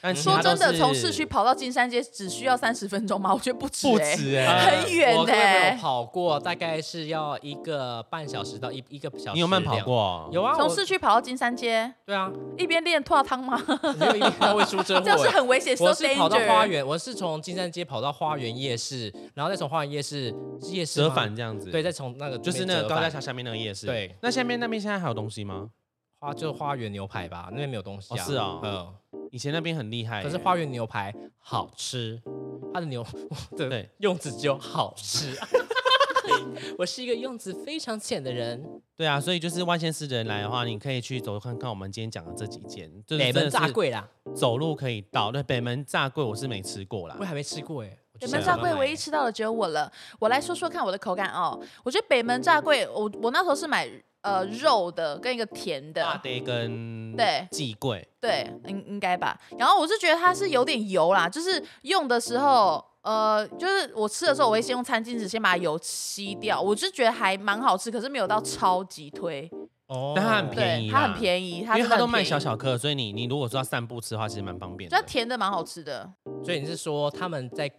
Speaker 1: 但其
Speaker 2: 说
Speaker 1: 他都
Speaker 2: 真的，从
Speaker 1: 是
Speaker 2: 市区跑到金山街只需要三十分钟吗？我觉得不止、欸，
Speaker 1: 不止哎，
Speaker 3: 呃
Speaker 2: 很远
Speaker 3: 我跟朋
Speaker 2: 欸
Speaker 3: 友跑过，大概是要一个半小时到一一个小时。
Speaker 1: 你有慢跑？过哦？
Speaker 3: 有啊，我
Speaker 2: 从市区跑到金山街，
Speaker 3: 对啊，
Speaker 2: 一边练拓汤吗？
Speaker 3: 没有一定要会出车祸。
Speaker 2: *laughs* 这样是很危险。
Speaker 3: 我
Speaker 2: so
Speaker 3: 是跑到花
Speaker 2: danger。
Speaker 3: 园，我是从金山街跑到花园夜市，然后再从花园夜市是夜市
Speaker 1: 折
Speaker 3: 吗
Speaker 1: 返，这样子，
Speaker 3: 对，再从那个
Speaker 1: 就是
Speaker 3: 这边
Speaker 1: 那个
Speaker 3: 折
Speaker 1: 高架
Speaker 3: 返
Speaker 1: 桥下面那个夜市。
Speaker 3: 对，
Speaker 1: 那下面那边现在还有东西吗？
Speaker 3: 花就是花园牛排吧，那边没有东西
Speaker 1: 哦哎
Speaker 3: 啊。
Speaker 1: 是啊
Speaker 3: 嗯，
Speaker 1: 以前那边很厉害耶，
Speaker 3: 可是花园牛排好吃，它的牛对
Speaker 1: 对
Speaker 3: 用词只有好吃。
Speaker 1: *laughs*
Speaker 3: 我是一个用词非常浅的人，
Speaker 1: 对啊，所以就是外县市的人来的话，你可以去走看看我们今天讲的这几间，就是
Speaker 3: 北
Speaker 1: 真
Speaker 3: 哎门
Speaker 1: 的
Speaker 3: 炸
Speaker 1: 是
Speaker 3: 柜啦，
Speaker 1: 走路可以到。对，北门炸柜我是没吃过啦
Speaker 3: 我，还没吃过哎、欸。我就
Speaker 2: 北
Speaker 3: 是
Speaker 2: 门
Speaker 3: 想
Speaker 2: 炸
Speaker 3: 要
Speaker 2: 柜
Speaker 3: 买
Speaker 2: 唯一吃到的只有我了，我来说说看我的口感哦。我觉得北门炸柜，我我那时候是买呃肉的跟一个甜
Speaker 1: 大
Speaker 2: 的，
Speaker 1: 堆跟
Speaker 2: 对
Speaker 1: 季柜，
Speaker 2: 对，应应该吧。然后我是觉得它是有点油啦，就是用的时候，呃，就是我吃的时候，我会先用餐巾纸先把油吸掉。我就觉得还蛮好吃，可是没有到超级推。
Speaker 3: 哦
Speaker 1: 但它很便
Speaker 2: 对
Speaker 1: 宜，
Speaker 2: 它很便宜，它
Speaker 1: 因为
Speaker 2: 真
Speaker 1: 它
Speaker 2: 的
Speaker 1: 都
Speaker 2: 很
Speaker 1: 卖
Speaker 2: 便宜
Speaker 1: 小，小颗，所以你你如果说要散步吃的话，其实蛮方便
Speaker 2: 就它
Speaker 1: 的。
Speaker 2: 甜的蛮好吃的。
Speaker 3: 所以你是说他们在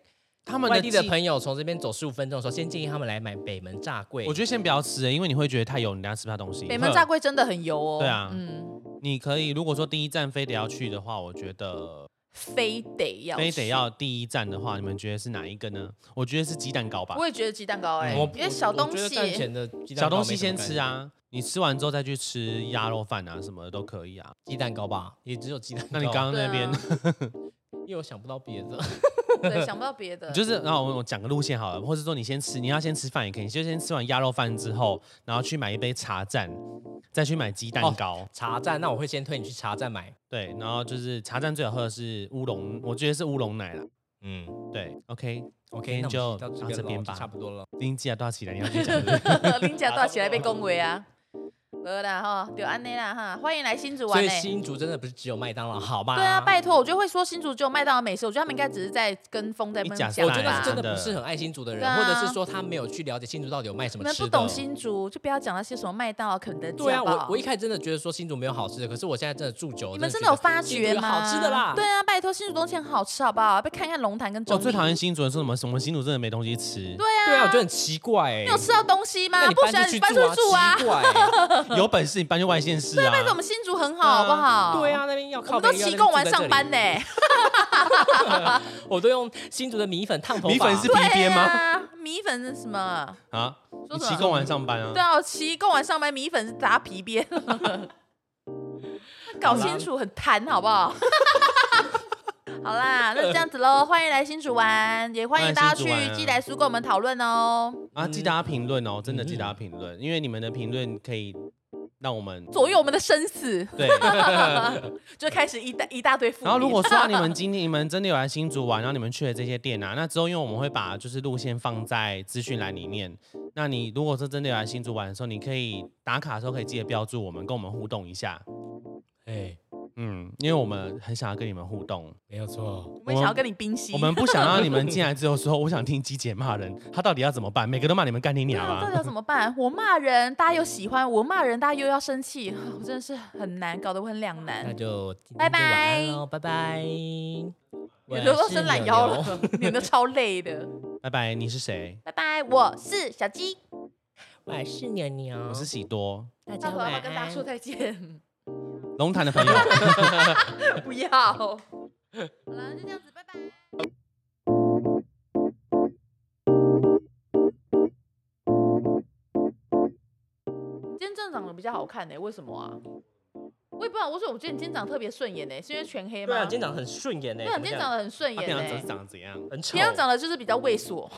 Speaker 1: 他们
Speaker 3: 外地的
Speaker 1: 季
Speaker 3: 朋友从这边走十五分钟的时候，先建议他们来买北门炸柜。
Speaker 1: 我觉得先不要吃欸，因为你会觉得太油，你等下吃不下东西。
Speaker 2: 北门炸柜真的很油哦。
Speaker 1: 对啊
Speaker 2: 嗯，
Speaker 1: 你可以如果说第一站非得要去的话，我觉得
Speaker 2: 非得要，
Speaker 1: 非得。要第一站的话，你们觉得是哪一个呢？我觉得是鸡蛋糕吧
Speaker 2: 我，也觉得鸡蛋
Speaker 1: 嗯
Speaker 2: 糕哎、
Speaker 3: 我
Speaker 2: 因为小东
Speaker 3: 我觉得蛋
Speaker 2: 西
Speaker 3: 前的鸡蛋
Speaker 1: 小
Speaker 3: 糕
Speaker 1: 东
Speaker 3: 没
Speaker 1: 西
Speaker 3: 什么
Speaker 1: 先
Speaker 3: 感
Speaker 1: 吃
Speaker 3: 觉，
Speaker 1: 啊，你吃完之后再去吃鸭肉饭啊什么的都可以啊。
Speaker 3: 鸡蛋糕吧，也只有鸡蛋糕。
Speaker 1: 那你刚刚那边、。
Speaker 3: 因为我想不到别的，
Speaker 2: 对，想不到别的
Speaker 1: *laughs* 就是，然后我我讲个路线好了，或者说你先吃，你要先吃饭也可以，你就先吃完鸭肉饭之后，然后去买一杯茶站，再去买鸡蛋
Speaker 3: 哦
Speaker 1: 糕。
Speaker 3: 茶站，那我会先推你去茶站买。
Speaker 1: 对，然后就是茶站最好喝的是乌龙，我觉得是乌龙奶啦。
Speaker 3: 嗯
Speaker 1: 对，OK，今
Speaker 3: ，OK，
Speaker 1: 天
Speaker 3: 那
Speaker 1: 就
Speaker 3: 我们
Speaker 1: 到
Speaker 3: 到
Speaker 1: 这边
Speaker 3: 了
Speaker 1: 吧
Speaker 3: 差不多了。
Speaker 1: 丁记啊都要起来，你要去讲是不
Speaker 2: *laughs*
Speaker 1: *laughs* 是
Speaker 2: 林家大起来被恭维啊，没啦哈，就安内啦哈，欢迎来新竹玩
Speaker 3: 所以
Speaker 2: 哎、
Speaker 3: 新竹真的不是只有麦当劳，好吧？
Speaker 2: 对啊，拜托，我就会说新竹只有麦当劳美食，我觉得他们应该只是在跟风在那边
Speaker 1: 一假
Speaker 2: 讲
Speaker 1: 三
Speaker 3: 我
Speaker 1: 啊
Speaker 3: 觉得
Speaker 2: 吧
Speaker 3: 是真的
Speaker 1: 真的
Speaker 3: 不是很爱新竹的人，
Speaker 2: 对啊
Speaker 3: 或者是说他没有去了解新竹到底有卖什
Speaker 2: 你
Speaker 3: 么
Speaker 2: 们
Speaker 3: 吃
Speaker 2: 不
Speaker 3: 的。哦
Speaker 2: 懂新竹，就不要讲那些什么麦当劳、肯德基
Speaker 3: 对啊，
Speaker 2: 好不
Speaker 3: 我
Speaker 2: 好
Speaker 3: 我一？开始真的觉得说新竹没有好吃的，可是我现在真的住久了，
Speaker 2: 你们真
Speaker 3: 觉
Speaker 2: 的
Speaker 3: 得
Speaker 2: 有发
Speaker 3: 新竹
Speaker 2: 觉
Speaker 3: 有
Speaker 2: 吗？
Speaker 3: 好吃的啦，
Speaker 2: 对啊，拜托，新竹东西很好吃，好不好？被看看龙潭跟中
Speaker 1: 我
Speaker 2: 立。
Speaker 1: 哦最讨厌新主人说什么什么新主真的没东西吃，
Speaker 2: 对啊，
Speaker 3: 对啊，我觉得很奇怪哎。
Speaker 2: 你有吃到东西
Speaker 3: 那
Speaker 2: 吗？
Speaker 3: 你
Speaker 2: 不喜
Speaker 3: 搬
Speaker 2: 欢
Speaker 3: 出
Speaker 2: 你
Speaker 3: 去
Speaker 2: 搬出去住
Speaker 3: 住
Speaker 2: 啊
Speaker 3: 啊，！奇怪。
Speaker 1: 有本事你搬去外县市啊
Speaker 2: 拜！托，我们新竹很好，好不 *laughs* 好？
Speaker 3: 对啊，，那边要
Speaker 2: 我
Speaker 3: 靠
Speaker 2: 们都
Speaker 3: 北要
Speaker 2: 骑
Speaker 3: 那边
Speaker 2: 贡
Speaker 3: 住
Speaker 2: 丸
Speaker 3: 在
Speaker 2: 上
Speaker 3: 这里
Speaker 2: 班呢。
Speaker 3: 我都用新竹的米粉烫头发。
Speaker 1: 米粉是皮
Speaker 2: 对
Speaker 1: 鞭吗？
Speaker 2: 啊，米粉是什么？
Speaker 1: 啊，你
Speaker 2: 说什
Speaker 1: 骑
Speaker 2: 么
Speaker 1: 公完上班
Speaker 2: *laughs*
Speaker 1: 啊？
Speaker 2: 对啊，我骑贡丸上班，米粉是砸皮鞭。 *laughs* 搞清楚很弹好不好？ *laughs* 好啦，那这样子喽，欢迎来新竹玩，也欢迎大家去
Speaker 1: 欢迎新竹玩啊
Speaker 2: 寄来书跟我们讨论哦，
Speaker 1: 啊，记得要评论哦，真的
Speaker 3: 嗯
Speaker 1: 记得要评论，因为你们的评论可以让
Speaker 2: *laughs*
Speaker 1: 我们
Speaker 2: 左右我们的生死，
Speaker 1: 对。
Speaker 2: 就开始一大一大堆负面。
Speaker 1: 然后如果说啊你们今天你们真的有来新竹玩，然后你们去了这些店啊，那之后因为我们会把就是路线放在资讯栏里面，那你如果说真的有来新竹玩的时候，你可以打卡的时候可以记得标注我们，跟我们互动一下。
Speaker 3: 哎，
Speaker 1: 嗯，因为我们很想要跟你们互动，
Speaker 3: 没有错。
Speaker 2: 我们想要跟你冰析。
Speaker 1: 我们不想让你们进来之后说，我想听鸡姐骂人，她到底要怎么办？每个都骂你们干你
Speaker 2: 对
Speaker 1: 娘
Speaker 2: 啊，到
Speaker 1: 啊！
Speaker 2: 底要怎么办？我骂人，大家又喜欢；我骂人，大家又要生气，我真的是很难，搞得我很两
Speaker 3: 那
Speaker 1: 哎
Speaker 2: 难。
Speaker 3: 就今
Speaker 2: 嗯拜
Speaker 3: 天就晚
Speaker 2: 拜
Speaker 3: 安喽，拜拜。我
Speaker 2: 有的都
Speaker 3: 是
Speaker 2: 伸懒
Speaker 3: 牛
Speaker 2: 腰
Speaker 3: 牛
Speaker 2: 了， *laughs* 扭的超累的。
Speaker 1: 拜拜，你是谁？
Speaker 2: 拜拜，我是小鸡，
Speaker 3: 我是牛牛，
Speaker 1: 我是喜多，
Speaker 3: 大家
Speaker 2: 那我
Speaker 3: 晚
Speaker 2: 要
Speaker 3: 安。
Speaker 2: 跟大家说再见， *laughs*
Speaker 1: 龙潭的朋友。
Speaker 2: 不要。好了，就这样子，拜拜。今天真的长得比较好看呢、为什么啊？我也不知道，我说我觉得你今天长得特别顺眼呢、是因为全黑吗？
Speaker 3: 对啊，今天长得很顺
Speaker 1: 欸
Speaker 3: 眼呢。
Speaker 2: 对啊，你今天长
Speaker 3: 得
Speaker 2: 得很顺
Speaker 1: 他
Speaker 2: 眼
Speaker 1: 平
Speaker 2: 呢、
Speaker 1: 常长长得怎样？
Speaker 3: 很丑。
Speaker 2: 平常长得就是比较猥琐，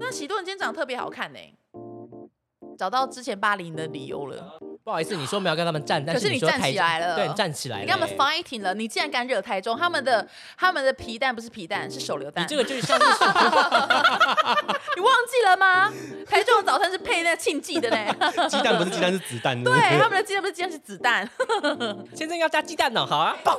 Speaker 2: 但喜多人今天长得特别好看呢、找到之前霸凌的理由了。
Speaker 3: 不好意思，你说没有跟他们站，但
Speaker 2: 可是
Speaker 3: 你
Speaker 2: 你
Speaker 3: 说
Speaker 2: 站
Speaker 3: 台
Speaker 2: 起来了
Speaker 3: 对，你站起来了。
Speaker 2: 你跟他们 fighting 了，你竟然敢惹台中，他们的他们的皮蛋不是皮蛋，是手榴
Speaker 3: 你
Speaker 2: 弹。
Speaker 3: 这个就像是
Speaker 2: *laughs* 你忘记了吗？台中的早餐是配那个庆记
Speaker 3: *laughs*
Speaker 2: 的呢。
Speaker 1: 鸡蛋不是鸡蛋是子弹。对
Speaker 2: 对，他们的鸡蛋不是鸡蛋是子弹。
Speaker 3: 现在要加鸡蛋呢，好啊，棒。